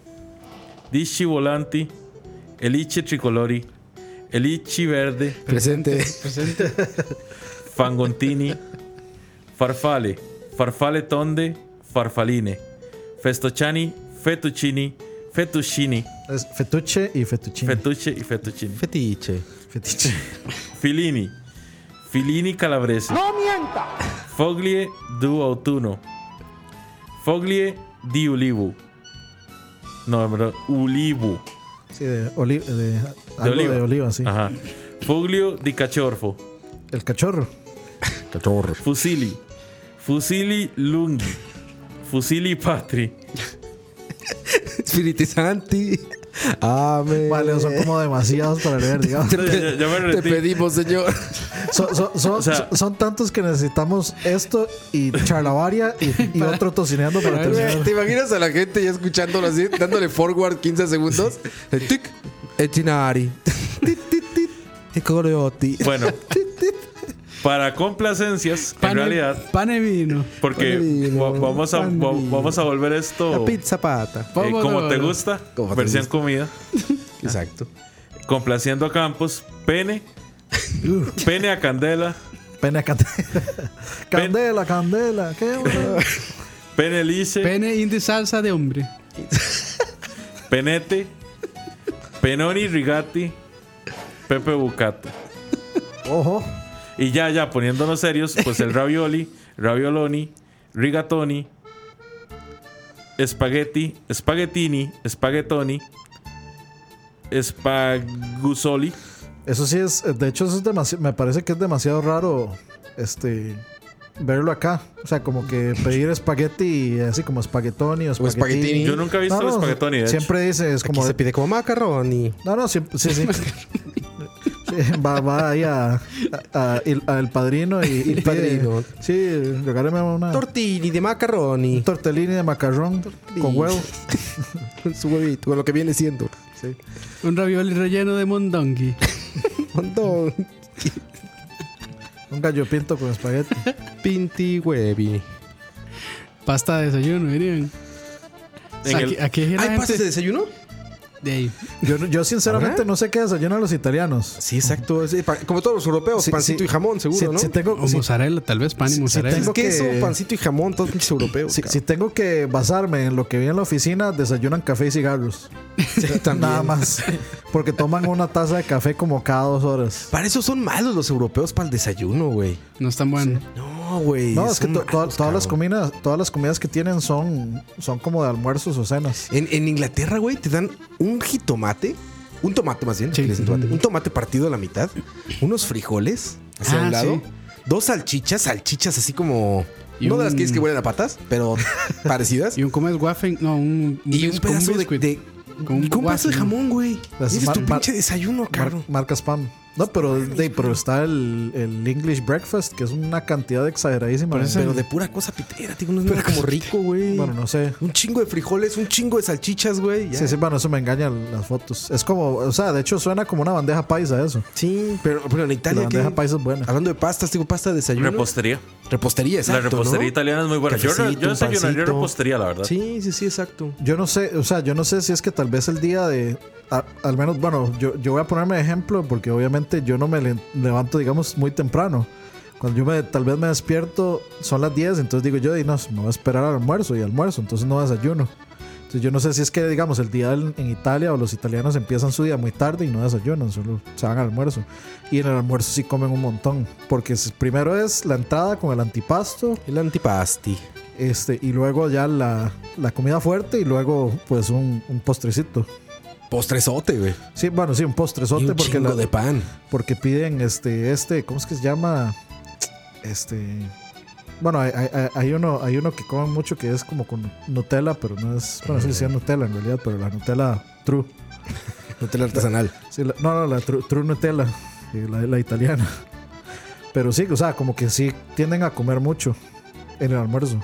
[SPEAKER 2] Disci Volanti, Elice Tricolori, Elici Verde,
[SPEAKER 5] Presente.
[SPEAKER 2] Fangontini, Farfale, Farfale Tonde, Farfaline, Festocciani, Fettuccini, fettuccini,
[SPEAKER 4] Es fetuche y fettuccine.
[SPEAKER 2] fettucce y fettuccini.
[SPEAKER 5] Fetiche.
[SPEAKER 4] Fetiche.
[SPEAKER 2] Filini, Filini calabrese. ¡No mienta! Foglie du autunno. Foglie di ulivu. No, en verdad, ulivu.
[SPEAKER 4] Sí, de, oli- de, algo
[SPEAKER 2] oliva. Ah.
[SPEAKER 4] de oliva, sí.
[SPEAKER 2] Ajá. Foglio di cachorfo.
[SPEAKER 4] El cachorro.
[SPEAKER 5] Cachorro.
[SPEAKER 2] Fusili. Fusili lunghi. Fusili patri.
[SPEAKER 5] Santi. Amén.
[SPEAKER 4] Vale, son como demasiados para leer, digamos.
[SPEAKER 2] Ya, ya- ya me
[SPEAKER 5] Te
[SPEAKER 2] rendí.
[SPEAKER 5] pedimos, Señor.
[SPEAKER 4] Son, son- son-
[SPEAKER 2] O sea-
[SPEAKER 4] son tantos que necesitamos esto y charlavaria y, y otro tocineando para terminar.
[SPEAKER 5] ¿Te imaginas a la gente ya escuchándolo así, dándole forward 15 segundos? El tic. Etinari. Tit, tit, tit. Ticorioti.
[SPEAKER 2] Bueno. Para complacencias, en realidad,
[SPEAKER 3] Pan y vino.
[SPEAKER 2] porque
[SPEAKER 5] pan de vino,
[SPEAKER 2] va- vamos, a,
[SPEAKER 5] pan de
[SPEAKER 2] va-
[SPEAKER 5] vino.
[SPEAKER 2] vamos a volver esto
[SPEAKER 5] La
[SPEAKER 2] eh,
[SPEAKER 5] pizza pata.
[SPEAKER 3] Vámonos.
[SPEAKER 2] como te gusta,
[SPEAKER 5] Como te
[SPEAKER 2] versión
[SPEAKER 5] gusta.
[SPEAKER 2] comida.
[SPEAKER 5] Exacto.
[SPEAKER 2] Complaciendo a Campos, pene, pene a Candela,
[SPEAKER 4] Pene a candela. Candela, candela. ¿Qué onda?
[SPEAKER 2] pene lice,
[SPEAKER 3] Pene indie salsa de hombre.
[SPEAKER 2] penete, penoni rigati, Pepe Bucato.
[SPEAKER 4] Ojo.
[SPEAKER 2] Y ya, ya, poniéndonos serios, pues el ravioli, ravioloni, rigatoni, espagueti, spaghettini, spaghettoni, spagusoli.
[SPEAKER 4] Eso sí es. De hecho, eso es demasi- me parece que es demasiado raro este verlo acá. O sea, como que pedir espagueti así como espaguetoni o
[SPEAKER 5] Pues espaguetini.
[SPEAKER 4] espaguetini.
[SPEAKER 2] Yo nunca he visto el spaghettoni, de hecho.
[SPEAKER 4] Siempre dice, es
[SPEAKER 5] Aquí
[SPEAKER 4] como.
[SPEAKER 5] se pide como macarrón y.
[SPEAKER 4] No, no, siempre. Sí, sí. Sí, va, va ahí a, a- a- el, a El padrino y, y
[SPEAKER 5] El
[SPEAKER 4] pide-
[SPEAKER 5] Padrino.
[SPEAKER 4] Sí, regáleme
[SPEAKER 5] Ah.
[SPEAKER 4] una
[SPEAKER 5] Tortilli de macarrón
[SPEAKER 4] un
[SPEAKER 5] y.
[SPEAKER 4] tortellini de macarrón con huevo.
[SPEAKER 5] Su huevito, con lo que viene siendo.
[SPEAKER 3] Un ravioli relleno de mondongui.
[SPEAKER 5] Montón.
[SPEAKER 4] Un gallo pinto con espagueti.
[SPEAKER 5] Pinti huevi.
[SPEAKER 3] Pasta de desayuno, dirían. O sea,
[SPEAKER 2] En
[SPEAKER 3] aquí,
[SPEAKER 2] el-
[SPEAKER 3] aquí la
[SPEAKER 5] ¿Hay
[SPEAKER 3] gente-
[SPEAKER 5] pastas de desayuno?
[SPEAKER 3] de ahí.
[SPEAKER 4] Yo, yo sinceramente no sé qué desayunan los italianos.
[SPEAKER 5] Sí, exacto. es, eh, pa- como todos los europeos,
[SPEAKER 4] Sí,
[SPEAKER 5] pancito
[SPEAKER 4] sí.
[SPEAKER 5] y jamón, seguro,
[SPEAKER 4] Si-
[SPEAKER 5] ¿no?
[SPEAKER 4] si tengo,
[SPEAKER 3] O
[SPEAKER 4] si-
[SPEAKER 3] mozzarella, tal vez, pan y
[SPEAKER 4] si- si
[SPEAKER 3] mozzarella.
[SPEAKER 5] Es
[SPEAKER 4] tengo-
[SPEAKER 5] queso,
[SPEAKER 4] que-
[SPEAKER 5] pancito y jamón, todos pinches europeos.
[SPEAKER 4] si-
[SPEAKER 5] cabrón.
[SPEAKER 4] si tengo que basarme en lo que vi en la oficina, desayunan café y cigarros.
[SPEAKER 5] Sí, también.
[SPEAKER 4] Nada más. Porque toman una taza de café como cada dos horas.
[SPEAKER 5] Para eso son malos los europeos para el desayuno, güey.
[SPEAKER 3] No es tan bueno.
[SPEAKER 5] No, güey.
[SPEAKER 4] No, es que
[SPEAKER 5] son
[SPEAKER 4] to- to-
[SPEAKER 5] malos,
[SPEAKER 4] todas, las
[SPEAKER 5] cabrón.
[SPEAKER 4] comidas, todas las comidas que tienen son, son como de almuerzos o cenas.
[SPEAKER 5] En, en Inglaterra, güey, te dan un jitomate, un tomate más bien,
[SPEAKER 3] Sí.
[SPEAKER 5] le dicen tomate, un tomate partido a la mitad, unos frijoles hacia
[SPEAKER 3] Ah,
[SPEAKER 5] un lado,
[SPEAKER 3] sí.
[SPEAKER 5] dos salchichas, salchichas así como.
[SPEAKER 3] Y
[SPEAKER 5] no de las
[SPEAKER 3] un-
[SPEAKER 5] que es que huelen a patas, pero parecidas.
[SPEAKER 3] Y un comes waffle, no, un,
[SPEAKER 5] y un
[SPEAKER 3] bis- con
[SPEAKER 5] pedazo de,
[SPEAKER 3] biscuit.
[SPEAKER 5] de-
[SPEAKER 3] Con un
[SPEAKER 5] y con un pedazo de
[SPEAKER 3] waffle.
[SPEAKER 5] jamón, güey.
[SPEAKER 4] Las
[SPEAKER 5] Ese es tu
[SPEAKER 4] mar- mar-
[SPEAKER 5] pinche desayuno, cabrón.
[SPEAKER 4] Marcas Pam. No, pero, de- pero está el, el English Breakfast, que es una cantidad exageradísima. de-
[SPEAKER 5] Pero de pura cosa pitera, tío. No es nada como rico, güey.
[SPEAKER 4] bueno, no sé.
[SPEAKER 5] Un chingo de frijoles, un chingo de salchichas, güey. ya.
[SPEAKER 4] Sí, sí, bueno, eso me engaña las fotos. Es como, o sea, de hecho suena como una bandeja paisa eso.
[SPEAKER 5] Sí, pero, pero en
[SPEAKER 4] La
[SPEAKER 5] Italia. ¿qué?
[SPEAKER 4] bandeja paisa es buena.
[SPEAKER 5] Hablando de pastas, digo, pasta de desayuno.
[SPEAKER 2] Repostería.
[SPEAKER 5] repostería, exacto.
[SPEAKER 2] la repostería
[SPEAKER 5] ¿no?
[SPEAKER 2] italiana es muy buena. Yo,
[SPEAKER 5] Cafecito,
[SPEAKER 2] yo
[SPEAKER 5] un
[SPEAKER 2] desayunaría
[SPEAKER 5] pancito.
[SPEAKER 2] repostería, la verdad.
[SPEAKER 5] Sí, sí, sí, exacto.
[SPEAKER 4] Yo no sé, o sea, yo no sé si es que tal vez el día de. a- al menos, bueno, yo, yo voy a ponerme de ejemplo porque obviamente yo no me le- levanto, digamos, muy temprano. Cuando yo me, tal vez me despierto, son las 10, entonces digo yo, y no, me voy a esperar al almuerzo y almuerzo, entonces no desayuno. Entonces yo no sé si es que, digamos, el día en, en Italia o los italianos empiezan su día muy tarde y no desayunan, solo se van al almuerzo. Y en el almuerzo sí comen un montón, porque es- primero es la entrada con el antipasto,
[SPEAKER 5] El antipasti.
[SPEAKER 4] este, y luego ya la, la comida fuerte y luego pues un, un postrecito.
[SPEAKER 5] Postrezote, güey.
[SPEAKER 4] Sí, bueno, sí, un
[SPEAKER 5] Y
[SPEAKER 4] postrezote
[SPEAKER 5] un
[SPEAKER 4] porque,
[SPEAKER 5] chingo
[SPEAKER 4] la-
[SPEAKER 5] de pan.
[SPEAKER 4] porque piden este, este, ¿cómo es que se llama? Este... Bueno, hay, hay- hay- hay uno, hay uno que comen mucho que es como con Nutella, pero no es... Bueno, sí, sí es Nutella en realidad, pero la Nutella True.
[SPEAKER 5] Nutella artesanal.
[SPEAKER 4] Sí, la- no, no, la True, true Nutella, eh, la, la italiana. Pero sí, o sea, como que sí tienden a comer mucho en el almuerzo.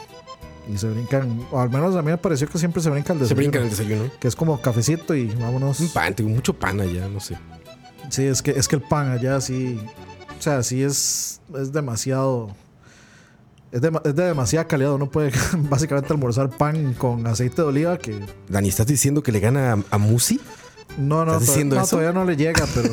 [SPEAKER 4] Y se brincan, o al menos a mí me pareció que siempre se brinca el
[SPEAKER 5] Se
[SPEAKER 4] desayuno.
[SPEAKER 5] brinca en el desayuno.
[SPEAKER 4] Que es como cafecito y vámonos.
[SPEAKER 5] Un pan, tengo mucho pan allá, no sé.
[SPEAKER 4] Sí, es que, es que el pan allá sí. O sea, sí es, es demasiado. Es de, es de demasiada calidad. Uno puede básicamente almorzar pan con aceite de oliva que.
[SPEAKER 5] Dani, ¿estás diciendo que le gana a, a Musi?
[SPEAKER 4] No, no,
[SPEAKER 5] ¿Estás
[SPEAKER 4] todavía,
[SPEAKER 5] diciendo
[SPEAKER 4] no,
[SPEAKER 5] eso?
[SPEAKER 4] todavía no le llega, pero.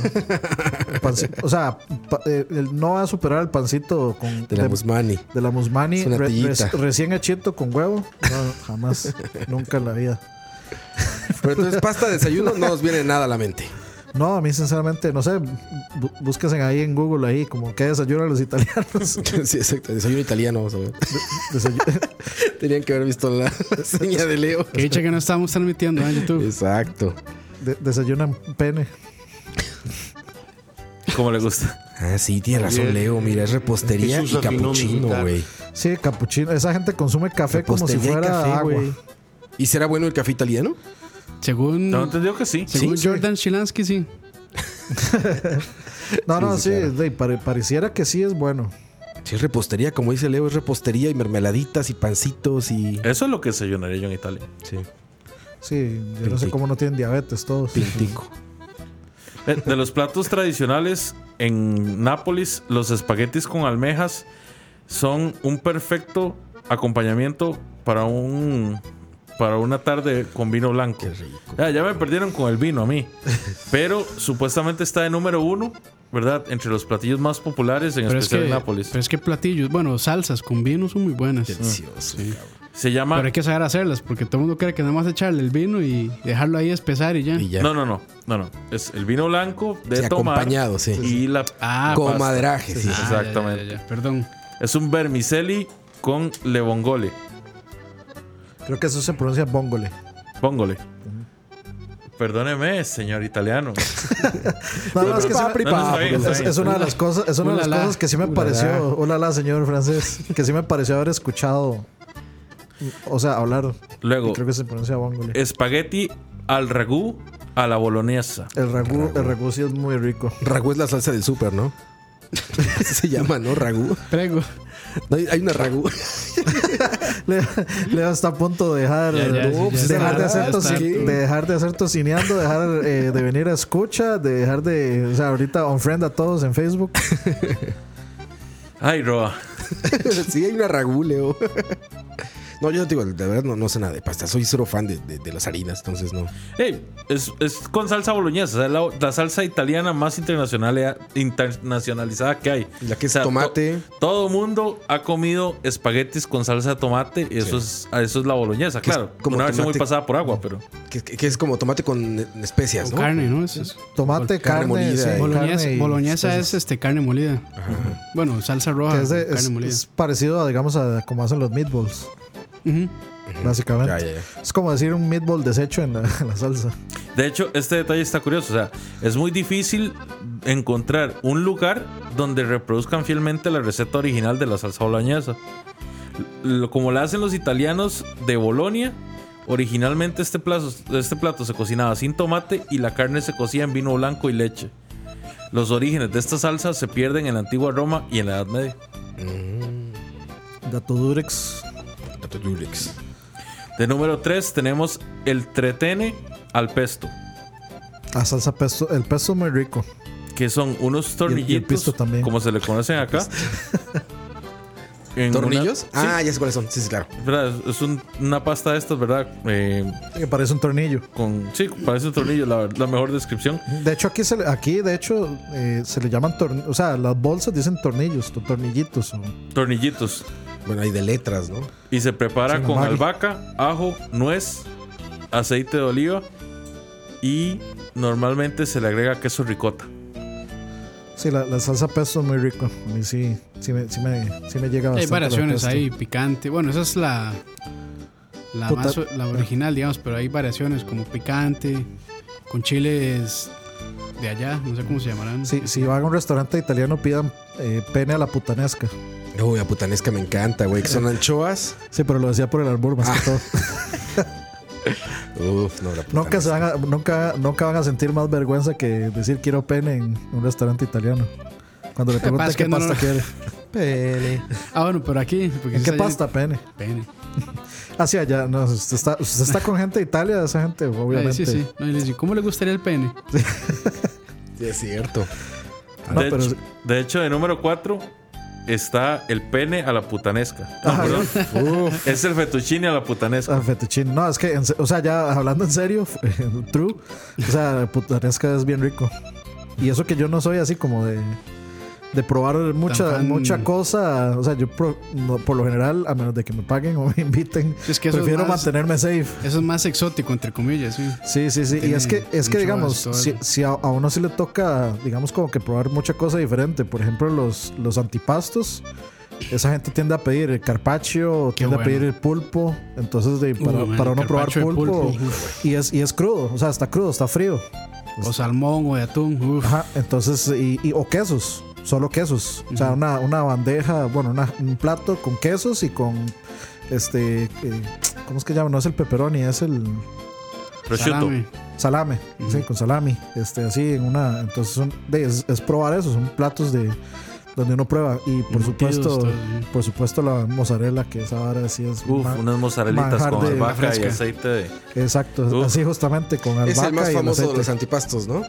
[SPEAKER 4] el pancito- o sea, pa- eh, el- no va a superar el pancito con,
[SPEAKER 5] De la
[SPEAKER 4] de-
[SPEAKER 5] Musmani.
[SPEAKER 4] de la Musmani
[SPEAKER 5] Es una
[SPEAKER 4] re-
[SPEAKER 5] tillita.
[SPEAKER 4] res- recién hechito con huevo. No, jamás. nunca en la vida.
[SPEAKER 5] Pero entonces pasta de desayuno no nos viene nada a la mente.
[SPEAKER 4] No, a mí sinceramente, no sé, bu- búsquense ahí en Google ahí, como que desayunan los italianos.
[SPEAKER 5] Sí, exacto. Desayuno italiano, vamos a ver.
[SPEAKER 4] Desayu-
[SPEAKER 5] Tenían que haber visto la seña de Leo.
[SPEAKER 3] Que dicha que no estábamos transmitiendo ¿eh? en YouTube.
[SPEAKER 5] Exacto.
[SPEAKER 4] de- desayunan pene.
[SPEAKER 2] Como le gusta.
[SPEAKER 5] Ah, sí, tiene razón Leo. Mira, es repostería
[SPEAKER 7] Jesús
[SPEAKER 5] y
[SPEAKER 7] afinó mi
[SPEAKER 5] capuchino,
[SPEAKER 7] guitarra.
[SPEAKER 5] güey.
[SPEAKER 4] Sí, capuchino. Esa gente consume café como si
[SPEAKER 5] Repostería y
[SPEAKER 4] fuera
[SPEAKER 5] café,
[SPEAKER 4] agua.
[SPEAKER 5] güey. ¿Y será bueno el café italiano? Mm.
[SPEAKER 3] Según,
[SPEAKER 2] ¿No entendió que sí?
[SPEAKER 3] según Jordan Chilansky, sí.
[SPEAKER 4] No, no, sí, de- pare- pareciera que sí es bueno.
[SPEAKER 5] Sí, es repostería, como dice Leo, es repostería y mermeladitas y pancitos y
[SPEAKER 2] Eso es lo que desayunaría yo en Italia.
[SPEAKER 5] sí,
[SPEAKER 4] Sí, yo no sé
[SPEAKER 5] Pintico.
[SPEAKER 4] cómo no tienen diabetes todos.
[SPEAKER 5] pintico.
[SPEAKER 2] Eh, De los platos tradicionales en Nápoles, los espaguetis con almejas son un perfecto acompañamiento para un para una tarde con vino blanco. Ah, Ya, ya me perdieron con el vino a mí. Pero supuestamente está de número uno, ¿verdad? Entre los platillos más populares, en
[SPEAKER 3] Pero es, que,
[SPEAKER 2] especial
[SPEAKER 3] pues,
[SPEAKER 2] en Nápoles.
[SPEAKER 3] pero es que platillos, bueno, salsas con vino son muy buenas.
[SPEAKER 5] Delicioso.
[SPEAKER 2] Se llama.
[SPEAKER 3] Pero hay que saber hacerlas porque todo el mundo cree que nada más echarle el vino y dejarlo ahí espesar y ya.
[SPEAKER 5] Y ya.
[SPEAKER 2] No, no, no. No, no. Es el vino blanco de
[SPEAKER 5] Sí,
[SPEAKER 2] tomar.
[SPEAKER 5] acompañado, sí.
[SPEAKER 2] Y la.
[SPEAKER 3] Ah,
[SPEAKER 5] Con
[SPEAKER 2] pasta.
[SPEAKER 5] maderaje, sí.
[SPEAKER 3] Ah, ya,
[SPEAKER 2] Exactamente.
[SPEAKER 3] ya, ya, ya. Perdón.
[SPEAKER 2] Es un vermicelli con lebongole.
[SPEAKER 4] Creo que eso se pronuncia bongole.
[SPEAKER 2] Póngole. Perdóneme, señor italiano.
[SPEAKER 4] No, no, es que sí me-
[SPEAKER 5] Papri,
[SPEAKER 2] No, no, está
[SPEAKER 5] papri.
[SPEAKER 2] bien, está
[SPEAKER 4] es,
[SPEAKER 2] bien.
[SPEAKER 4] es una de las cosas, es una de las
[SPEAKER 3] Ulala.
[SPEAKER 4] cosas que sí me pareció, hola señor francés, que sí me pareció haber escuchado, o sea, hablar.
[SPEAKER 2] Luego,
[SPEAKER 4] Y creo que se pronuncia
[SPEAKER 5] Eh,
[SPEAKER 4] bongole.
[SPEAKER 2] espagueti al ragú a la boloñesa.
[SPEAKER 4] El ragú, el ragú sí es muy rico.
[SPEAKER 5] Ragú es la salsa del súper, ¿no? Así se llama, ¿no? Ragú.
[SPEAKER 3] Prego.
[SPEAKER 5] No, hay hay una ragú.
[SPEAKER 4] Leo, Leo está a punto de dejar,
[SPEAKER 3] Ya, ya, sí, ya
[SPEAKER 4] dejar,
[SPEAKER 3] está,
[SPEAKER 4] de, hacer
[SPEAKER 3] ya está.
[SPEAKER 4] toci- de dejar de hacer tocineando, dejar eh, de venir a escucha, de dejar de, o sea, ahorita unfriend a todos en Facebook.
[SPEAKER 2] Ay, Roa.
[SPEAKER 5] sí, hay una ragú, Leo. No, yo te digo, de verdad no, no sé nada de pasta. Soy cero fan de, de- de las harinas, entonces no.
[SPEAKER 2] Ey, es, es con salsa boloñesa. Es la, la salsa italiana más internacional, eh, internacionalizada que hay.
[SPEAKER 5] La que es
[SPEAKER 2] to-
[SPEAKER 5] tomate.
[SPEAKER 2] todo mundo ha comido espaguetis con salsa de tomate. Y eso, es, eso es la boloñesa,
[SPEAKER 5] Que es
[SPEAKER 2] claro.
[SPEAKER 5] como
[SPEAKER 2] Una versión muy
[SPEAKER 5] tomate-
[SPEAKER 2] pasada por agua, pero.
[SPEAKER 5] Que, que- que es como tomate con eh, especias,
[SPEAKER 3] Con
[SPEAKER 5] ¿no?
[SPEAKER 3] carne, ¿no? Es- es-
[SPEAKER 4] Tomate,
[SPEAKER 5] Carne
[SPEAKER 4] carne,
[SPEAKER 5] molida,
[SPEAKER 4] sí,
[SPEAKER 5] eh.
[SPEAKER 3] boloñesa
[SPEAKER 4] carne y
[SPEAKER 3] boloñesa
[SPEAKER 4] especias.
[SPEAKER 3] es este, carne molida. Bueno, salsa roja.
[SPEAKER 4] Que es, de-
[SPEAKER 3] con Ah, carne
[SPEAKER 4] es-
[SPEAKER 3] molida.
[SPEAKER 4] es parecido a, digamos, a como hacen los meatballs,
[SPEAKER 3] Ujú.
[SPEAKER 4] básicamente.
[SPEAKER 5] Ya, ya, ya.
[SPEAKER 4] Es como decir un meatball deshecho en la, en la salsa.
[SPEAKER 2] De hecho, este detalle está curioso. O sea, es muy difícil encontrar un lugar donde reproduzcan fielmente la receta original de la salsa boloñesa. Lo- Como la hacen los italianos de Bolonia, originalmente este plato, este plato se cocinaba sin tomate y la carne se cocía en vino blanco y leche. Los orígenes de esta salsa se pierden en la antigua Roma y en la Edad Media.
[SPEAKER 4] Dato Durex.
[SPEAKER 5] Dato Durex.
[SPEAKER 2] De número 3 tenemos el tretene al pesto,
[SPEAKER 4] A salsa pesto. El pesto es muy rico.
[SPEAKER 2] que son unos
[SPEAKER 4] el- y el
[SPEAKER 2] tornillitos,
[SPEAKER 4] pisto también.
[SPEAKER 2] como se le conocen acá. En una-
[SPEAKER 5] ¿Tornillos?
[SPEAKER 2] Sí,
[SPEAKER 5] Ah, ya sé cuáles son. Sí, sí, claro.
[SPEAKER 2] ¿verdad? es un- una pasta de estas, ¿verdad? Eh,
[SPEAKER 4] Que parece un tornillo.
[SPEAKER 2] con, sí, parece un tornillo, la, la mejor descripción.
[SPEAKER 4] De hecho, aquí, se le- aquí de hecho, eh, se le llaman tornillos. O sea, las bolsas dicen tornillos, to- tornillitos. o-
[SPEAKER 2] Tornillitos.
[SPEAKER 5] Bueno, hay de letras, ¿no?
[SPEAKER 2] Y se prepara
[SPEAKER 4] Sí, la
[SPEAKER 2] con
[SPEAKER 4] Maggi.
[SPEAKER 2] albahaca, ajo, nuez, aceite de oliva y normalmente se le agrega queso ricota.
[SPEAKER 4] Sí, la, la salsa pesto es muy rico. A mí sí, sí me, sí me, sí me llega bastante.
[SPEAKER 3] Hay
[SPEAKER 4] la
[SPEAKER 3] variaciones
[SPEAKER 4] pesto.
[SPEAKER 3] ahí, picante. Bueno, esa es la. La,
[SPEAKER 4] Puta-
[SPEAKER 3] más o- la original, digamos, pero hay variaciones como picante, con chiles de allá, no sé cómo se llamarán.
[SPEAKER 4] Sí, si van a un restaurante italiano, pidan eh, pene a la putanesca.
[SPEAKER 5] Uy, la putanesca me encanta, güey. Que son anchoas.
[SPEAKER 4] Sí, pero lo decía por el albur más
[SPEAKER 5] Ah.
[SPEAKER 4] que todo.
[SPEAKER 5] Uf, no, la
[SPEAKER 4] Nunca, se
[SPEAKER 5] putanesca.
[SPEAKER 4] van a, nunca, nunca van a sentir más vergüenza que decir quiero pene en un restaurante italiano. Cuando le preguntan
[SPEAKER 3] pasa
[SPEAKER 4] qué
[SPEAKER 3] que no,
[SPEAKER 4] pasta
[SPEAKER 3] no.
[SPEAKER 4] quiere. Pene.
[SPEAKER 3] Ah, bueno, pero aquí. porque
[SPEAKER 4] ¿En
[SPEAKER 3] es
[SPEAKER 4] qué
[SPEAKER 3] allá-
[SPEAKER 4] pasta pene?
[SPEAKER 3] Pene.
[SPEAKER 4] Hacia allá. No, usted está, usted está con gente de Italia, esa gente, obviamente.
[SPEAKER 3] Ay, Eh, sí, sí. No, y le dicen, ¿Cómo le gustaría el pene?
[SPEAKER 5] Sí, es cierto.
[SPEAKER 4] No,
[SPEAKER 2] de,
[SPEAKER 4] pero-
[SPEAKER 2] hecho, de hecho, de número 4 está el pene a la putanesca. No,
[SPEAKER 4] Ajá.
[SPEAKER 2] perdón.
[SPEAKER 4] Uf.
[SPEAKER 2] Es el fettuccine a la putanesca.
[SPEAKER 4] Ah, fettuccine. No, es que, en se- o sea, ya hablando en serio, true, o sea, la putanesca es bien rico. Y eso que yo no soy así como de, de probar mucha,
[SPEAKER 3] fan.
[SPEAKER 4] mucha cosa. O sea, yo pro- no, por lo general, a menos de que me paguen o me inviten,
[SPEAKER 3] Sí, es que eso es
[SPEAKER 4] prefiero
[SPEAKER 3] más-
[SPEAKER 4] mantenerme safe.
[SPEAKER 3] Eso es más exótico, entre comillas, sí.
[SPEAKER 4] Sí, sí, sí. Y
[SPEAKER 3] Tiene
[SPEAKER 4] es que, es que
[SPEAKER 3] mucho
[SPEAKER 4] digamos,
[SPEAKER 3] más todo
[SPEAKER 4] si,
[SPEAKER 3] eso.
[SPEAKER 4] si a, a uno sí le toca, digamos, como que probar mucha cosa diferente. Por ejemplo, los, los antipastos. Esa gente tiende a pedir el carpaccio, tiende a
[SPEAKER 3] bueno.
[SPEAKER 4] pedir el pulpo. Entonces, de, para,
[SPEAKER 3] man,
[SPEAKER 4] para
[SPEAKER 3] el
[SPEAKER 4] uno probar
[SPEAKER 3] carpaccio de
[SPEAKER 4] pulpo.
[SPEAKER 3] pulpo,
[SPEAKER 4] y, es, y es crudo, o sea, está crudo, está frío. pues.
[SPEAKER 3] O salmón o de atún. uf.
[SPEAKER 4] Ajá, entonces, y, y- o quesos, solo quesos. O sea,
[SPEAKER 3] Ujú.
[SPEAKER 4] una, una bandeja, bueno, una- un plato con quesos y con este, eh, ¿cómo es que llama? No es el pepperoni, es el
[SPEAKER 2] Prosciutto.
[SPEAKER 3] Salame.
[SPEAKER 4] Ah, salame,
[SPEAKER 3] Ujú.
[SPEAKER 4] sí, con salami, este, así en una, entonces son, de- es, es probar eso, son platos de donde uno prueba y por
[SPEAKER 3] Embutidos,
[SPEAKER 4] supuesto,
[SPEAKER 3] todo, sí.
[SPEAKER 4] por supuesto la mozzarella que esa ahora sí es,
[SPEAKER 2] Uf,
[SPEAKER 4] ma-
[SPEAKER 2] unas mozzarelitas
[SPEAKER 4] manjar
[SPEAKER 2] con
[SPEAKER 4] de-
[SPEAKER 2] albahaca y
[SPEAKER 3] fresca.
[SPEAKER 2] aceite de.
[SPEAKER 4] exacto,
[SPEAKER 2] Uf.
[SPEAKER 4] así justamente con albahaca
[SPEAKER 5] Es el más
[SPEAKER 4] y
[SPEAKER 5] famoso de
[SPEAKER 4] aceite.
[SPEAKER 5] los antipastos, ¿no?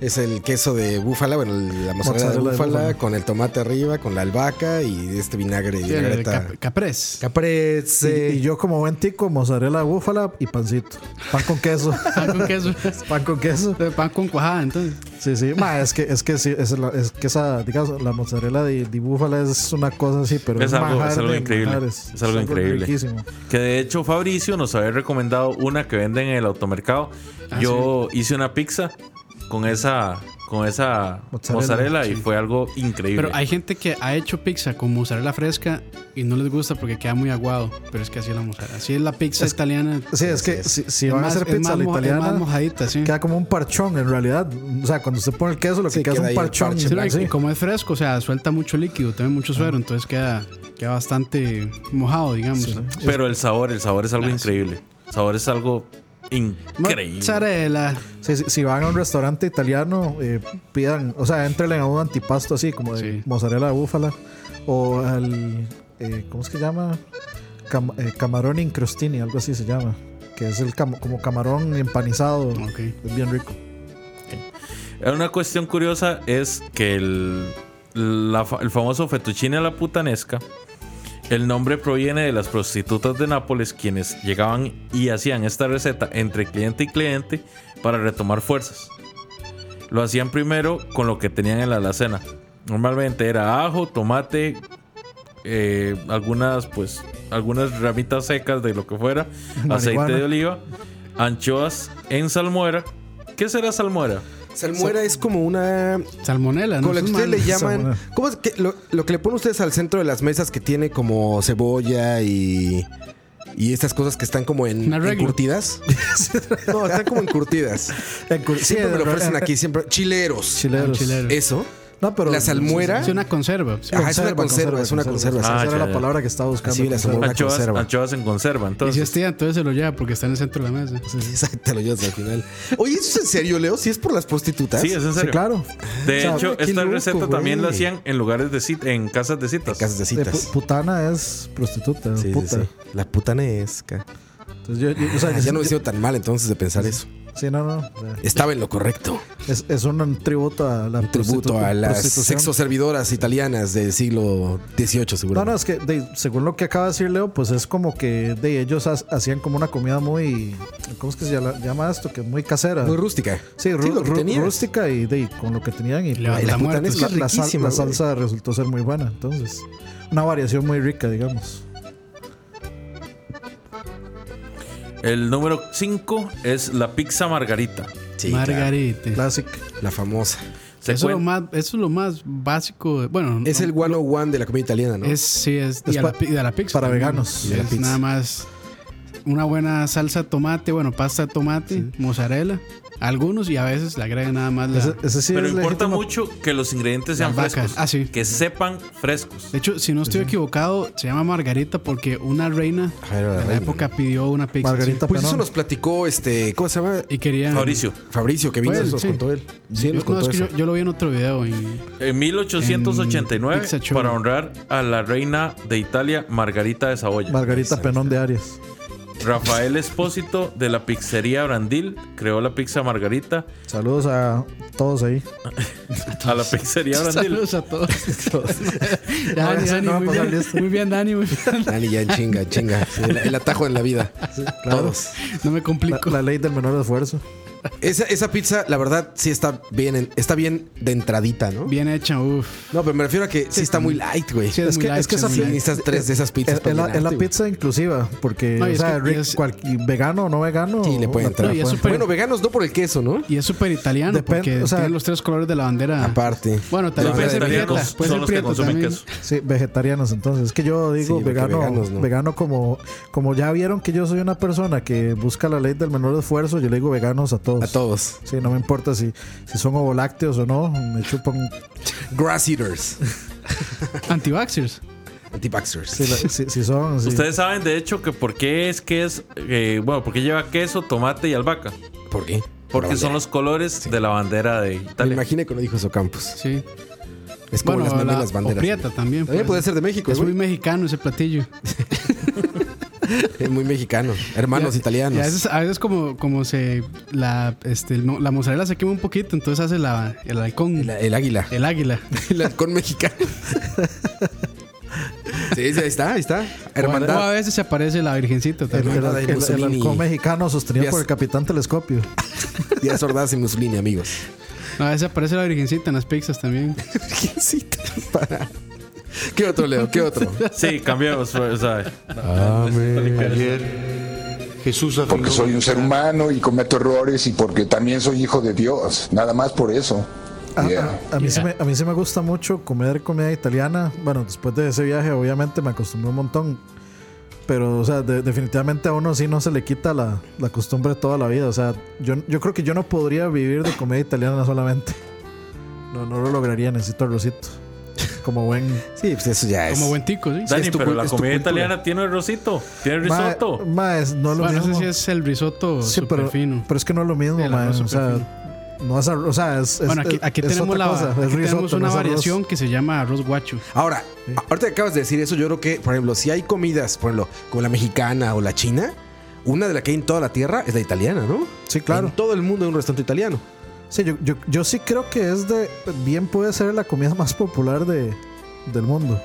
[SPEAKER 5] Es el queso de búfala, bueno, el- la mozzarella de
[SPEAKER 4] Mozzarella de
[SPEAKER 5] búfala,
[SPEAKER 4] búfala.
[SPEAKER 5] con el tomate arriba, con la albahaca y este vinagre y
[SPEAKER 3] Sí, el
[SPEAKER 5] vinagreta.
[SPEAKER 3] cap- caprés.
[SPEAKER 4] Y,
[SPEAKER 5] Caprese.
[SPEAKER 4] y yo como buen tico, mozzarella de búfala y pancito. Pan con queso.
[SPEAKER 3] Pan con queso.
[SPEAKER 4] pan con queso.
[SPEAKER 3] Pan con cuajada, entonces.
[SPEAKER 4] Sí, sí. Ma, es que, es que sí, es, la- es que esa, digamos, la mozzarella de, de búfala es una cosa así, pero
[SPEAKER 2] Es algo-
[SPEAKER 4] manjar
[SPEAKER 2] es algo
[SPEAKER 4] de
[SPEAKER 2] increíble.
[SPEAKER 4] manjares.
[SPEAKER 2] Es algo increíble.
[SPEAKER 4] riquísimo.
[SPEAKER 2] Que de hecho Fabricio nos había recomendado una que venden en el automercado.
[SPEAKER 3] Ah,
[SPEAKER 2] Yo hice una pizza con esa con esa mozzarella,
[SPEAKER 4] Mozzarella,
[SPEAKER 2] y fue algo increíble.
[SPEAKER 3] Pero hay gente que ha hecho pizza con mozzarella fresca y no les gusta porque queda muy aguado. Pero es que así es la mozzarella. Así es la pizza italiana.
[SPEAKER 4] Sí, es que si, si
[SPEAKER 3] Es
[SPEAKER 4] van
[SPEAKER 3] más-
[SPEAKER 4] a hacer
[SPEAKER 3] es
[SPEAKER 4] pizza a
[SPEAKER 3] más
[SPEAKER 4] la
[SPEAKER 3] moja- es más
[SPEAKER 4] italiana,
[SPEAKER 3] mojadita, sí.
[SPEAKER 4] queda como un parchón en realidad. O sea, cuando se pone el queso, lo que
[SPEAKER 5] Sí,
[SPEAKER 4] queda es
[SPEAKER 5] queda ahí
[SPEAKER 4] un
[SPEAKER 5] el
[SPEAKER 4] parchón.
[SPEAKER 5] parche
[SPEAKER 3] Sí, pero
[SPEAKER 4] Sí.
[SPEAKER 3] como es fresco, o sea, suelta mucho líquido, también mucho suero, entonces queda, queda bastante mojado, digamos.
[SPEAKER 2] Pero el sabor, el sabor es algo increíble. El sabor es algo increíble.
[SPEAKER 3] Mozzarella.
[SPEAKER 4] Sí, sí, si van a un restaurante italiano, eh, pidan, o sea, entren a un antipasto así, como de
[SPEAKER 3] Sí.
[SPEAKER 4] mozzarella de búfala, o al, eh, ¿cómo es que llama? Cam- eh, camarón incrostini, algo así se llama, que es el cam- como camarón empanizado,
[SPEAKER 3] Ok.
[SPEAKER 4] es bien rico.
[SPEAKER 2] Una cuestión curiosa es que el, la fa- el famoso fettuccine a la putanesca, el nombre proviene de las prostitutas de Nápoles quienes llegaban y hacían esta receta entre cliente y cliente para retomar fuerzas. Lo hacían primero con lo que tenían en la alacena. Normalmente era ajo, tomate, eh, algunas pues algunas ramitas secas de lo que fuera, aceite
[SPEAKER 4] Marihuana.
[SPEAKER 2] de oliva, anchoas en salmuera. ¿Qué será salmuera?
[SPEAKER 5] Salmuera es como una.
[SPEAKER 3] Salmonella, ¿no?
[SPEAKER 5] Como lo que
[SPEAKER 3] Eso es
[SPEAKER 5] ustedes le
[SPEAKER 3] malo.
[SPEAKER 5] llaman.
[SPEAKER 4] Salmuera.
[SPEAKER 5] ¿Cómo es que lo, lo que le ponen ustedes al centro de las mesas que tiene como cebolla y. Y estas cosas que están como en
[SPEAKER 3] Un arreglo.
[SPEAKER 5] encurtidas. no, están como encurtidas. Siempre me lo ofrecen aquí, siempre. Chileros.
[SPEAKER 4] Chileros.
[SPEAKER 3] Chileros.
[SPEAKER 5] Eso.
[SPEAKER 4] No, pero
[SPEAKER 5] la salmuera.
[SPEAKER 3] Es una conserva. sí.
[SPEAKER 5] Ajá, es una conserva, es una conserva,
[SPEAKER 2] sí.
[SPEAKER 4] Esa
[SPEAKER 2] Ah,
[SPEAKER 4] era
[SPEAKER 2] ya,
[SPEAKER 4] la
[SPEAKER 2] ya.
[SPEAKER 4] palabra que estaba buscando.
[SPEAKER 5] Así la
[SPEAKER 4] conserva.
[SPEAKER 5] una
[SPEAKER 2] anchoas,
[SPEAKER 5] conserva.
[SPEAKER 2] anchoas en conserva,
[SPEAKER 3] Y si
[SPEAKER 2] entonces.
[SPEAKER 3] esté, entonces se lo lleva porque está en el centro de la mesa.
[SPEAKER 5] Exacto, lo llevas al final. Oye, ¿eso es en serio, Leo? ¿Si es por las prostitutas?
[SPEAKER 2] Sí, es en
[SPEAKER 4] Sí,
[SPEAKER 2] serio.
[SPEAKER 4] claro.
[SPEAKER 2] De
[SPEAKER 5] O sea,
[SPEAKER 2] hecho,
[SPEAKER 5] qué
[SPEAKER 2] esta
[SPEAKER 5] loco,
[SPEAKER 2] receta
[SPEAKER 5] güey.
[SPEAKER 2] también la hacían en lugares de citas, en casas de citas.
[SPEAKER 5] Casas de
[SPEAKER 4] De
[SPEAKER 5] citas.
[SPEAKER 4] pu- putana es prostituta,
[SPEAKER 5] Sí, sí,
[SPEAKER 4] puta.
[SPEAKER 5] sí. La putanesca.
[SPEAKER 4] Entonces yo, yo- o sea,
[SPEAKER 5] Ah, ya no he
[SPEAKER 4] yo-
[SPEAKER 5] sido tan mal entonces de pensar eso.
[SPEAKER 4] Sí, no, no. o sea,
[SPEAKER 5] Estaba en lo correcto.
[SPEAKER 4] es, es un tributo a la
[SPEAKER 5] Un tributo
[SPEAKER 4] prostitu-
[SPEAKER 5] a las
[SPEAKER 4] prostitución.
[SPEAKER 5] sexoservidoras italianas del siglo XVIII,
[SPEAKER 4] No,
[SPEAKER 5] seguro.
[SPEAKER 4] no, es que de- según lo que acaba de decir Leo, pues es como que de ellos ha- hacían como una comida muy. ¿Cómo es que se llama, llama esto? Que es muy casera.
[SPEAKER 5] Muy rústica.
[SPEAKER 4] sí, ru-
[SPEAKER 5] lo que
[SPEAKER 4] ru-
[SPEAKER 5] tenías.
[SPEAKER 4] rústica y de, con lo que tenían. Y
[SPEAKER 3] Levanta
[SPEAKER 5] Ay, la
[SPEAKER 3] muertos.
[SPEAKER 5] putanesca es
[SPEAKER 4] la, sal-
[SPEAKER 5] riquísima,
[SPEAKER 4] la
[SPEAKER 5] güey.
[SPEAKER 4] salsa resultó ser muy buena. Entonces, una variación muy rica, digamos.
[SPEAKER 2] El número 5 es la pizza margarita.
[SPEAKER 5] Sí,
[SPEAKER 3] Margarita.
[SPEAKER 4] Classic.
[SPEAKER 5] claro, la famosa.
[SPEAKER 2] Se
[SPEAKER 3] Eso, es lo
[SPEAKER 2] cuen-
[SPEAKER 3] más, eso es lo más básico. de- Bueno,
[SPEAKER 5] Es
[SPEAKER 3] no-
[SPEAKER 5] el 101 de la comida italiana, ¿no?
[SPEAKER 3] Es, sí, es.
[SPEAKER 4] Es
[SPEAKER 3] y, a la,
[SPEAKER 4] pa-
[SPEAKER 3] pi- y a la pizza.
[SPEAKER 4] para
[SPEAKER 3] también.
[SPEAKER 4] veganos.
[SPEAKER 5] Y a la
[SPEAKER 3] Es
[SPEAKER 5] pizza.
[SPEAKER 3] nada más una buena salsa de tomate, bueno, pasta de tomate, mozzarella. Algunos y a veces le agregan nada más la.
[SPEAKER 4] Ese, ese sí
[SPEAKER 2] Pero
[SPEAKER 4] es
[SPEAKER 2] importa
[SPEAKER 4] legítimo.
[SPEAKER 2] mucho que los ingredientes
[SPEAKER 3] La
[SPEAKER 2] sean
[SPEAKER 3] vaca.
[SPEAKER 2] frescos.
[SPEAKER 3] Ah, sí.
[SPEAKER 2] Que sepan frescos.
[SPEAKER 3] De hecho, si no estoy equivocado, se llama Margarita porque una reina
[SPEAKER 5] Ah, era la
[SPEAKER 3] de la
[SPEAKER 5] reina,
[SPEAKER 3] época pidió una pizza.
[SPEAKER 4] Margarita
[SPEAKER 5] Pues eso
[SPEAKER 4] Penón.
[SPEAKER 5] nos platicó este. ¿Cómo se llama?
[SPEAKER 3] sí. Y quería.
[SPEAKER 2] Fabricio,
[SPEAKER 5] Fabricio, que vino
[SPEAKER 3] Fue él,
[SPEAKER 5] nos
[SPEAKER 3] sí.
[SPEAKER 5] contó él. Sí,
[SPEAKER 3] Yo,
[SPEAKER 5] nos contó
[SPEAKER 3] no, es que
[SPEAKER 5] eso.
[SPEAKER 3] yo, yo lo vi en otro video. en-
[SPEAKER 2] en
[SPEAKER 3] En
[SPEAKER 2] 1889,
[SPEAKER 3] Pizza Show.
[SPEAKER 2] para honrar a la reina de Italia, Margarita de Saboya.
[SPEAKER 4] Margarita Penón de Arias.
[SPEAKER 2] Rafael Espósito de la pizzería Brandil creó la pizza margarita.
[SPEAKER 4] Saludos a todos ahí.
[SPEAKER 2] A la pizzería Brandil.
[SPEAKER 3] Saludos a todos.
[SPEAKER 4] No,
[SPEAKER 3] Dani,
[SPEAKER 4] eso
[SPEAKER 3] Dani,
[SPEAKER 4] no va a
[SPEAKER 3] muy,
[SPEAKER 4] pasar
[SPEAKER 3] bien,
[SPEAKER 4] listo.
[SPEAKER 3] muy bien, Dani. muy bien.
[SPEAKER 5] Dale, ya en chinga, en chinga. Sí, El, el atajo en la vida.
[SPEAKER 4] claro.
[SPEAKER 5] Todos.
[SPEAKER 3] No me
[SPEAKER 4] La,
[SPEAKER 3] complico.
[SPEAKER 4] la ley del menor esfuerzo.
[SPEAKER 5] Esa, esa pizza, la verdad, sí está bien, en- está bien de entradita, ¿no?
[SPEAKER 3] Bien hecha, uff.
[SPEAKER 5] No, pero me refiero a que sí está muy light, güey.
[SPEAKER 3] Sí,
[SPEAKER 4] Es
[SPEAKER 3] muy
[SPEAKER 4] que,
[SPEAKER 3] light,
[SPEAKER 4] es que
[SPEAKER 3] sí,
[SPEAKER 4] esa
[SPEAKER 3] muy
[SPEAKER 5] Sí,
[SPEAKER 4] pi-
[SPEAKER 3] light.
[SPEAKER 5] necesitas tres de esas pizzas. ah,
[SPEAKER 4] es,
[SPEAKER 5] para
[SPEAKER 4] es la, es la
[SPEAKER 5] llenarte, güey.
[SPEAKER 4] pizza inclusiva, porque
[SPEAKER 3] No, y
[SPEAKER 4] o
[SPEAKER 3] es
[SPEAKER 4] sea,
[SPEAKER 3] que-
[SPEAKER 4] Rick,
[SPEAKER 3] y es-
[SPEAKER 4] cual- y vegano o no vegano.
[SPEAKER 5] Sí, le puede
[SPEAKER 4] la-
[SPEAKER 5] entrar.
[SPEAKER 4] la
[SPEAKER 3] No, y es
[SPEAKER 4] pueden-
[SPEAKER 3] súper-
[SPEAKER 5] Bueno, veganos no por el queso, ¿no?
[SPEAKER 3] Y es súper italiano
[SPEAKER 4] Depende,
[SPEAKER 3] porque
[SPEAKER 4] o sea-
[SPEAKER 3] tiene los tres colores de la bandera.
[SPEAKER 5] Aparte.
[SPEAKER 3] Bueno, tal
[SPEAKER 5] Los
[SPEAKER 3] vez puede ser
[SPEAKER 2] vegetarianos
[SPEAKER 3] prieta. Puede
[SPEAKER 2] son
[SPEAKER 3] ser
[SPEAKER 2] los que
[SPEAKER 3] prieta
[SPEAKER 2] consumen
[SPEAKER 3] también.
[SPEAKER 2] queso.
[SPEAKER 4] Sí, vegetarianos entonces. Es que yo digo
[SPEAKER 5] Sí, porque
[SPEAKER 4] vegano,
[SPEAKER 5] veganos, ¿no?
[SPEAKER 4] vegano como, como ya vieron que yo soy una persona que busca la ley del menor esfuerzo, yo le digo veganos a todos.
[SPEAKER 5] A todos.
[SPEAKER 4] Sí, no me importa si, si son ovolácteos o no, me chupan
[SPEAKER 5] Grass eaters.
[SPEAKER 3] Antivaxxers.
[SPEAKER 5] Anti-vaxxers.
[SPEAKER 4] si, la- si- si son... si-
[SPEAKER 2] Ustedes saben, de hecho, que por qué es que es. eh, bueno, porque lleva queso, tomate y albahaca.
[SPEAKER 5] ¿Por qué? Por
[SPEAKER 2] Porque
[SPEAKER 5] la
[SPEAKER 2] son
[SPEAKER 5] bandera.
[SPEAKER 2] los colores de la bandera de
[SPEAKER 5] Me
[SPEAKER 2] Italia.
[SPEAKER 5] imaginé que lo dijo Socampos.
[SPEAKER 3] Sí.
[SPEAKER 5] Es como
[SPEAKER 3] bueno,
[SPEAKER 5] las memes de
[SPEAKER 3] la-
[SPEAKER 5] las banderas.
[SPEAKER 3] o prieta también. pues.
[SPEAKER 5] También puede ser de México,
[SPEAKER 3] Es
[SPEAKER 5] güey.
[SPEAKER 3] muy mexicano ese platillo.
[SPEAKER 5] Es muy mexicano. Hermanos
[SPEAKER 3] Ya-
[SPEAKER 5] italianos.
[SPEAKER 3] Y a veces, a veces como, como se la, este, el mo- la mozzarella se quema un poquito, entonces hace la, el halcón,
[SPEAKER 5] El,
[SPEAKER 3] el,
[SPEAKER 5] el águila.
[SPEAKER 3] águila.
[SPEAKER 5] El halcón mexicano. sí, sí, ahí está, ahí está.
[SPEAKER 3] O a
[SPEAKER 5] Hermandad.
[SPEAKER 3] veces se aparece la virgencita
[SPEAKER 4] el,
[SPEAKER 3] también.
[SPEAKER 4] el,
[SPEAKER 5] hermana de
[SPEAKER 4] el- el
[SPEAKER 5] Mussolini.
[SPEAKER 4] halcón mexicano sostenido
[SPEAKER 5] Díaz-
[SPEAKER 4] por el capitán telescopio.
[SPEAKER 5] Díaz Ordaz y Mussolini, amigos.
[SPEAKER 3] No, a veces aparece la virgencita en las pizzas también.
[SPEAKER 5] Virgencita, para. ¿Qué otro, Leo? ¿Qué otro?
[SPEAKER 2] Sí, cambiamos. o sea,
[SPEAKER 7] Ayer Jesús afirmó
[SPEAKER 6] Porque soy un ser humano y cometo errores y porque también soy hijo de Dios. Nada más por eso.
[SPEAKER 4] A-
[SPEAKER 6] Yeah.
[SPEAKER 4] Ah, A, a mí sí me, a mí sí me gusta mucho comer comida italiana. Bueno, después de ese viaje, obviamente me acostumbré un montón. Pero, o sea, de- definitivamente a uno sí no se le quita la, la costumbre toda la vida. O sea, yo, yo creo que yo no podría vivir de comida italiana solamente. No, no lo lograría. Necesito arrocito. Como buen.
[SPEAKER 5] Sí, pues eso ya es.
[SPEAKER 3] Como buen tico, sí.
[SPEAKER 2] Dani,
[SPEAKER 5] es tu
[SPEAKER 2] pero
[SPEAKER 5] cul-
[SPEAKER 2] la
[SPEAKER 5] es tu
[SPEAKER 2] comida
[SPEAKER 5] cultura.
[SPEAKER 2] italiana tiene rosito, tiene
[SPEAKER 4] Ma-
[SPEAKER 2] risotto.
[SPEAKER 4] ma, es- no es lo
[SPEAKER 3] Bueno,
[SPEAKER 4] mismo.
[SPEAKER 3] ese sí es el risotto
[SPEAKER 4] Sí,
[SPEAKER 3] super
[SPEAKER 4] pero,
[SPEAKER 3] fino.
[SPEAKER 4] pero es que no es lo mismo,
[SPEAKER 3] Sí, el
[SPEAKER 4] ma,
[SPEAKER 3] arroz
[SPEAKER 4] O sea, no es arroz. O sea, es. es-
[SPEAKER 3] bueno, aquí,
[SPEAKER 4] es-
[SPEAKER 3] aquí
[SPEAKER 4] es
[SPEAKER 3] tenemos,
[SPEAKER 4] otra
[SPEAKER 3] la,
[SPEAKER 4] cosa, es
[SPEAKER 3] aquí tenemos
[SPEAKER 4] risotto, no
[SPEAKER 3] una
[SPEAKER 4] es arroz.
[SPEAKER 3] variación que se llama arroz guacho.
[SPEAKER 5] Ahora,
[SPEAKER 3] Mm.
[SPEAKER 5] ahorita que acabas de decir eso, yo creo que, por ejemplo, si hay comidas, por ejemplo, como la mexicana o la china, una de las que hay en toda la tierra es la italiana, ¿no?
[SPEAKER 4] Sí, claro.
[SPEAKER 5] En todo el mundo hay un restaurante italiano.
[SPEAKER 4] Sí, yo, yo, yo sí creo que es de. Bien puede ser la comida más popular de, del mundo.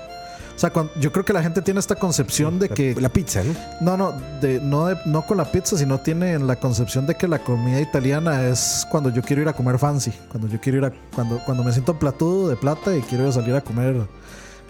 [SPEAKER 4] O sea, cuan- yo creo que la gente tiene esta concepción de que.
[SPEAKER 5] La pizza, ¿no?
[SPEAKER 4] no, no, de, no, de- no con la pizza, sino tiene la concepción de que la comida italiana es cuando yo quiero ir a comer fancy. Cuando yo quiero ir a. Cuando, cuando me siento platudo de plata y quiero salir a comer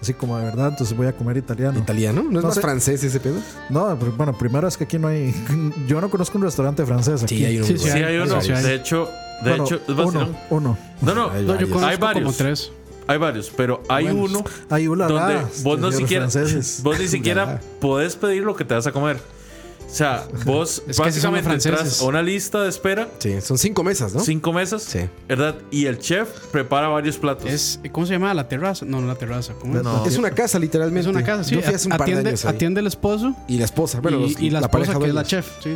[SPEAKER 4] así como de verdad, entonces voy a comer italiano.
[SPEAKER 5] ¿Italiano? ¿No es
[SPEAKER 4] No
[SPEAKER 5] más
[SPEAKER 4] sé.
[SPEAKER 5] francés ese pedo?
[SPEAKER 4] no, pero bueno, primero es que aquí no hay. Yo no conozco un restaurante francés aquí.
[SPEAKER 5] hay
[SPEAKER 3] Pues Sí,
[SPEAKER 5] muy
[SPEAKER 2] sí,
[SPEAKER 5] bueno.
[SPEAKER 2] hay uno.
[SPEAKER 3] sí hay.
[SPEAKER 2] De hecho, de
[SPEAKER 4] Bueno,
[SPEAKER 2] hecho, es
[SPEAKER 4] uno,
[SPEAKER 2] vacilón.
[SPEAKER 4] uno.
[SPEAKER 2] No, no,
[SPEAKER 5] Hay
[SPEAKER 3] No, yo
[SPEAKER 5] varios.
[SPEAKER 3] conozco
[SPEAKER 2] Hay varios.
[SPEAKER 3] como tres.
[SPEAKER 2] hay varios, pero hay
[SPEAKER 3] Buenos.
[SPEAKER 2] uno
[SPEAKER 4] Ay, ulala,
[SPEAKER 2] donde vos no
[SPEAKER 4] señores
[SPEAKER 2] siquiera,
[SPEAKER 4] franceses.
[SPEAKER 2] vos ni siquiera podés pedir lo que te vas a comer. O sea, vos
[SPEAKER 3] Es que sí son los
[SPEAKER 2] básicamente entras
[SPEAKER 3] franceses.
[SPEAKER 2] a una lista de espera,
[SPEAKER 5] Sí, son cinco mesas, ¿no?
[SPEAKER 2] cinco mesas,
[SPEAKER 5] Sí.
[SPEAKER 2] ¿verdad? Y el chef prepara varios platos.
[SPEAKER 3] Es, ¿Cómo se llama? ¿La terraza? No, no la terraza. ¿cómo es?
[SPEAKER 2] No.
[SPEAKER 5] Es una casa, literalmente.
[SPEAKER 3] Es una casa, sí.
[SPEAKER 5] Yo fui hace un par de
[SPEAKER 3] atiende,
[SPEAKER 5] años ahí.
[SPEAKER 3] atiende el esposo
[SPEAKER 5] Y la esposa, bueno,
[SPEAKER 3] y,
[SPEAKER 5] los-
[SPEAKER 3] y la, esposa que es la
[SPEAKER 5] dueños.
[SPEAKER 3] chef, sí.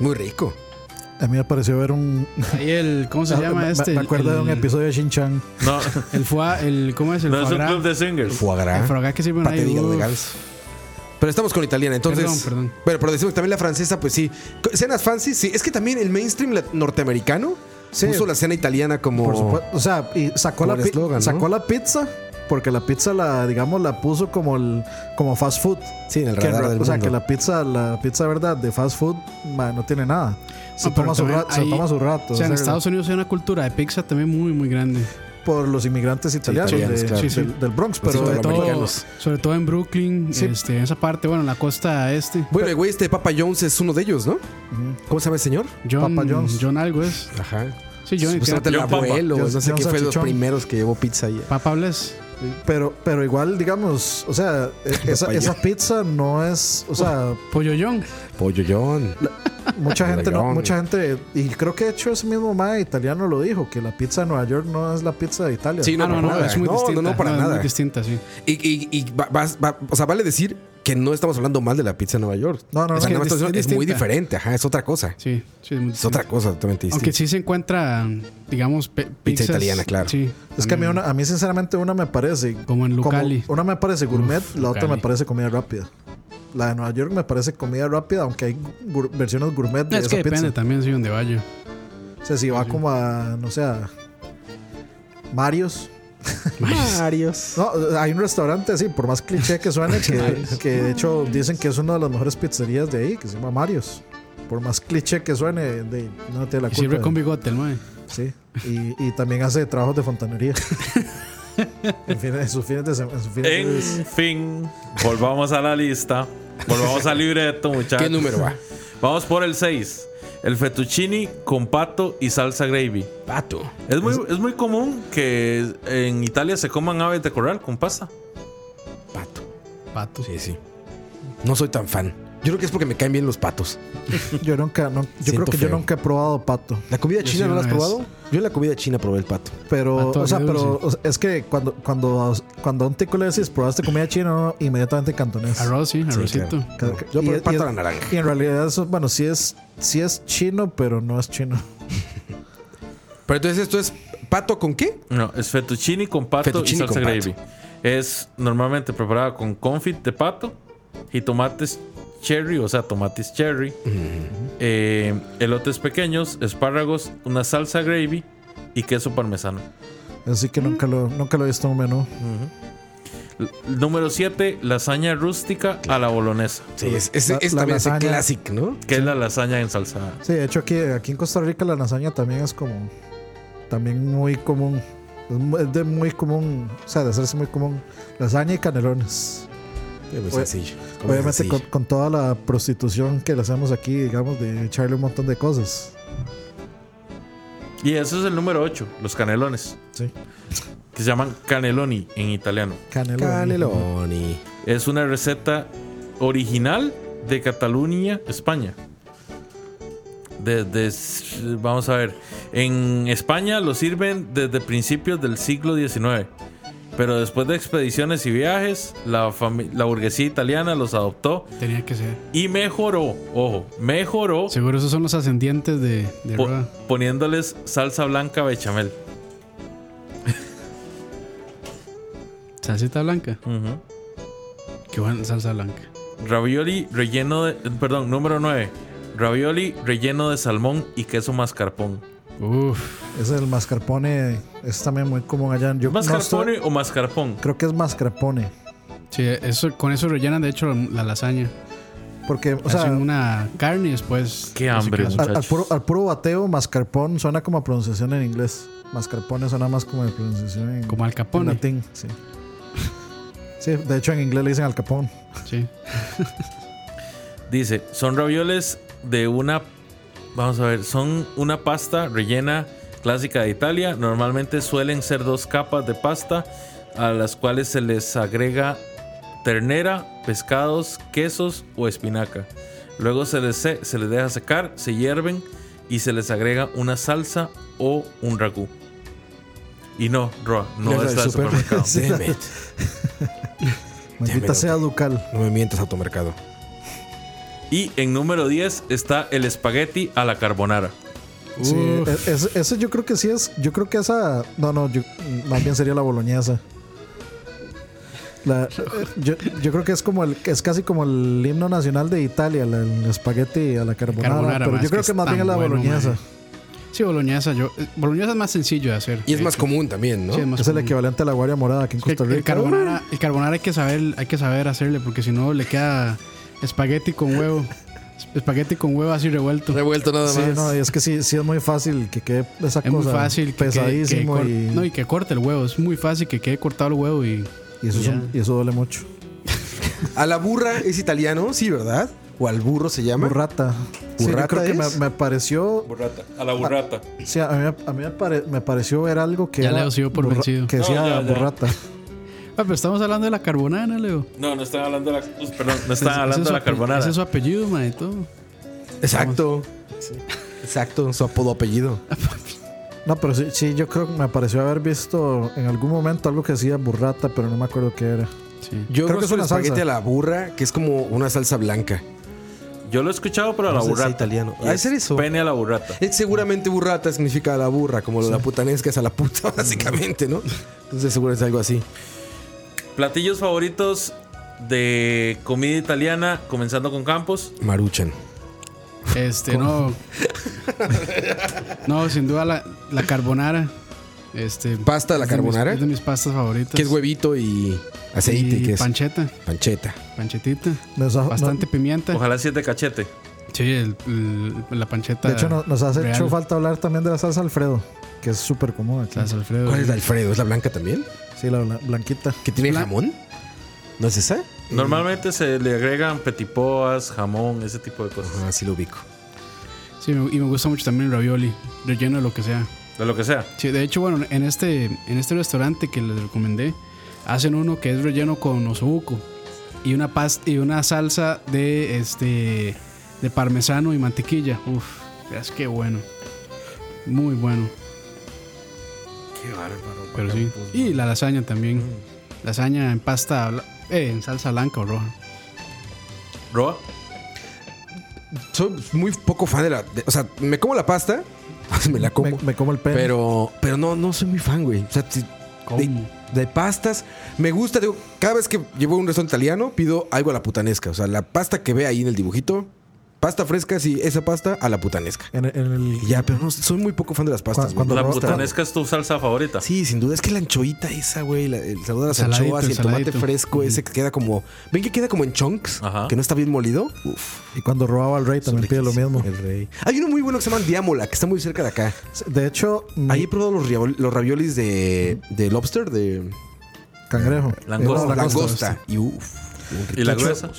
[SPEAKER 5] Muy rico.
[SPEAKER 4] A mí me pareció ver un.
[SPEAKER 3] Ahí el, ¿cómo se
[SPEAKER 4] me-
[SPEAKER 3] llama
[SPEAKER 4] Ah, me,
[SPEAKER 3] este?
[SPEAKER 4] Me acuerdo
[SPEAKER 3] el,
[SPEAKER 4] de un episodio de Shin-Chan.
[SPEAKER 2] No,
[SPEAKER 3] El foie, el, ¿cómo es? El
[SPEAKER 2] no es
[SPEAKER 3] foie
[SPEAKER 2] un
[SPEAKER 3] gras.
[SPEAKER 2] club de singers.
[SPEAKER 5] Foie
[SPEAKER 4] ¿Ah?
[SPEAKER 3] El
[SPEAKER 5] gras,
[SPEAKER 3] foie gras que sirven
[SPEAKER 5] pate de
[SPEAKER 3] ahí.
[SPEAKER 5] hígado de
[SPEAKER 3] uf.
[SPEAKER 5] ganso. Pero estamos con italiana, entonces.
[SPEAKER 3] Perdón, perdón.
[SPEAKER 5] Bueno, pero decimos que también la francesa, pues sí. Cenas fancy, sí. Es que también el mainstream la- norteamericano
[SPEAKER 4] Sí.
[SPEAKER 5] puso la cena italiana como.
[SPEAKER 4] Por supuesto. O sea, y sacó,
[SPEAKER 5] Como el
[SPEAKER 4] la, pi-
[SPEAKER 5] Oh. eslogan, ¿no?
[SPEAKER 4] sacó la pizza. Porque la pizza la, digamos, la puso como el como fast food.
[SPEAKER 5] Sí, en el
[SPEAKER 4] Que
[SPEAKER 5] radar
[SPEAKER 4] ra-
[SPEAKER 5] del
[SPEAKER 4] o sea,
[SPEAKER 5] mundo.
[SPEAKER 4] que la pizza, la pizza verdad de fast food ma, no tiene nada. Se,
[SPEAKER 3] No, Ah, pero
[SPEAKER 4] toma, su
[SPEAKER 3] también
[SPEAKER 4] rato, se
[SPEAKER 3] ahí-
[SPEAKER 4] toma su rato.
[SPEAKER 3] O sea, en
[SPEAKER 4] hacerla.
[SPEAKER 3] Estados Unidos hay una cultura de pizza también muy, muy grande.
[SPEAKER 4] por los inmigrantes italianos,
[SPEAKER 5] italianos,
[SPEAKER 4] de-
[SPEAKER 5] claro.
[SPEAKER 4] del- del, Bronx, pero
[SPEAKER 3] Sobre
[SPEAKER 5] los
[SPEAKER 3] todo,
[SPEAKER 5] americanos.
[SPEAKER 3] sobre todo en Brooklyn,
[SPEAKER 4] Sí.
[SPEAKER 3] este, en esa parte, bueno, en la costa este.
[SPEAKER 5] Bueno, el güey, este Papa Jones es uno de ellos, ¿no? ¿Cómo se llama el señor?
[SPEAKER 3] John,
[SPEAKER 4] Papa John's.
[SPEAKER 3] John algo es.
[SPEAKER 5] Ajá.
[SPEAKER 3] Sí, pues John.
[SPEAKER 5] Supuestamente el
[SPEAKER 2] John Papa.
[SPEAKER 5] abuelo,
[SPEAKER 4] John-
[SPEAKER 5] no sé
[SPEAKER 4] John
[SPEAKER 5] qué fue de los
[SPEAKER 4] Salchichón.
[SPEAKER 5] primeros que llevó pizza ahí.
[SPEAKER 3] Papa Bless.
[SPEAKER 4] pero pero igual digamos, o sea, e- esa,
[SPEAKER 5] Papaya.
[SPEAKER 4] esa pizza no es, o sea,
[SPEAKER 3] Pollo John.
[SPEAKER 5] Pollo John.
[SPEAKER 4] Mucha gente no,
[SPEAKER 5] Dragón.
[SPEAKER 4] mucha gente, y creo que de hecho ese mismo mae italiano lo dijo, que la pizza de Nueva York no es la pizza de Italia.
[SPEAKER 5] Sí, no,
[SPEAKER 3] ah, no,
[SPEAKER 5] para
[SPEAKER 3] no,
[SPEAKER 5] nada.
[SPEAKER 3] es muy
[SPEAKER 5] No, no,
[SPEAKER 3] distinta.
[SPEAKER 5] no, para
[SPEAKER 3] Es
[SPEAKER 5] nada.
[SPEAKER 3] muy distinta, sí.
[SPEAKER 5] Y, y- y va- vas- va- o sea, vale decir que no estamos hablando mal de la pizza de Nueva York.
[SPEAKER 4] No, no,
[SPEAKER 5] O sea, nada
[SPEAKER 4] no.
[SPEAKER 5] más
[SPEAKER 3] es
[SPEAKER 5] estamos diciendo, es, muy
[SPEAKER 3] distinta.
[SPEAKER 5] diferente, ajá, es otra cosa.
[SPEAKER 3] Sí, sí, es muy
[SPEAKER 5] Es otra
[SPEAKER 3] distinta.
[SPEAKER 5] cosa totalmente distinta.
[SPEAKER 3] Aunque sí se encuentra, digamos, pe-
[SPEAKER 5] Pizza
[SPEAKER 3] pizzas-
[SPEAKER 5] italiana, claro.
[SPEAKER 3] Sí.
[SPEAKER 4] Es que a mí, una- a mí sinceramente una me parece
[SPEAKER 3] Mm. Como en Lucali.
[SPEAKER 4] una me parece gourmet,
[SPEAKER 3] Uf,
[SPEAKER 4] la otra
[SPEAKER 3] Lucali.
[SPEAKER 4] me parece comida rápida. La de Nueva York me parece comida rápida, aunque hay gur- versiones gourmet de
[SPEAKER 3] Es
[SPEAKER 4] esa
[SPEAKER 3] que depende
[SPEAKER 4] pizza.
[SPEAKER 3] también, sí, donde vaya.
[SPEAKER 4] O sea, si va como a no sé, a Marios.
[SPEAKER 5] Marios.
[SPEAKER 4] No, hay un restaurante así, por más cliché que suene, que, que de hecho dicen que es una de las mejores pizzerías de ahí, que se llama Marios. por más cliché que suene, de, no tiene la
[SPEAKER 3] Y
[SPEAKER 4] culpa.
[SPEAKER 3] siempre
[SPEAKER 4] de-
[SPEAKER 3] con bigote, el mae.
[SPEAKER 4] Sí, y, y también hace trabajos de fontanería. en, fines- en sus fines de semana. En sus fines de
[SPEAKER 2] En fin, volvamos a la lista. Volvamos al libreto, muchachos.
[SPEAKER 5] ¿Qué número va?
[SPEAKER 2] Vamos por el 6. El fettuccini con pato y salsa gravy.
[SPEAKER 5] Pato.
[SPEAKER 2] Es muy, es muy común que en Italia se coman aves de corral con pasta.
[SPEAKER 5] Pato.
[SPEAKER 3] Pato.
[SPEAKER 5] Sí, sí. No soy tan fan. Yo creo que es porque me caen bien los patos.
[SPEAKER 4] Yo nunca, no- yo creo
[SPEAKER 5] Siento
[SPEAKER 4] que
[SPEAKER 5] feo.
[SPEAKER 4] yo nunca he probado pato.
[SPEAKER 5] ¿La comida
[SPEAKER 3] Yo
[SPEAKER 5] china
[SPEAKER 3] sí
[SPEAKER 5] no la has
[SPEAKER 3] una vez.
[SPEAKER 5] probado? Yo en la comida china probé el pato.
[SPEAKER 4] Pero,
[SPEAKER 3] Pato
[SPEAKER 4] o sea, pero
[SPEAKER 3] agridulce.
[SPEAKER 4] o sea, es que cuando, cuando, cuando a un tico le decís probaste comida china, no, inmediatamente cantonés.
[SPEAKER 3] Arroz, sí, arrocito.
[SPEAKER 4] Ca- ca-
[SPEAKER 5] Yo
[SPEAKER 4] y-
[SPEAKER 5] probé el pato
[SPEAKER 4] y-
[SPEAKER 5] a la naranja.
[SPEAKER 4] Y en realidad eso, bueno, sí es, sí es chino, pero no es chino.
[SPEAKER 5] Pero entonces esto es pato con qué?
[SPEAKER 2] No, es fettuccini con pato
[SPEAKER 5] Fettuccine
[SPEAKER 2] y salsa
[SPEAKER 5] con
[SPEAKER 2] gravy. Es normalmente preparada con confit de pato y tomates cherry, o sea, tomates cherry, eh, elotes pequeños, espárragos, una salsa gravy y queso parmesano.
[SPEAKER 4] Así que nunca lo, nunca lo he visto en un menú.
[SPEAKER 2] L- número 7, lasaña rústica a la bolonesa,
[SPEAKER 5] Sí, es, es,
[SPEAKER 4] La-
[SPEAKER 5] es
[SPEAKER 4] la
[SPEAKER 5] también ese
[SPEAKER 4] lasaña.
[SPEAKER 5] classic, ¿no?
[SPEAKER 2] que es la lasaña ensalzada.
[SPEAKER 4] Sí, de hecho aquí, aquí en Costa Rica la lasaña también es como, también muy común. Es mu- Es de muy común, o sea, de hacerse muy común. Lasaña y canelones.
[SPEAKER 5] Es muy
[SPEAKER 4] Oye,
[SPEAKER 5] sencillo. es como
[SPEAKER 4] Obviamente
[SPEAKER 5] sencillo.
[SPEAKER 4] con, con toda la prostitución que le hacemos aquí, digamos, de echarle un montón de cosas.
[SPEAKER 2] Y eso es el número 8, los canelones.
[SPEAKER 4] Sí.
[SPEAKER 2] Que se llaman caneloni en italiano.
[SPEAKER 4] Canelón.
[SPEAKER 5] Caneloni.
[SPEAKER 2] Es una receta original de Cataluña, España. Desde, s- vamos a ver, en España lo sirven desde principios del siglo XIX. Pero después de expediciones y viajes, la, fami- la burguesía italiana los adoptó
[SPEAKER 3] Tenía que ser.
[SPEAKER 2] y mejoró, ojo, mejoró
[SPEAKER 3] Seguro esos son los ascendientes de, de
[SPEAKER 2] po-
[SPEAKER 3] Roa.
[SPEAKER 2] poniéndoles salsa blanca bechamel.
[SPEAKER 3] Salsita blanca.
[SPEAKER 2] Ujú.
[SPEAKER 3] Qué buena salsa blanca.
[SPEAKER 2] Ravioli relleno de. Perdón, número 9. Ravioli relleno de salmón y queso mascarpone.
[SPEAKER 3] Uf.
[SPEAKER 4] Es el mascarpone, es también muy común allá. Yo no
[SPEAKER 2] ¿Mascarpone
[SPEAKER 4] estoy-
[SPEAKER 2] o mascarpón?
[SPEAKER 4] creo que es mascarpone.
[SPEAKER 3] Sí, eso, con eso rellenan, de hecho, la lasaña.
[SPEAKER 4] Porque, o sea,
[SPEAKER 3] Hacen una carne y después.
[SPEAKER 2] Qué
[SPEAKER 3] no sé
[SPEAKER 2] hambre,
[SPEAKER 3] hacen.
[SPEAKER 4] al, al
[SPEAKER 2] muchachos.
[SPEAKER 4] puro, al puro bateo, mascarpón suena como a pronunciación en inglés. Mascarpone suena más como de pronunciación en,
[SPEAKER 3] Como Al Capone.
[SPEAKER 4] en latín. Sí. Sí, de hecho en inglés le dicen al capón.
[SPEAKER 3] Sí.
[SPEAKER 2] Dice: son ravioles de una. Vamos a ver, son una pasta rellena clásica de Italia. Normalmente suelen ser dos capas de pasta a las cuales se les agrega ternera, pescados, quesos o espinaca. Luego se les, se- se les deja secar, se hierven y se les agrega una salsa o un ragú. Y no, Roa, no
[SPEAKER 5] Mierda,
[SPEAKER 2] es la
[SPEAKER 5] el
[SPEAKER 2] del
[SPEAKER 5] super-
[SPEAKER 2] supermercado.
[SPEAKER 5] Damn it.
[SPEAKER 4] Maldita
[SPEAKER 5] Démelo.
[SPEAKER 4] sea ducal.
[SPEAKER 5] No me mientas, automercado.
[SPEAKER 2] Y en número 10 está el espagueti a la carbonara.
[SPEAKER 4] Sí,
[SPEAKER 3] Uf.
[SPEAKER 4] e- ese- ese yo creo que sí es. Yo creo que esa. No, no, yo- más bien sería la boloñesa. La- eh, yo, yo creo que es como el, es casi como el himno nacional de Italia, la- el espagueti a la carbonara.
[SPEAKER 3] Carbonara,
[SPEAKER 4] pero
[SPEAKER 3] ma,
[SPEAKER 4] yo
[SPEAKER 3] es
[SPEAKER 4] creo
[SPEAKER 3] que
[SPEAKER 4] que,
[SPEAKER 3] es
[SPEAKER 4] más bien es
[SPEAKER 3] tan
[SPEAKER 4] la
[SPEAKER 3] bueno,
[SPEAKER 4] boloñesa.
[SPEAKER 3] ma. Sí, boloñesa. Yo, eh, boloñesa es más sencillo de hacer.
[SPEAKER 5] Y es
[SPEAKER 3] de
[SPEAKER 5] más
[SPEAKER 3] hecho.
[SPEAKER 5] común también, ¿no?
[SPEAKER 3] Sí, es más
[SPEAKER 4] Es el
[SPEAKER 3] común.
[SPEAKER 4] equivalente a la guardia morada aquí en
[SPEAKER 3] El,
[SPEAKER 4] Costa
[SPEAKER 3] el
[SPEAKER 4] Rica.
[SPEAKER 3] carbonara, el carbonara hay que saber, hay que saber hacerle porque si no le queda espagueti con huevo, espagueti con huevo así revuelto.
[SPEAKER 5] Revuelto nada
[SPEAKER 4] Sí,
[SPEAKER 5] más.
[SPEAKER 4] no, y es que sí, sí es muy fácil que quede esa
[SPEAKER 3] Es muy
[SPEAKER 4] cosa
[SPEAKER 3] fácil, que- que-
[SPEAKER 4] pesadísimo
[SPEAKER 3] que cor-
[SPEAKER 4] y,
[SPEAKER 3] no y que corte el huevo. Es muy fácil que quede cortado el huevo y
[SPEAKER 4] y eso es un- y eso duele mucho.
[SPEAKER 5] A la burra es italiano, sí, ¿verdad? O al burro se llama.
[SPEAKER 4] Burrata. Sí, yo
[SPEAKER 5] ¿Burrata
[SPEAKER 4] creo que me,
[SPEAKER 5] es?
[SPEAKER 4] me pareció
[SPEAKER 2] Burrata. A la burrata.
[SPEAKER 4] Sí, a mí, a mí me, pare- me pareció ver algo que
[SPEAKER 3] Ya
[SPEAKER 4] era
[SPEAKER 3] Leo se dio por
[SPEAKER 4] burra-
[SPEAKER 3] vencido.
[SPEAKER 4] que
[SPEAKER 2] No,
[SPEAKER 4] decía
[SPEAKER 2] ya, ya.
[SPEAKER 4] burrata.
[SPEAKER 3] Ah, pero estamos hablando de la carbonara, Leo.
[SPEAKER 2] No, no están hablando de la. pues, Perdón, no están
[SPEAKER 3] Ese- ese
[SPEAKER 2] hablando
[SPEAKER 3] es
[SPEAKER 2] de
[SPEAKER 3] su
[SPEAKER 2] la
[SPEAKER 3] ape-
[SPEAKER 2] carbonara.
[SPEAKER 3] Ese es su apellido, ma, y todo.
[SPEAKER 5] Exacto. Exacto, su apodo apellido.
[SPEAKER 4] No, pero sí, sí, yo creo que me pareció haber visto en algún momento algo que decía burrata, pero no me acuerdo qué era.
[SPEAKER 3] Sí.
[SPEAKER 5] Yo creo que es un
[SPEAKER 4] una salsa.
[SPEAKER 5] espagueti a la burra, que es como una salsa blanca.
[SPEAKER 2] Yo lo he escuchado, pero a la
[SPEAKER 5] No sé si es
[SPEAKER 2] burrata.
[SPEAKER 5] italiano.
[SPEAKER 2] Y
[SPEAKER 5] Ah, ¿es eso?
[SPEAKER 2] Pene a la burrata.
[SPEAKER 5] Eh, Seguramente burrata significa a la burra, como lo de la putanesca es a la puta, básicamente, ¿no? Entonces seguro es algo así.
[SPEAKER 2] Platillos favoritos de comida italiana, comenzando con Campos.
[SPEAKER 5] Maruchan.
[SPEAKER 3] Este, no. no, sin duda la, la carbonara. Este,
[SPEAKER 5] Pasta a la
[SPEAKER 3] es de mis-
[SPEAKER 5] carbonara.
[SPEAKER 3] es de mis pastas favoritas.
[SPEAKER 5] Que es huevito y aceite,
[SPEAKER 3] Y
[SPEAKER 5] que es Oh,
[SPEAKER 3] Pancheta,
[SPEAKER 5] pancheta.
[SPEAKER 3] panchetita.
[SPEAKER 4] No, esa-
[SPEAKER 3] Bastante pimienta.
[SPEAKER 5] Eh.
[SPEAKER 2] Ojalá siete cachete.
[SPEAKER 3] Sí, el- el- la pancheta.
[SPEAKER 4] De hecho, no- nos hace
[SPEAKER 3] real.
[SPEAKER 4] hecho falta hablar también de la salsa Alfredo, que es súper común aquí.
[SPEAKER 3] Salsa Alfredo.
[SPEAKER 5] ¿Cuál es la Alfredo? ¿Es la blanca también?
[SPEAKER 4] Sí, la, la blanquita.
[SPEAKER 5] ¿Que tiene jamón? ¿No es esa?
[SPEAKER 2] Normalmente se le agregan petipoas, jamón, ese tipo de cosas.
[SPEAKER 5] Ah, sí lo ubico.
[SPEAKER 3] Sí, me- y me gusta mucho también el ravioli, relleno de lo que sea.
[SPEAKER 2] De lo que sea.
[SPEAKER 3] Sí, de hecho, bueno, en este, en este restaurante que les recomendé, hacen uno que es relleno con osobuco y una pasta y una salsa de este de parmesano y mantequilla. Uf, es que bueno. Muy bueno. Qué bárbaro. Pero pues Mm. sí. Y la lasaña también. Lasaña en pasta bla- eh, en salsa blanca o roja.
[SPEAKER 2] Roa,
[SPEAKER 5] Soy muy poco fan de la. de- o sea, me como la pasta, me la como.
[SPEAKER 4] Me, me como el pene.
[SPEAKER 5] pero pero no, no soy muy fan, güey. O sea, si- de,
[SPEAKER 3] ¿Cómo?
[SPEAKER 5] de pastas. Me gusta, digo, cada vez que llevo a un restaurante italiano, pido algo a la putanesca. O sea, la pasta que ve ahí en el dibujito, pasta fresca, sí, esa pasta a la putanesca.
[SPEAKER 4] En, en el,
[SPEAKER 5] Y ya, pero no, soy muy poco fan de las pastas.
[SPEAKER 4] Cuando-
[SPEAKER 5] güey.
[SPEAKER 2] la
[SPEAKER 4] Roa,
[SPEAKER 2] putanesca es tu salsa favorita.
[SPEAKER 5] Sí, sin duda. Es que la anchoita esa, güey. la- el sabor de las
[SPEAKER 3] Saladito,
[SPEAKER 5] anchoas y el tomate
[SPEAKER 3] saladito.
[SPEAKER 5] fresco ese que queda como. ¿Ven que queda como en chunks?
[SPEAKER 2] Ajá.
[SPEAKER 5] Que no está bien molido. Uf.
[SPEAKER 4] y cuando robaba al rey también pide lo mismo.
[SPEAKER 5] El rey. Hay uno muy bueno que se llama Diamola, que está muy cerca de acá.
[SPEAKER 4] De hecho, mi
[SPEAKER 5] Ahí he probado los, riavol- los raviolis de, de lobster, de
[SPEAKER 4] cangrejo.
[SPEAKER 2] Langosta.
[SPEAKER 4] Era
[SPEAKER 5] eh, langosta. Y uff.
[SPEAKER 2] ¿Y la gruesa?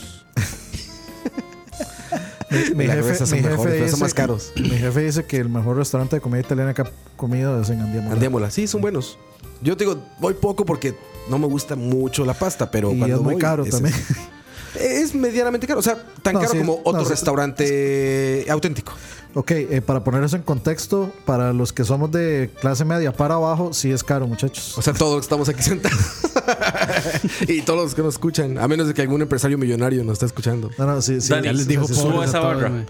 [SPEAKER 4] Mi, mi
[SPEAKER 5] Las
[SPEAKER 4] jefe,
[SPEAKER 5] gruesas son
[SPEAKER 4] mi jefe
[SPEAKER 5] mejores, pero son
[SPEAKER 4] dice
[SPEAKER 5] más
[SPEAKER 4] que-
[SPEAKER 5] caros.
[SPEAKER 4] Mi jefe dice que el mejor restaurante de comida italiana que ha comido es en Andiamo.
[SPEAKER 5] Andiamola, sí, son buenos. Yo te digo, voy poco porque no me gusta mucho la pasta, pero
[SPEAKER 4] Y
[SPEAKER 5] cuando
[SPEAKER 4] es muy
[SPEAKER 5] voy,
[SPEAKER 4] caro
[SPEAKER 5] es-
[SPEAKER 4] también.
[SPEAKER 5] Es medianamente caro, o sea, tan
[SPEAKER 4] No,
[SPEAKER 5] caro
[SPEAKER 4] sí,
[SPEAKER 5] como
[SPEAKER 4] no,
[SPEAKER 5] otro
[SPEAKER 4] sí.
[SPEAKER 5] restaurante auténtico.
[SPEAKER 4] Ok, eh, para poner eso en contexto, para los que somos de clase media para abajo, sí es caro, muchachos.
[SPEAKER 5] O sea, todos los que estamos aquí sentados. y todos los que nos escuchan, a menos de que algún empresario millonario nos está escuchando.
[SPEAKER 4] No, no, sí, sí.
[SPEAKER 2] Dani,
[SPEAKER 4] sí, sí, sí,
[SPEAKER 2] suba
[SPEAKER 4] sí,
[SPEAKER 3] pobres
[SPEAKER 2] esa
[SPEAKER 3] a todos,
[SPEAKER 2] barra.
[SPEAKER 3] güey.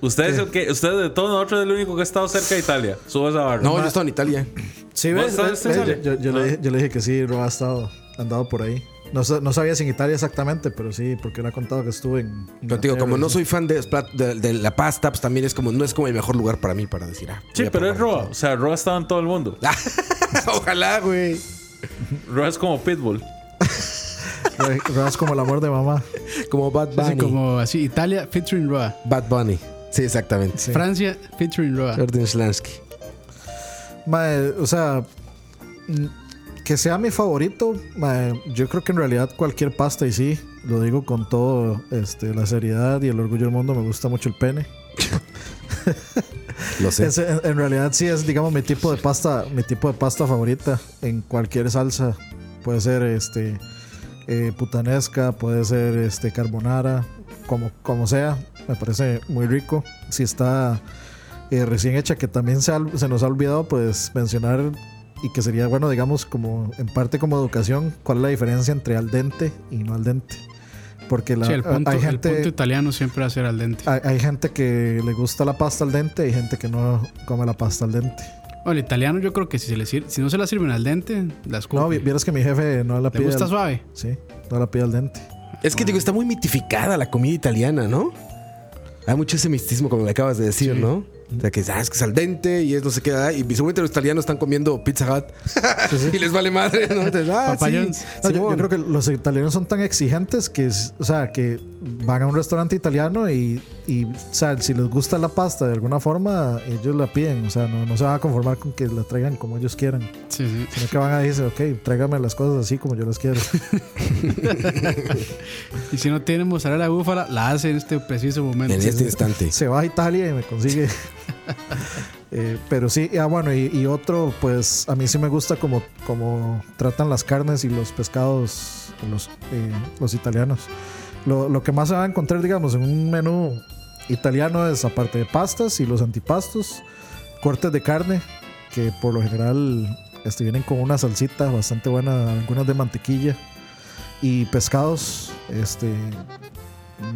[SPEAKER 2] Usted es el que, usted de todos nosotros es el único que ha estado cerca de Italia. Suba esa barra.
[SPEAKER 5] No, yo estaba en Italia.
[SPEAKER 4] Sí,
[SPEAKER 2] ¿Vos
[SPEAKER 4] ves,
[SPEAKER 2] sabes,
[SPEAKER 4] ves,
[SPEAKER 2] usted
[SPEAKER 4] ves,
[SPEAKER 2] sabe?
[SPEAKER 4] yo, yo
[SPEAKER 2] Ah.
[SPEAKER 4] le dije, yo le dije que sí, Roa ha estado andado por ahí. No, sa- no sabía si en Italia exactamente, pero sí, porque él ha contado que estuve en.
[SPEAKER 5] Pero te digo,
[SPEAKER 4] Inglaterra,
[SPEAKER 5] como no
[SPEAKER 4] sí.
[SPEAKER 5] soy fan de, splat- de- de la pasta, pues también es como, no es como el mejor lugar para mí para decir, ah.
[SPEAKER 2] sí,
[SPEAKER 5] voy a probar
[SPEAKER 2] pero es
[SPEAKER 5] de
[SPEAKER 2] Roa. O sea, Roa estaba en todo el mundo.
[SPEAKER 5] todo. Ojalá, güey.
[SPEAKER 2] Roa es como Pitbull.
[SPEAKER 4] Roa- Roa es como el amor de mamá.
[SPEAKER 5] Como Bad Bunny.
[SPEAKER 3] Así como así Italia featuring Roa.
[SPEAKER 5] Bad Bunny. Sí, exactamente.
[SPEAKER 4] Sí.
[SPEAKER 3] Francia featuring Roa.
[SPEAKER 5] Jordan Slansky.
[SPEAKER 4] Mae, o sea, mm, que sea mi favorito, mae, yo creo que en realidad cualquier pasta y sí, lo digo con todo este, la seriedad y el orgullo del mundo, me gusta mucho el pene.
[SPEAKER 5] Lo sé.
[SPEAKER 4] Es- en, en realidad sí es, digamos, mi tipo de pasta, mi tipo de pasta favorita en cualquier salsa. Puede ser este eh, putanesca, puede ser este carbonara, como, como sea, me parece muy rico. Si está eh, recién hecha, que también se, ha ol- se nos ha olvidado pues mencionar y que sería bueno, digamos, como en parte como educación, cuál es la diferencia entre al dente y no al dente. Porque la,
[SPEAKER 3] Sí, el punto,
[SPEAKER 4] hay
[SPEAKER 3] el
[SPEAKER 4] gente
[SPEAKER 3] punto italiano siempre va a ser al dente.
[SPEAKER 4] hay, hay gente que le gusta la pasta al dente y gente que no come la pasta al dente.
[SPEAKER 3] Bueno, el italiano yo creo que si, se le sir- si no se la sirven al dente, las
[SPEAKER 4] No, vi-
[SPEAKER 3] escupe.
[SPEAKER 4] vieras que mi jefe no la
[SPEAKER 3] ¿Le
[SPEAKER 4] pide.
[SPEAKER 3] gusta
[SPEAKER 4] al-
[SPEAKER 3] suave?
[SPEAKER 4] Sí, no la pide al dente.
[SPEAKER 5] Es que digo, está muy mitificada la comida italiana, ¿no? Hay mucho ese mistismo, como me acabas de decir,
[SPEAKER 3] Sí.
[SPEAKER 5] ¿no? O sea, que, ah, es que es al dente y es no sé qué, ah, y seguramente los italianos están comiendo Pizza Hut y les vale madre, ¿no? Entonces, ah,
[SPEAKER 3] Papa
[SPEAKER 5] sí,
[SPEAKER 3] John's.
[SPEAKER 4] No, yo- yo,
[SPEAKER 5] Simón.
[SPEAKER 4] creo que los italianos son tan exigentes que, es- o sea, que van a un restaurante italiano y, y, o sea, si les gusta la pasta de alguna forma, ellos la piden. O sea, no, no se van a conformar con que la traigan como ellos quieran.
[SPEAKER 3] Sí, sí.
[SPEAKER 4] Sino que van a decir, ok, tráigame las cosas así como yo las quiero.
[SPEAKER 3] Y si no tienen mozzarella búfala, la hace en este preciso momento.
[SPEAKER 5] En este instante.
[SPEAKER 4] se va a Italia y me consigue. Eh, pero sí, ah, bueno, y, y otro, pues a mí sí me gusta como, como tratan las carnes y los pescados los, eh, los italianos. Lo, lo que más se va a encontrar, digamos, en un menú italiano es, aparte de pastas y los antipastos, cortes de carne, que por lo general este, vienen con una salsita bastante buena, algunas de mantequilla, y pescados, este,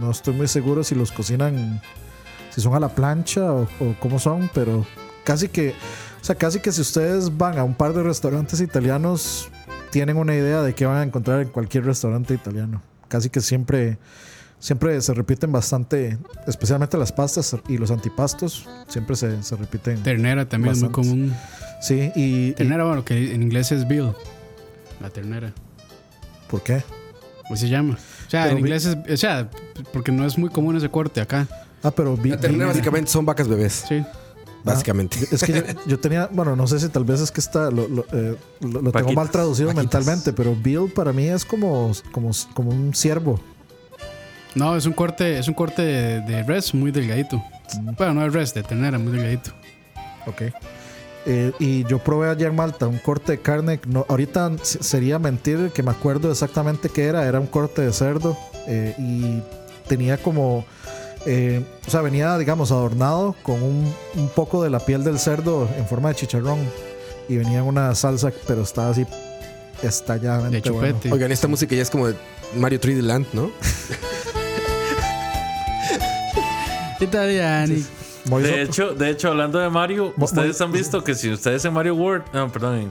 [SPEAKER 4] no estoy muy seguro si los cocinan si son a la plancha o, o cómo son, pero casi que, o sea, casi que si ustedes van a un par de restaurantes italianos, tienen una idea de qué van a encontrar en cualquier restaurante italiano. Casi que siempre, siempre se repiten bastante, especialmente las pastas y los antipastos, siempre se, se repiten.
[SPEAKER 3] Ternera también es muy
[SPEAKER 4] Bastantes.
[SPEAKER 3] común.
[SPEAKER 4] Sí, y, y-
[SPEAKER 3] Ternera, bueno, que en inglés es bill. La ternera.
[SPEAKER 4] ¿por qué?
[SPEAKER 3] ¿Cómo se llama? O sea,
[SPEAKER 4] Pero
[SPEAKER 3] en
[SPEAKER 4] vi-
[SPEAKER 3] inglés es. O sea, porque no es muy común ese corte acá.
[SPEAKER 4] Ah, pero vi-
[SPEAKER 5] La ternera
[SPEAKER 4] vi-
[SPEAKER 5] básicamente son vacas bebés.
[SPEAKER 3] Sí.
[SPEAKER 5] Básicamente.
[SPEAKER 4] Es que yo, yo tenía, bueno, no sé si tal vez es que está, lo, lo, eh, lo- lo tengo
[SPEAKER 2] Paquitas,
[SPEAKER 4] mal traducido
[SPEAKER 5] paquitas.
[SPEAKER 4] mentalmente, pero Bill para mí es como, como, como un ciervo.
[SPEAKER 3] No, es un corte, es un corte de, de res muy delgadito. Bueno, no es res, de ternera, muy delgadito.
[SPEAKER 4] Ok. Eh, y yo probé allá en Malta un corte de carne. No, ahorita s- sería mentir que me acuerdo exactamente qué era. Era un corte de cerdo eh, y tenía como. eh, o sea, venía, digamos, adornado con un, un poco de la piel del cerdo en forma de chicharrón. Y venía en una salsa, pero estaba así estalladamente.
[SPEAKER 3] De
[SPEAKER 4] bueno.
[SPEAKER 3] chupete.
[SPEAKER 5] Oigan, esta música ya es como de Mario 3D Land, ¿no?
[SPEAKER 3] Italiani.
[SPEAKER 4] Moiso-
[SPEAKER 2] De hecho, de hecho, hablando de Mario,
[SPEAKER 4] Mo-
[SPEAKER 2] ustedes han visto que si ustedes en Mario World, no, perdón,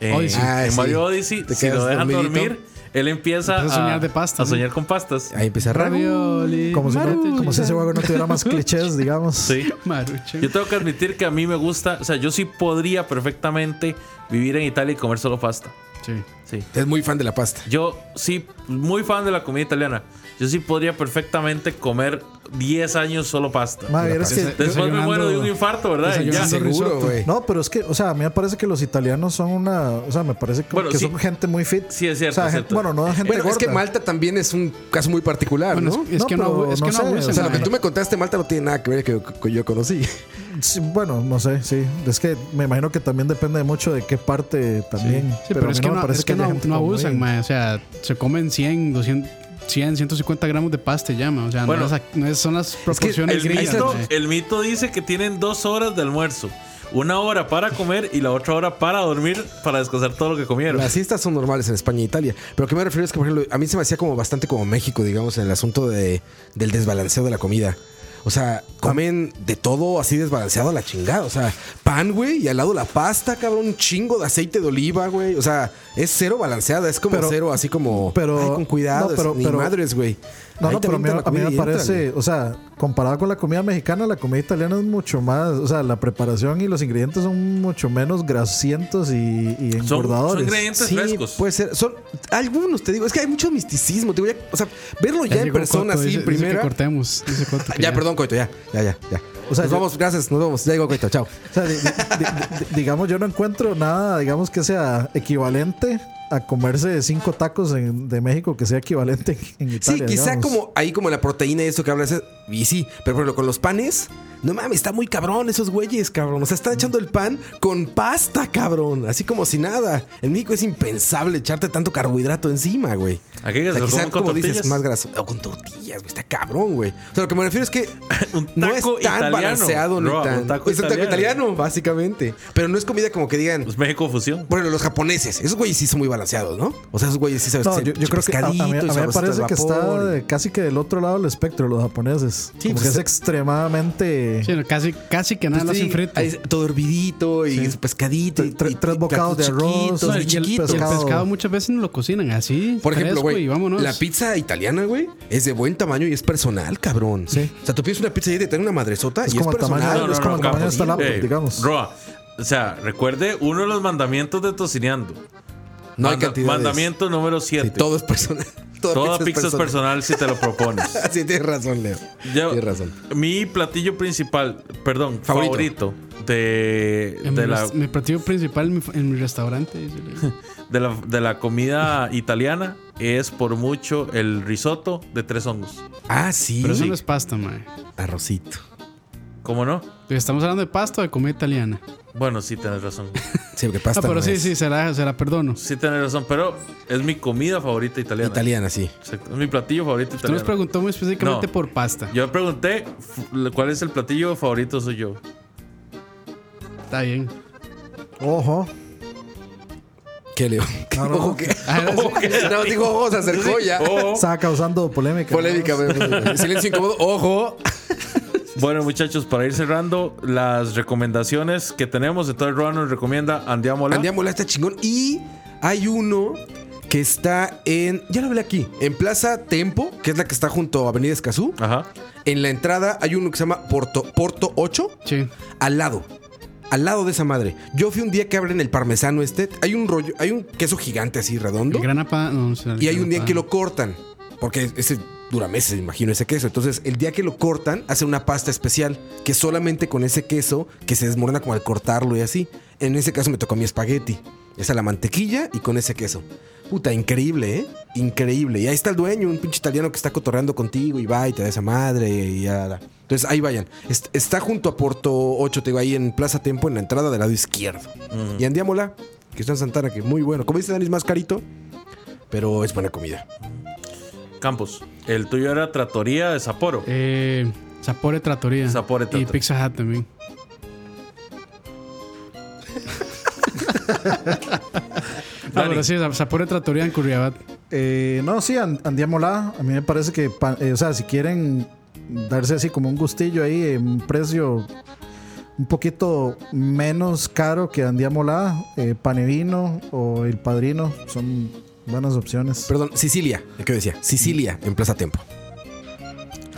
[SPEAKER 2] en, en-
[SPEAKER 3] Odyssey.
[SPEAKER 5] Ah,
[SPEAKER 2] en
[SPEAKER 5] sí.
[SPEAKER 2] Mario Odyssey,
[SPEAKER 5] Te
[SPEAKER 2] si lo
[SPEAKER 5] quedas
[SPEAKER 2] dejan
[SPEAKER 5] dormidito.
[SPEAKER 2] dormir, él empieza
[SPEAKER 3] Empieza a soñar
[SPEAKER 2] a-
[SPEAKER 3] de pastas,
[SPEAKER 2] a
[SPEAKER 3] ¿no?
[SPEAKER 2] soñar con pastas.
[SPEAKER 5] Ahí empieza raro.
[SPEAKER 3] Ravioli.
[SPEAKER 4] como, si no-
[SPEAKER 3] maruchan.
[SPEAKER 4] como si ese juego no tuviera más clichés, digamos.
[SPEAKER 2] Sí.
[SPEAKER 3] Maruchan.
[SPEAKER 2] Yo tengo que admitir que a mí me gusta, o sea, yo sí podría perfectamente vivir en Italia y comer solo pasta.
[SPEAKER 3] Sí.
[SPEAKER 2] Sí.
[SPEAKER 5] Es muy fan de la pasta.
[SPEAKER 2] Yo sí, muy fan de la comida italiana. Yo sí podría perfectamente comer 10 años solo pasta.
[SPEAKER 4] Madre, es que
[SPEAKER 2] Después me
[SPEAKER 3] Desayunando-
[SPEAKER 2] muero de un infarto, ¿verdad? Y ya.
[SPEAKER 3] desayunando
[SPEAKER 5] Seguro,
[SPEAKER 3] risotto.
[SPEAKER 5] güey.
[SPEAKER 4] No, pero es que, o sea, a mí me parece que los italianos son una. O sea, me parece como
[SPEAKER 2] Bueno,
[SPEAKER 4] que
[SPEAKER 2] sí.
[SPEAKER 4] son gente muy fit.
[SPEAKER 2] Sí, es cierto,
[SPEAKER 4] O sea,
[SPEAKER 2] es
[SPEAKER 4] gente-
[SPEAKER 2] cierto.
[SPEAKER 4] bueno, no gente
[SPEAKER 5] Bueno, es
[SPEAKER 4] gorda.
[SPEAKER 5] que Malta también es un caso muy particular,
[SPEAKER 3] Bueno,
[SPEAKER 5] ¿no?
[SPEAKER 3] es, es
[SPEAKER 4] No,
[SPEAKER 3] que no,
[SPEAKER 4] pero
[SPEAKER 3] abu- es que
[SPEAKER 4] no
[SPEAKER 3] no,
[SPEAKER 4] sé,
[SPEAKER 3] abusen,
[SPEAKER 4] o
[SPEAKER 5] O sea, lo que
[SPEAKER 3] madre.
[SPEAKER 5] tú me contaste, Malta, no tiene nada que ver con que yo conocí.
[SPEAKER 4] Sí, bueno, no sé, sí. Es que me imagino que también depende mucho de qué parte también.
[SPEAKER 3] Sí, pero,
[SPEAKER 4] a
[SPEAKER 3] es
[SPEAKER 4] mí
[SPEAKER 3] que
[SPEAKER 4] me
[SPEAKER 3] no,
[SPEAKER 4] parece
[SPEAKER 3] es que
[SPEAKER 4] haya
[SPEAKER 3] no,
[SPEAKER 4] gente
[SPEAKER 3] no
[SPEAKER 4] como
[SPEAKER 3] abusan,
[SPEAKER 4] muy-
[SPEAKER 3] mae. O sea, se comen 100, 200, 100, 150 gramos de pasta, llama. O sea,
[SPEAKER 2] Bueno,
[SPEAKER 3] no, es, ac- no es- son las proporciones
[SPEAKER 2] El
[SPEAKER 3] gringas,
[SPEAKER 2] mito,
[SPEAKER 3] mae.
[SPEAKER 2] el mito dice que tienen dos horas de almuerzo. Una hora para comer y la otra hora para dormir para descansar todo lo que comieron.
[SPEAKER 5] Las siestas son normales en España e Italia. Pero lo que me refiero es que, por ejemplo, a mí se me hacía como bastante como México, digamos, en el asunto de, del desbalanceo de la comida. O sea, comen de todo así desbalanceado a la chingada. O sea, pan, güey, y al lado la pasta, cabrón, un chingo de aceite de oliva, güey. O sea, es cero balanceada, es como
[SPEAKER 4] Pero-
[SPEAKER 5] cero así como.
[SPEAKER 4] pero-
[SPEAKER 5] "Ay, con cuidado,
[SPEAKER 4] no, pero-
[SPEAKER 5] ni
[SPEAKER 4] pero-
[SPEAKER 5] madres, güey.
[SPEAKER 4] No,
[SPEAKER 5] Ahí
[SPEAKER 4] no,
[SPEAKER 5] te
[SPEAKER 4] pero a mí,
[SPEAKER 5] avientan la
[SPEAKER 4] a mí
[SPEAKER 5] comida
[SPEAKER 4] me
[SPEAKER 5] y entran,
[SPEAKER 4] parece, o sea, comparado con la comida mexicana, la comida italiana es mucho más, o sea, la preparación y los ingredientes son mucho menos grasientos y, y
[SPEAKER 2] Son,
[SPEAKER 4] engordadores.
[SPEAKER 2] son ingredientes
[SPEAKER 5] Sí,
[SPEAKER 2] frescos.
[SPEAKER 5] puede ser. Son algunos, te digo. Es que hay mucho misticismo. Te voy a- o sea, verlo ya, en
[SPEAKER 3] llegó
[SPEAKER 5] persona,
[SPEAKER 3] Coto,
[SPEAKER 5] así,
[SPEAKER 3] dice-
[SPEAKER 5] en
[SPEAKER 3] dice que
[SPEAKER 5] primera. Ah,
[SPEAKER 3] cortemos. dice Coto que
[SPEAKER 5] ya, perdón, Coito, ya, ya, ya, ya.
[SPEAKER 4] O sea,
[SPEAKER 5] nos
[SPEAKER 4] yo-
[SPEAKER 5] vamos, gracias, nos vemos. Ya llegó Coito, chao.
[SPEAKER 4] O sea, di- di- di- di- digamos, yo no encuentro nada, digamos, que sea equivalente a comerse cinco tacos en- de México que sea equivalente en, en
[SPEAKER 5] Sí,
[SPEAKER 4] Italia.
[SPEAKER 5] quizá
[SPEAKER 4] digamos.
[SPEAKER 5] como ahí como la proteína y eso que hablas, y sí, pero por ejemplo con los panes, no mames, está muy cabrón esos güeyes, cabrón. O sea, están echando el pan con pasta, cabrón, así como si nada. En México es impensable echarte tanto carbohidrato encima, güey.
[SPEAKER 2] Aquí que
[SPEAKER 5] O sea,
[SPEAKER 2] se lo
[SPEAKER 5] quizá,
[SPEAKER 2] comen con
[SPEAKER 5] como dices,
[SPEAKER 2] tortillas.
[SPEAKER 5] más graso. O con tortillas, güey, está cabrón, güey. O sea, lo que me refiero es que
[SPEAKER 2] Un
[SPEAKER 5] no es
[SPEAKER 2] taco
[SPEAKER 5] tan
[SPEAKER 2] italiano,
[SPEAKER 5] balanceado ni
[SPEAKER 2] Roa,
[SPEAKER 5] tan.
[SPEAKER 2] un taco
[SPEAKER 5] es un taco
[SPEAKER 2] italiano.
[SPEAKER 5] italiano, básicamente. Pero no es comida como que digan,
[SPEAKER 2] Pues México fusión.
[SPEAKER 5] Bueno, los japoneses, esos güeyes sí son muy balanceados, ¿no? O sea, esos güeyes sí sabes
[SPEAKER 4] No,
[SPEAKER 5] hacer
[SPEAKER 4] yo, yo creo que a, a mí,
[SPEAKER 5] pescadito,
[SPEAKER 4] a mí
[SPEAKER 5] este, y
[SPEAKER 4] me
[SPEAKER 5] sabrosito
[SPEAKER 4] parece
[SPEAKER 5] al
[SPEAKER 4] que está
[SPEAKER 5] vapor, y-
[SPEAKER 4] de- casi que del otro lado del espectro, los japoneses.
[SPEAKER 5] Sí,
[SPEAKER 4] como
[SPEAKER 5] pues,
[SPEAKER 4] que es
[SPEAKER 5] eh,
[SPEAKER 4] extremadamente.
[SPEAKER 3] Sí, no, casi, casi que nada lo
[SPEAKER 5] Sí,
[SPEAKER 3] hacen frito.
[SPEAKER 5] ahí todo hervidito y
[SPEAKER 4] pues Sí.
[SPEAKER 5] su pescadito. y-
[SPEAKER 4] Tre-
[SPEAKER 5] y-
[SPEAKER 4] tres
[SPEAKER 5] y
[SPEAKER 4] bocados de
[SPEAKER 5] platos
[SPEAKER 4] arroz,
[SPEAKER 5] chiquitos,
[SPEAKER 4] no,
[SPEAKER 5] muy
[SPEAKER 4] y el
[SPEAKER 5] chiquitos.
[SPEAKER 3] Y el
[SPEAKER 4] pescado.
[SPEAKER 3] pescado muchas veces no lo cocinan así.
[SPEAKER 5] Por ejemplo,
[SPEAKER 3] fresco y
[SPEAKER 5] güey,
[SPEAKER 3] vámonos.
[SPEAKER 5] la pizza italiana, güey, es de buen tamaño y es personal, cabrón.
[SPEAKER 4] Sí.
[SPEAKER 5] O sea, tú pides una pizza y te traen una madresota
[SPEAKER 4] Es
[SPEAKER 5] y es
[SPEAKER 4] como el tamaño-
[SPEAKER 5] personal.
[SPEAKER 4] no, no, es como el tamaño de esta
[SPEAKER 5] cabrón.
[SPEAKER 4] laptop,
[SPEAKER 2] Ey,
[SPEAKER 4] digamos.
[SPEAKER 2] Roa, o sea, recuerde uno de los mandamientos de Tocineando.
[SPEAKER 5] No hay
[SPEAKER 2] Manda-
[SPEAKER 5] cantidades.
[SPEAKER 2] Mandamiento número 7.
[SPEAKER 5] Sí, todo es personal. Toda,
[SPEAKER 2] Toda pizza es personal si te lo propones.
[SPEAKER 5] sí, tienes razón, Leo.
[SPEAKER 2] Yo-
[SPEAKER 5] Tienes razón.
[SPEAKER 2] Mi platillo principal, perdón,
[SPEAKER 5] Favorito.
[SPEAKER 2] favorito, de,
[SPEAKER 3] En
[SPEAKER 2] de,
[SPEAKER 3] mi,
[SPEAKER 2] la,
[SPEAKER 3] res- mi platillo principal en mi, en mi restaurante. dice Leo.
[SPEAKER 2] de, la, de la comida italiana es por mucho el risotto de tres hongos.
[SPEAKER 5] Ah, sí.
[SPEAKER 3] Pero eso no es pasta, mae.
[SPEAKER 5] Arrocito.
[SPEAKER 2] ¿Cómo no?
[SPEAKER 3] Estamos hablando de pasta o de comida italiana.
[SPEAKER 2] Bueno, sí tienes razón.
[SPEAKER 5] Sí, porque
[SPEAKER 3] Ah,
[SPEAKER 5] pasta
[SPEAKER 3] pero
[SPEAKER 5] no
[SPEAKER 3] sí,
[SPEAKER 5] es.
[SPEAKER 3] sí, se la, se la perdono.
[SPEAKER 2] Sí tienes razón, pero es mi comida favorita italiana.
[SPEAKER 5] Italiana, sí.
[SPEAKER 2] Exacto, es mi platillo favorito
[SPEAKER 3] Tú nos
[SPEAKER 2] italiano.
[SPEAKER 3] preguntó muy específicamente
[SPEAKER 2] No.
[SPEAKER 3] por pasta.
[SPEAKER 2] Yo pregunté f- cuál es el platillo favorito soy yo.
[SPEAKER 3] Está bien.
[SPEAKER 4] Ojo.
[SPEAKER 5] ¿Qué, Leo? Ojo que...
[SPEAKER 3] Ah, era-
[SPEAKER 5] Ojo que... Nada más dijo, ojo, se acercó ya.
[SPEAKER 2] Oh.
[SPEAKER 4] Estaba causando polémica.
[SPEAKER 5] Polémica, güey. Silencio incómodo. Ojo.
[SPEAKER 2] Bueno, muchachos, para ir cerrando las recomendaciones que tenemos, entonces Roa nos recomienda Andiamola.
[SPEAKER 5] Andiamola está chingón. Y hay uno que está en. Ya lo hablé aquí. En Plaza Tempo, que es la que está junto a Avenida Escazú.
[SPEAKER 2] Ajá.
[SPEAKER 5] En la entrada hay uno que se llama Porto, Porto 8.
[SPEAKER 3] Sí.
[SPEAKER 5] Al lado. Al lado de esa madre. Yo fui un día que abren el parmesano este. Hay un rollo. Hay un queso gigante así redondo.
[SPEAKER 3] El grana pa- no, no sé, el
[SPEAKER 5] Y hay un día
[SPEAKER 3] grana
[SPEAKER 5] en que
[SPEAKER 3] padano.
[SPEAKER 5] lo cortan. Porque ese dura meses, me imagino, ese queso. Entonces, el día que lo cortan, hacen una pasta especial que solamente con ese queso que se desmorona como al cortarlo y así. En ese caso me tocó mi espagueti. Esa la mantequilla y con ese queso. Puta, increíble, ¿eh? Increíble. Y ahí está el dueño, un pinche italiano que está cotorreando contigo y va y te da esa madre y ya. Entonces ahí vayan. Est- Está junto a Porto 8, te digo, ahí en Plaza Tempo, en la entrada del lado izquierdo. Y Andiámola, que está en Santana, que muy bueno. Como dice Dani, es más carito, pero es buena comida.
[SPEAKER 2] Campos, el tuyo era Tratoría de Sapporo.
[SPEAKER 3] Eh, Sapore Trattoria.
[SPEAKER 2] Sapore
[SPEAKER 3] Y
[SPEAKER 2] Trattoria.
[SPEAKER 3] Pizza Hut también. Ah,
[SPEAKER 2] Dani.
[SPEAKER 3] pero sí, Sa- Sapore Trattoria en Curriabat.
[SPEAKER 4] Eh, no, sí, and- andiámosla. A mí me parece que, pa- eh, o sea, si quieren darse así como un gustillo ahí, eh, un precio un poquito menos caro que andiámosla, eh, Panevino o El Padrino, son buenas opciones.
[SPEAKER 5] Perdón, Sicilia, ¿qué decía? Sicilia en Plaza Tempo.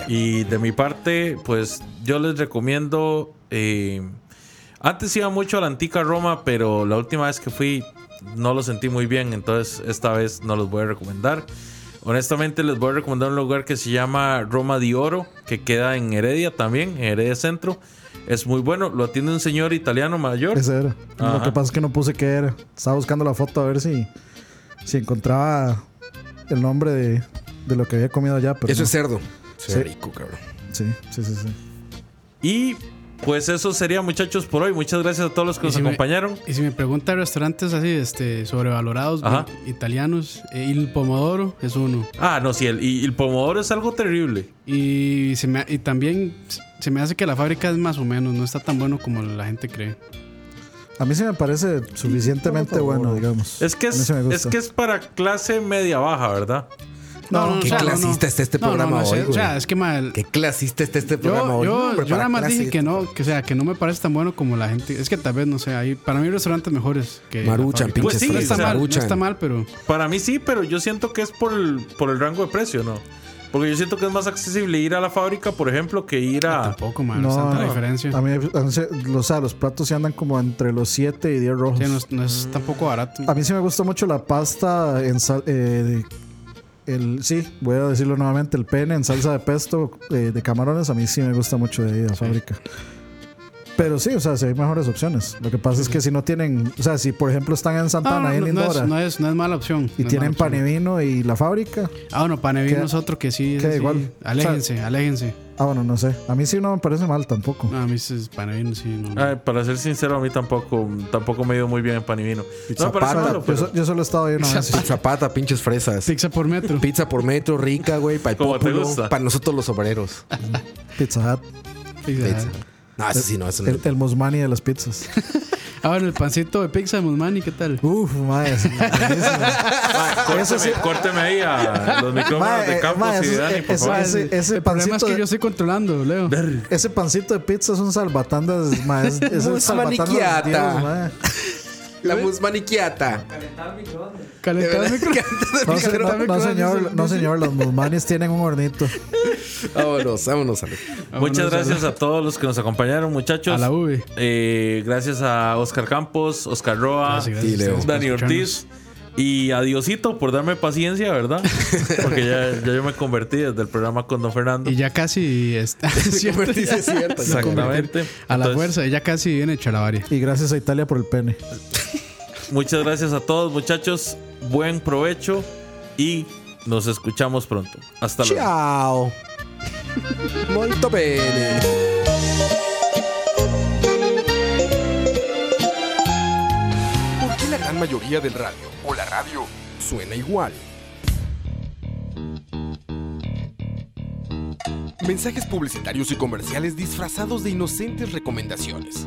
[SPEAKER 2] Y de mi parte, pues yo les recomiendo. eh, antes iba mucho a la antica Roma, pero la última vez que fui no lo sentí muy bien, entonces esta vez no los voy a recomendar. Honestamente, les voy a recomendar un lugar que se llama Roma di Oro, que queda en Heredia también, en Heredia Centro. Es muy bueno, lo atiende un señor italiano mayor.
[SPEAKER 4] Ese era. Lo
[SPEAKER 2] Ajá.
[SPEAKER 4] que pasa es que no puse qué era. Estaba buscando la foto a ver si, si encontraba el nombre de, de lo que había comido allá. Pero
[SPEAKER 5] Eso
[SPEAKER 4] no.
[SPEAKER 5] es cerdo.
[SPEAKER 4] Sí.
[SPEAKER 5] Qué rico, cabrón.
[SPEAKER 4] Sí, sí, sí. sí.
[SPEAKER 2] Y pues eso sería, muchachos, por hoy. Muchas gracias a todos los que
[SPEAKER 3] Y
[SPEAKER 2] nos
[SPEAKER 3] si me-
[SPEAKER 2] acompañaron.
[SPEAKER 3] Y si me pregunta restaurantes así, este, sobrevalorados,
[SPEAKER 2] Ajá.
[SPEAKER 3] bueno, italianos, eh, El Pomodoro es uno.
[SPEAKER 2] Ah, no, sí, el, y el pomodoro es algo terrible.
[SPEAKER 3] Y, se me, y también se me hace que la fábrica es más o menos, no está tan bueno como la gente cree.
[SPEAKER 4] A mí sí me parece suficientemente bueno, digamos.
[SPEAKER 2] Es que
[SPEAKER 4] A mí
[SPEAKER 2] es,
[SPEAKER 4] sí me gusta.
[SPEAKER 2] es que es para clase media baja, ¿verdad?
[SPEAKER 4] No,
[SPEAKER 5] qué clasista está este programa
[SPEAKER 3] no, no,
[SPEAKER 5] hoy,
[SPEAKER 3] O sea,
[SPEAKER 5] güey.
[SPEAKER 3] es que ma, el-
[SPEAKER 5] Qué clasista está este
[SPEAKER 3] yo,
[SPEAKER 5] programa hoy.
[SPEAKER 3] yo-
[SPEAKER 5] No, hombre, para
[SPEAKER 3] yo nada más
[SPEAKER 5] clase.
[SPEAKER 3] dije que no, que o sea, que no me parece tan bueno como la gente. Es que tal vez, no sé, hay, para mí hay restaurantes mejores que. la
[SPEAKER 5] Maruchan,
[SPEAKER 3] fábrica.
[SPEAKER 5] pinches
[SPEAKER 2] Pues sí,
[SPEAKER 5] fresas,
[SPEAKER 3] No está
[SPEAKER 2] o sea,
[SPEAKER 3] mal, no
[SPEAKER 5] Maruchan.
[SPEAKER 3] está mal, pero.
[SPEAKER 2] Para mí sí, pero yo siento que es por el, por el rango de precio, ¿no? Porque yo siento que es más accesible ir a la fábrica, por ejemplo, que ir
[SPEAKER 4] Ah,
[SPEAKER 2] a...
[SPEAKER 3] Tampoco, ma, no,
[SPEAKER 4] No,
[SPEAKER 3] es tanta
[SPEAKER 4] no.
[SPEAKER 3] diferencia.
[SPEAKER 4] A mí, a mí se- o sea, los platos se andan como entre los 7 y 10 rojos.
[SPEAKER 3] Sí, no, es- no es tampoco barato.
[SPEAKER 4] A mí sí me gusta mucho la pasta en sal- eh, de- el, sí, voy a decirlo nuevamente, el pene en salsa de pesto eh, de camarones, a mí sí me gusta mucho de ahí, de la fábrica. Pero sí, o sea, sí hay mejores opciones. Lo que pasa es que si no tienen, o sea, si por ejemplo están en
[SPEAKER 3] No,
[SPEAKER 4] Santana,
[SPEAKER 3] no,
[SPEAKER 4] ahí en
[SPEAKER 3] Ah, no, no
[SPEAKER 4] Lindora,
[SPEAKER 3] es, no, es, no es mala opción.
[SPEAKER 4] y
[SPEAKER 3] no es
[SPEAKER 4] tienen
[SPEAKER 3] mala opción.
[SPEAKER 4] panevino y la fábrica,
[SPEAKER 3] Ah, bueno, Panevino
[SPEAKER 4] Queda-
[SPEAKER 3] es otro que sí. ese
[SPEAKER 4] queda
[SPEAKER 3] sí.
[SPEAKER 4] igual.
[SPEAKER 3] Aléjense, aléjense.
[SPEAKER 4] ah, bueno, no sé. A mí sí no me parece mal tampoco.
[SPEAKER 3] No, a mí es Panevino, sí. No, no.
[SPEAKER 2] Ay, para ser sincero, a mí tampoco, tampoco me dio muy bien en Panivino. No me parece
[SPEAKER 5] Zapata,
[SPEAKER 2] malo,
[SPEAKER 4] yo,
[SPEAKER 2] pero
[SPEAKER 4] so- yo solo he estado ahí una vez.
[SPEAKER 5] Zapata, pinches fresas.
[SPEAKER 3] Pizza por metro.
[SPEAKER 5] Pizza por metro, rica, güey, para el
[SPEAKER 2] Como te
[SPEAKER 5] pueblo,
[SPEAKER 2] gusta.
[SPEAKER 5] para nosotros los obreros.
[SPEAKER 4] Pizza Hut,
[SPEAKER 3] Pizza.
[SPEAKER 5] Pizza. No, eso sí, no, eso no.
[SPEAKER 4] el, el Mosmani de las pizzas.
[SPEAKER 3] Ah, bueno, el pancito de pizza de Musmani, ¿qué tal?
[SPEAKER 4] Uf, madre. sí, buenísimo.
[SPEAKER 2] córteme, córteme ahí a los micrófonos
[SPEAKER 4] Mae,
[SPEAKER 2] de
[SPEAKER 4] eh,
[SPEAKER 2] Campos
[SPEAKER 4] mae,
[SPEAKER 2] y de
[SPEAKER 4] eso-
[SPEAKER 2] Dani, por
[SPEAKER 4] eso-
[SPEAKER 2] favor.
[SPEAKER 4] ese- ese
[SPEAKER 3] el problema es
[SPEAKER 4] pancito
[SPEAKER 3] que
[SPEAKER 4] de-
[SPEAKER 3] yo estoy controlando, Leo.
[SPEAKER 4] Ese pancito de pizza es un salvatandas, ma. Es, es un
[SPEAKER 5] Mus
[SPEAKER 4] salvatandas. de
[SPEAKER 5] maniquiata.
[SPEAKER 4] Dios, ma.
[SPEAKER 5] La musmaniquiata.
[SPEAKER 3] Calentar el micro.
[SPEAKER 4] No, se- no- no,
[SPEAKER 3] Microondas,
[SPEAKER 4] señor,
[SPEAKER 3] dice-
[SPEAKER 4] no
[SPEAKER 3] dice-
[SPEAKER 4] señor, los musmanes tienen un hornito.
[SPEAKER 5] Vámonos, vámonos, Ale.
[SPEAKER 3] Ah,
[SPEAKER 2] Muchas
[SPEAKER 3] Vámonos,
[SPEAKER 2] gracias a todos los que nos acompañaron, muchachos.
[SPEAKER 3] A la V.
[SPEAKER 2] Eh, gracias a Oscar Campos, Oscar Roa,
[SPEAKER 3] Gracias, gracias
[SPEAKER 5] Sí,
[SPEAKER 3] a
[SPEAKER 5] Leo.
[SPEAKER 3] ustedes por
[SPEAKER 2] Ah, Dani Ortiz. Y a Diosito por darme paciencia, ¿verdad? Porque ya, ya yo me convertí desde el programa con Don Fernando.
[SPEAKER 3] escucharnos. Y ya casi está.
[SPEAKER 5] Se convertí, sí, es cierto. ya.
[SPEAKER 2] Exactamente.
[SPEAKER 3] A la
[SPEAKER 2] Entonces,
[SPEAKER 3] fuerza, ya casi viene Chalabaria.
[SPEAKER 4] Y gracias a Italia por el pene.
[SPEAKER 2] Muchas gracias a todos, muchachos. Buen provecho y nos escuchamos pronto. Hasta luego.
[SPEAKER 5] Ciao. Molto bene.
[SPEAKER 1] ¿Por qué la gran mayoría del radio o la radio suena igual? Mensajes publicitarios y comerciales disfrazados de inocentes recomendaciones.